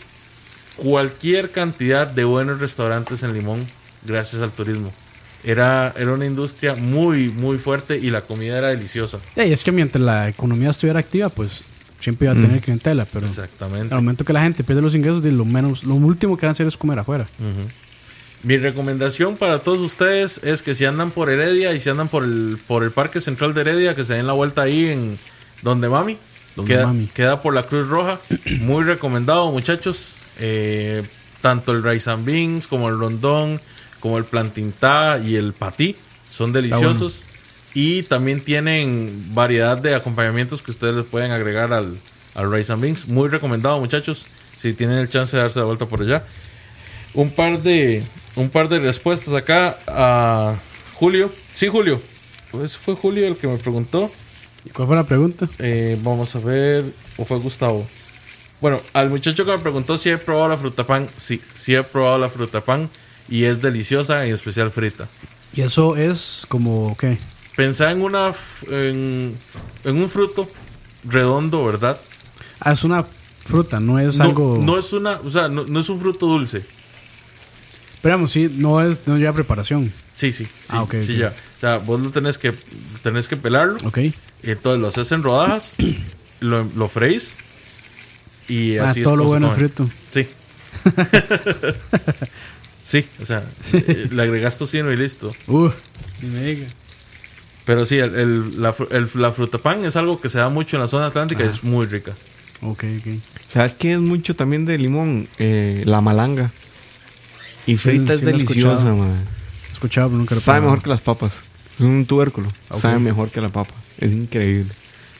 Speaker 6: cualquier cantidad de buenos restaurantes en Limón gracias al turismo. Era, era una industria muy, muy fuerte y la comida era deliciosa.
Speaker 7: Ey, es que mientras la economía estuviera activa, pues siempre iba a tener clientela, pero
Speaker 6: Mm. Exactamente.
Speaker 7: al momento que la gente pierde los ingresos, de lo menos, lo último que van a hacer es comer afuera.
Speaker 6: Mm. Mi recomendación para todos ustedes es que si andan por Heredia y si andan por el, por el Parque Central de Heredia, que se den la vuelta ahí en Donde Mami.
Speaker 7: Donde
Speaker 6: Queda,
Speaker 7: Mami.
Speaker 6: queda por la Cruz
Speaker 7: [CLEARS THROAT]
Speaker 6: Roja. Muy recomendado, muchachos. Eh, tanto el Rice and Beans como el Rondón, como el Plantintá y el Patí son deliciosos. Y también tienen variedad de acompañamientos que ustedes les pueden agregar al, al Rice and Beans. Muy recomendado, muchachos. Si tienen el chance de darse la vuelta por allá un par de un par de respuestas acá a Julio. Sí, Julio. Pues fue Julio el que me preguntó.
Speaker 7: ¿Y ¿Cuál fue la pregunta?
Speaker 6: Eh, vamos a ver. ¿O fue Gustavo? Bueno, al muchacho que me preguntó si he probado la fruta pan. Sí, sí he probado la fruta pan. Y es deliciosa, en especial frita.
Speaker 7: Y eso es como, ¿qué?
Speaker 6: Pensá en una f- en, en un fruto redondo, ¿verdad?
Speaker 7: Ah, es una fruta, no es
Speaker 6: no,
Speaker 7: algo...
Speaker 6: no es una, o sea, no, no es un fruto dulce.
Speaker 7: Pero vamos, sí, no, es, no lleva preparación,
Speaker 6: Sí, sí, sí,
Speaker 7: Ah, ok,
Speaker 6: sí
Speaker 7: ok.
Speaker 6: ya. O sea, vos lo tenés que tenés que pelarlo.
Speaker 7: ¿ok?
Speaker 6: Entonces lo haces
Speaker 7: [CLEARS THROAT]
Speaker 6: en rodajas, lo, lo freís y
Speaker 7: Ah,
Speaker 6: así
Speaker 7: todo
Speaker 6: es
Speaker 7: lo
Speaker 6: como se
Speaker 7: bueno frito.
Speaker 6: come.
Speaker 7: [LAUGHS]
Speaker 6: Sí. sí, o sea, eh, le agregas tocino y listo.
Speaker 7: Uh, ni me diga.
Speaker 6: Pero sí, el, el- la, fru- el- la fruta pan es algo que se da mucho en la zona atlántica y es muy rica.
Speaker 7: Ok, ok.
Speaker 8: ¿Sabes qué es mucho también de limón? Eh, la malanga. Y frita
Speaker 7: sí
Speaker 8: es
Speaker 7: la he
Speaker 8: deliciosa,
Speaker 7: escuchado.
Speaker 8: man.
Speaker 7: Escuchaba, pero Ah, nunca lo
Speaker 8: Sabe
Speaker 7: probaba.
Speaker 8: mejor que las papas. Es un tubérculo. Sabe mejor que la papa. Es increíble.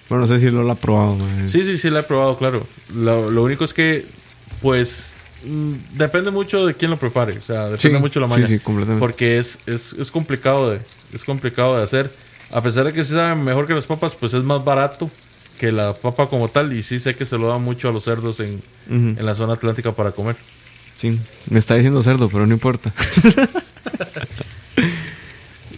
Speaker 8: Bueno, no sé si lo ha probado, man.
Speaker 6: Sí, sí, sí, la he probado, claro. Lo, lo único es que, pues, mm, depende mucho de quién lo prepare. O sea, depende
Speaker 8: Sí,
Speaker 6: mucho de la
Speaker 8: sí,
Speaker 6: maña.
Speaker 8: sí, completamente.
Speaker 6: Porque es, es, es complicado de, es complicado de hacer. A pesar de que sí sabe mejor que las papas, pues es más barato que la papa como tal. Y sí sé que se lo da mucho a los cerdos en, en la zona atlántica para comer.
Speaker 8: Sí. Me está diciendo cerdo, pero no importa.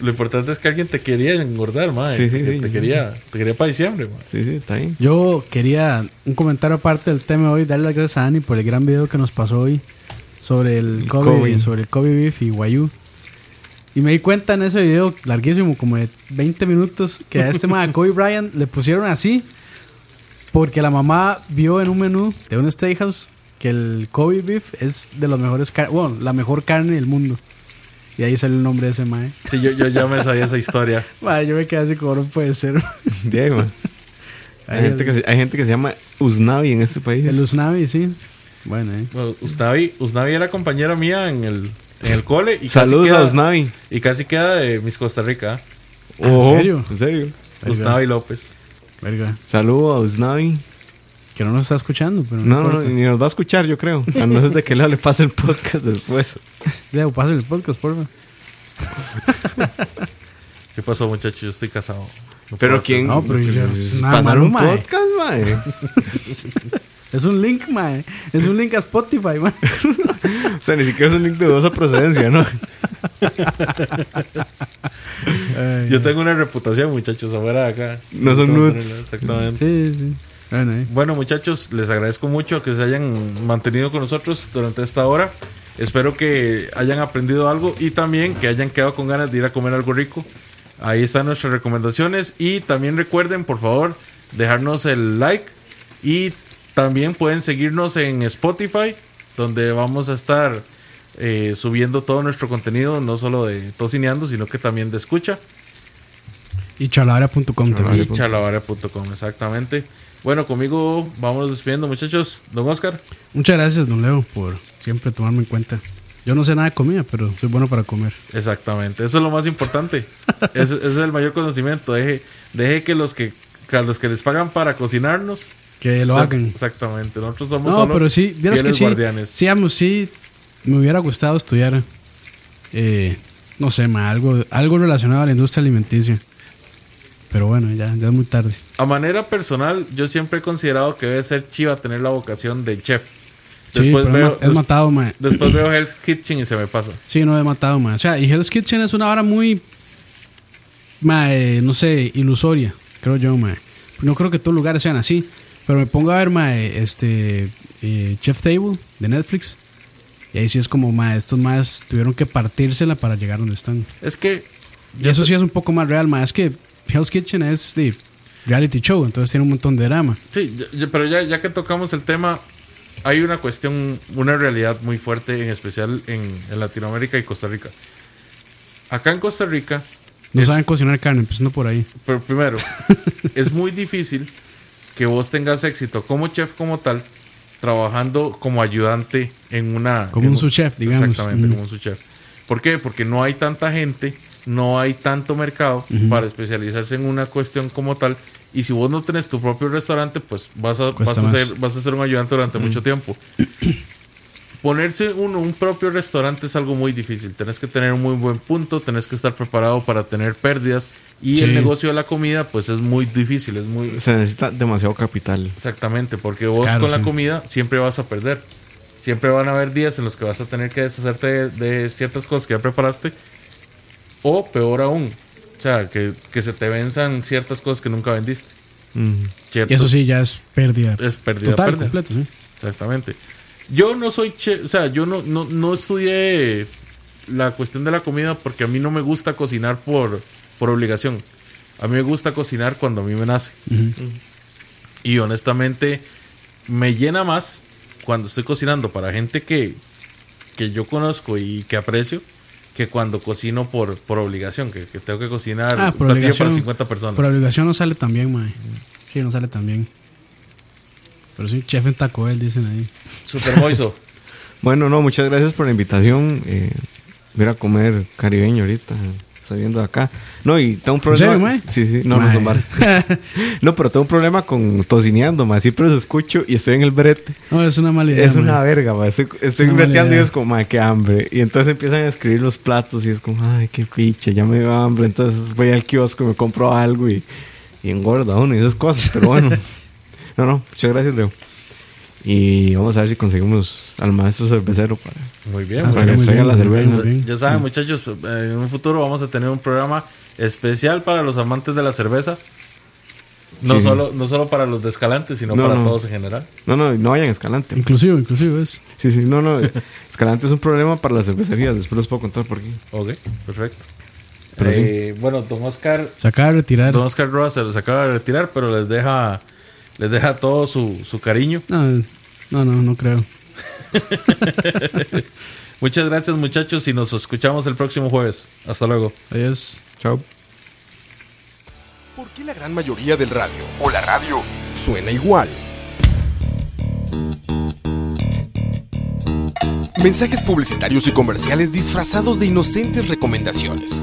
Speaker 6: Lo importante es que alguien te quería engordar, madre.
Speaker 8: Sí, sí,
Speaker 6: que
Speaker 8: sí,
Speaker 6: te,
Speaker 8: sí.
Speaker 6: quería, te quería para diciembre, mae.
Speaker 8: Sí, sí,
Speaker 7: [LAUGHS]
Speaker 8: está bien.
Speaker 7: Yo quería un comentario aparte del tema de hoy, darle las gracias a Dani por el gran video que nos pasó hoy sobre el Kobe,
Speaker 8: Kobe.
Speaker 7: sobre el Kobe Beef y Wayu. Y me di cuenta en ese video larguísimo, como de 20 minutos, que a este [LAUGHS] man, a Kobe Bryant, le pusieron así porque la mamá vio en un menú de un steakhouse que el Kobe Beef es de los mejores car- bueno, la mejor carne del mundo. Y ahí sale el nombre de ese mae.
Speaker 6: Sí, yo, yo ya me sabía esa historia.
Speaker 7: Mae, yo me quedé así como no puede ser.
Speaker 8: Diego. man. Hay,
Speaker 7: Ahí
Speaker 8: gente
Speaker 7: el-
Speaker 8: que, se- hay gente que se llama Usnavi en este país.
Speaker 7: El [LAUGHS] Usnavi, sí. Bueno, eh.
Speaker 6: Bueno, Pues, Usnavi, Usnavi era compañera mía en el, en el cole. Y
Speaker 8: Saludos
Speaker 6: casi queda,
Speaker 8: a Usnavi.
Speaker 6: Y casi queda de mis Costa Rica.
Speaker 7: Ah,
Speaker 6: ¿eh?
Speaker 7: ¿En
Speaker 8: Ojo,
Speaker 7: serio?
Speaker 8: En serio.
Speaker 7: Ahí
Speaker 6: Usnavi López.
Speaker 7: Verga.
Speaker 8: Saludos a Usnavi.
Speaker 7: Que no nos está escuchando, pero
Speaker 8: No, no, no,
Speaker 7: importa.
Speaker 8: ni nos va a escuchar, yo creo. A no ser de que Leo le pase el podcast después.
Speaker 7: [LAUGHS] Leo, pásale el podcast, porfa.
Speaker 6: ¿Qué pasó, muchachos? Yo estoy casado. No puedo
Speaker 8: Pero
Speaker 6: hacer
Speaker 8: quién.
Speaker 6: nada.
Speaker 7: No, pero ya- nada
Speaker 8: pasar
Speaker 7: malo,
Speaker 8: un
Speaker 7: mae.
Speaker 8: podcast, eh. mae.
Speaker 7: Es un link, mae. Es un link a Spotify, mae.
Speaker 8: O sea, ni siquiera es un link de dudosa procedencia, ¿no?
Speaker 6: Yo tengo una reputación, muchachos, afuera de acá.
Speaker 8: No son
Speaker 6: Tengo que
Speaker 8: nudes.
Speaker 6: tenerla, Exactamente.
Speaker 7: Sí, sí. Bueno, eh.
Speaker 6: Bueno, muchachos, les agradezco mucho que se hayan mantenido con nosotros durante esta hora. Espero que hayan aprendido algo y también que hayan quedado con ganas de ir a comer algo rico. Ahí están nuestras recomendaciones y también recuerden, por favor, dejarnos el like y también pueden seguirnos en Spotify, donde vamos a estar eh, subiendo todo nuestro contenido, no solo de tocineando, sino que también de escucha.
Speaker 7: Y chalabra.com también.
Speaker 6: Y chalavara.com, exactamente. Bueno, conmigo vamos despidiendo, muchachos. Don Oscar,
Speaker 7: Muchas gracias, don Leo, por siempre tomarme en cuenta. Yo no sé nada de comida, pero soy bueno para comer.
Speaker 6: exactamente. Eso es lo
Speaker 7: [LAUGHS]
Speaker 6: más importante. Ese ese es el mayor conocimiento. Deje, deje que los que a los que les pagan para cocinarnos
Speaker 7: Que lo
Speaker 6: sa-
Speaker 7: hagan.
Speaker 6: Exactamente. Nosotros somos
Speaker 7: No,
Speaker 6: solo
Speaker 7: pero sí, vieras que
Speaker 6: fieles
Speaker 7: sí.
Speaker 6: guardianes.
Speaker 7: Sí, amo, sí, me hubiera gustado estudiar, eh, no sé, ma, algo, algo relacionado a la industria alimenticia. Pero bueno, ya, ya es muy tarde.
Speaker 6: A manera personal, yo siempre he considerado que debe ser chiva tener la vocación de chef. Después
Speaker 7: sí, pero he
Speaker 6: veo,
Speaker 7: ma- he,
Speaker 6: des-
Speaker 7: matado, ma.
Speaker 6: después veo Hell's Kitchen y se me pasa.
Speaker 7: Sí, no he matado, ma. O sea, y Hell's Kitchen es una hora muy, ma, eh, no sé, ilusoria, creo yo, ma. No creo que todos los lugares sean así. Pero me pongo a ver, ma, eh, este, eh, Chef Table de Netflix. Y ahí sí es como, ma, estos más tuvieron que partírsela para llegar donde están.
Speaker 6: Es que
Speaker 7: Y eso sí es un poco más real, más es que Hell's Kitchen es de reality show, entonces tiene un montón de drama.
Speaker 6: Sí, ya- ya- pero ya, ya que tocamos el tema, hay una cuestión, una realidad muy fuerte, en especial en, en Latinoamérica y Costa Rica. Acá en Costa Rica,
Speaker 7: No
Speaker 6: es-
Speaker 7: saben cocinar carne, empezando por ahí.
Speaker 6: pero
Speaker 7: [LAUGHS]
Speaker 6: primero, es muy difícil que vos tengas éxito como chef como tal, trabajando como ayudante en una...
Speaker 7: Como
Speaker 6: en
Speaker 7: un subchef, digamos.
Speaker 6: Exactamente,
Speaker 7: Ujú.
Speaker 6: como un subchef. ¿Por qué? Porque no hay tanta gente, no hay tanto mercado para especializarse en una cuestión como tal. Y si vos no tenés tu propio restaurante, pues vas a, vas
Speaker 7: Cuesta
Speaker 6: a,
Speaker 7: más.
Speaker 6: ser, vas a ser un ayudante durante
Speaker 7: [CLEARS THROAT]
Speaker 6: mucho tiempo. Ponerse uno un propio restaurante es algo muy difícil. Tenés que tener un muy buen punto, tenés que estar preparado para tener pérdidas. Y el
Speaker 7: Sí.
Speaker 6: negocio de la comida, pues es muy difícil, es muy,
Speaker 8: Se necesita demasiado capital.
Speaker 6: Exactamente, porque vos
Speaker 7: caro,
Speaker 6: con la
Speaker 7: sí.
Speaker 6: comida siempre vas a perder. Siempre van a haber días en los que vas a tener que deshacerte de, de ciertas cosas que ya preparaste. O peor aún, o sea, que, que se te venzan ciertas cosas que nunca vendiste.
Speaker 8: Ujú.
Speaker 7: Y
Speaker 6: Ciertos-
Speaker 7: eso sí, ya es pérdida.
Speaker 6: Es pérdida,
Speaker 7: Total,
Speaker 6: pérdida.
Speaker 7: completo, sí.
Speaker 6: Exactamente. Yo no soy chef, o sea, yo no, no, no estudié la cuestión de la comida porque a mí no me gusta cocinar por, por obligación. A mí me gusta cocinar cuando a mí me nace. Y honestamente, me llena más cuando estoy cocinando para gente que, que yo conozco y que aprecio que cuando cocino por, por obligación, que, que tengo que cocinar
Speaker 7: Ah,
Speaker 6: un
Speaker 7: por
Speaker 6: platillo
Speaker 7: obligación.
Speaker 6: para 50 personas.
Speaker 7: Por obligación no sale tan bien, mae. Sí, no sale tan bien. Pero sí, chef en Taco Bell, dicen ahí. [LAUGHS]
Speaker 6: Super moiso.
Speaker 8: Bueno, no, muchas gracias por la invitación. Eh, voy a ir a comer caribeño ahorita, saliendo de acá. No, y tengo un
Speaker 7: ¿En
Speaker 8: problema.
Speaker 7: serio, mae?
Speaker 8: Sí, sí, no, no
Speaker 7: Mae.
Speaker 8: son bares.
Speaker 7: [LAUGHS]
Speaker 8: no, pero tengo un problema con tocineando, mae. Siempre los escucho y estoy en el brete.
Speaker 7: No, es una mala idea.
Speaker 8: es una
Speaker 7: mae.
Speaker 8: verga, mae. Estoy, estoy
Speaker 7: una mala
Speaker 8: breteando y
Speaker 7: idea.
Speaker 8: es como, mae, qué hambre. Y entonces empiezan a escribir los platos y es como, ay, qué piche, ya me dio hambre. Entonces voy al kiosco y me compro algo y, y engorda uno y esas cosas. Pero
Speaker 7: [LAUGHS]
Speaker 8: bueno, no, no, muchas gracias, Leo. Y vamos a ver si conseguimos al maestro cervecero para
Speaker 6: Muy bien,
Speaker 7: Ah,
Speaker 8: para
Speaker 7: estaría
Speaker 8: que
Speaker 7: muy bien,
Speaker 8: traigan la
Speaker 7: muy bien,
Speaker 8: cerveza.
Speaker 7: muy bien.
Speaker 6: Ya saben, muchachos, eh, en un futuro vamos a tener un programa especial para los amantes de la cerveza. No,
Speaker 8: Sí.
Speaker 6: solo, no solo para los descalantes, sino
Speaker 8: No,
Speaker 6: para
Speaker 8: no.
Speaker 6: todos en general.
Speaker 7: ¿eh?
Speaker 8: No, no, no vayan a Escalante.
Speaker 7: Inclusive, inclusive es.
Speaker 8: Sí, sí, no, no.
Speaker 7: [LAUGHS]
Speaker 8: Escalante es un problema para las cervecerías. Después les puedo contar por qué.
Speaker 6: Ok, perfecto.
Speaker 8: Pero sí.
Speaker 6: Eh, Bueno, don Oscar,
Speaker 7: Se acaba de retirar.
Speaker 6: don Oscar Roa se los acaba de retirar, pero les deja, les deja todo su, su cariño.
Speaker 7: No, no, no, no creo.
Speaker 6: Muchas gracias, muchachos, y nos escuchamos el próximo jueves. Hasta luego.
Speaker 7: Adiós.
Speaker 8: Chao.
Speaker 1: ¿Por qué la gran mayoría del radio o la radio suena igual? Mensajes publicitarios y comerciales disfrazados de inocentes recomendaciones.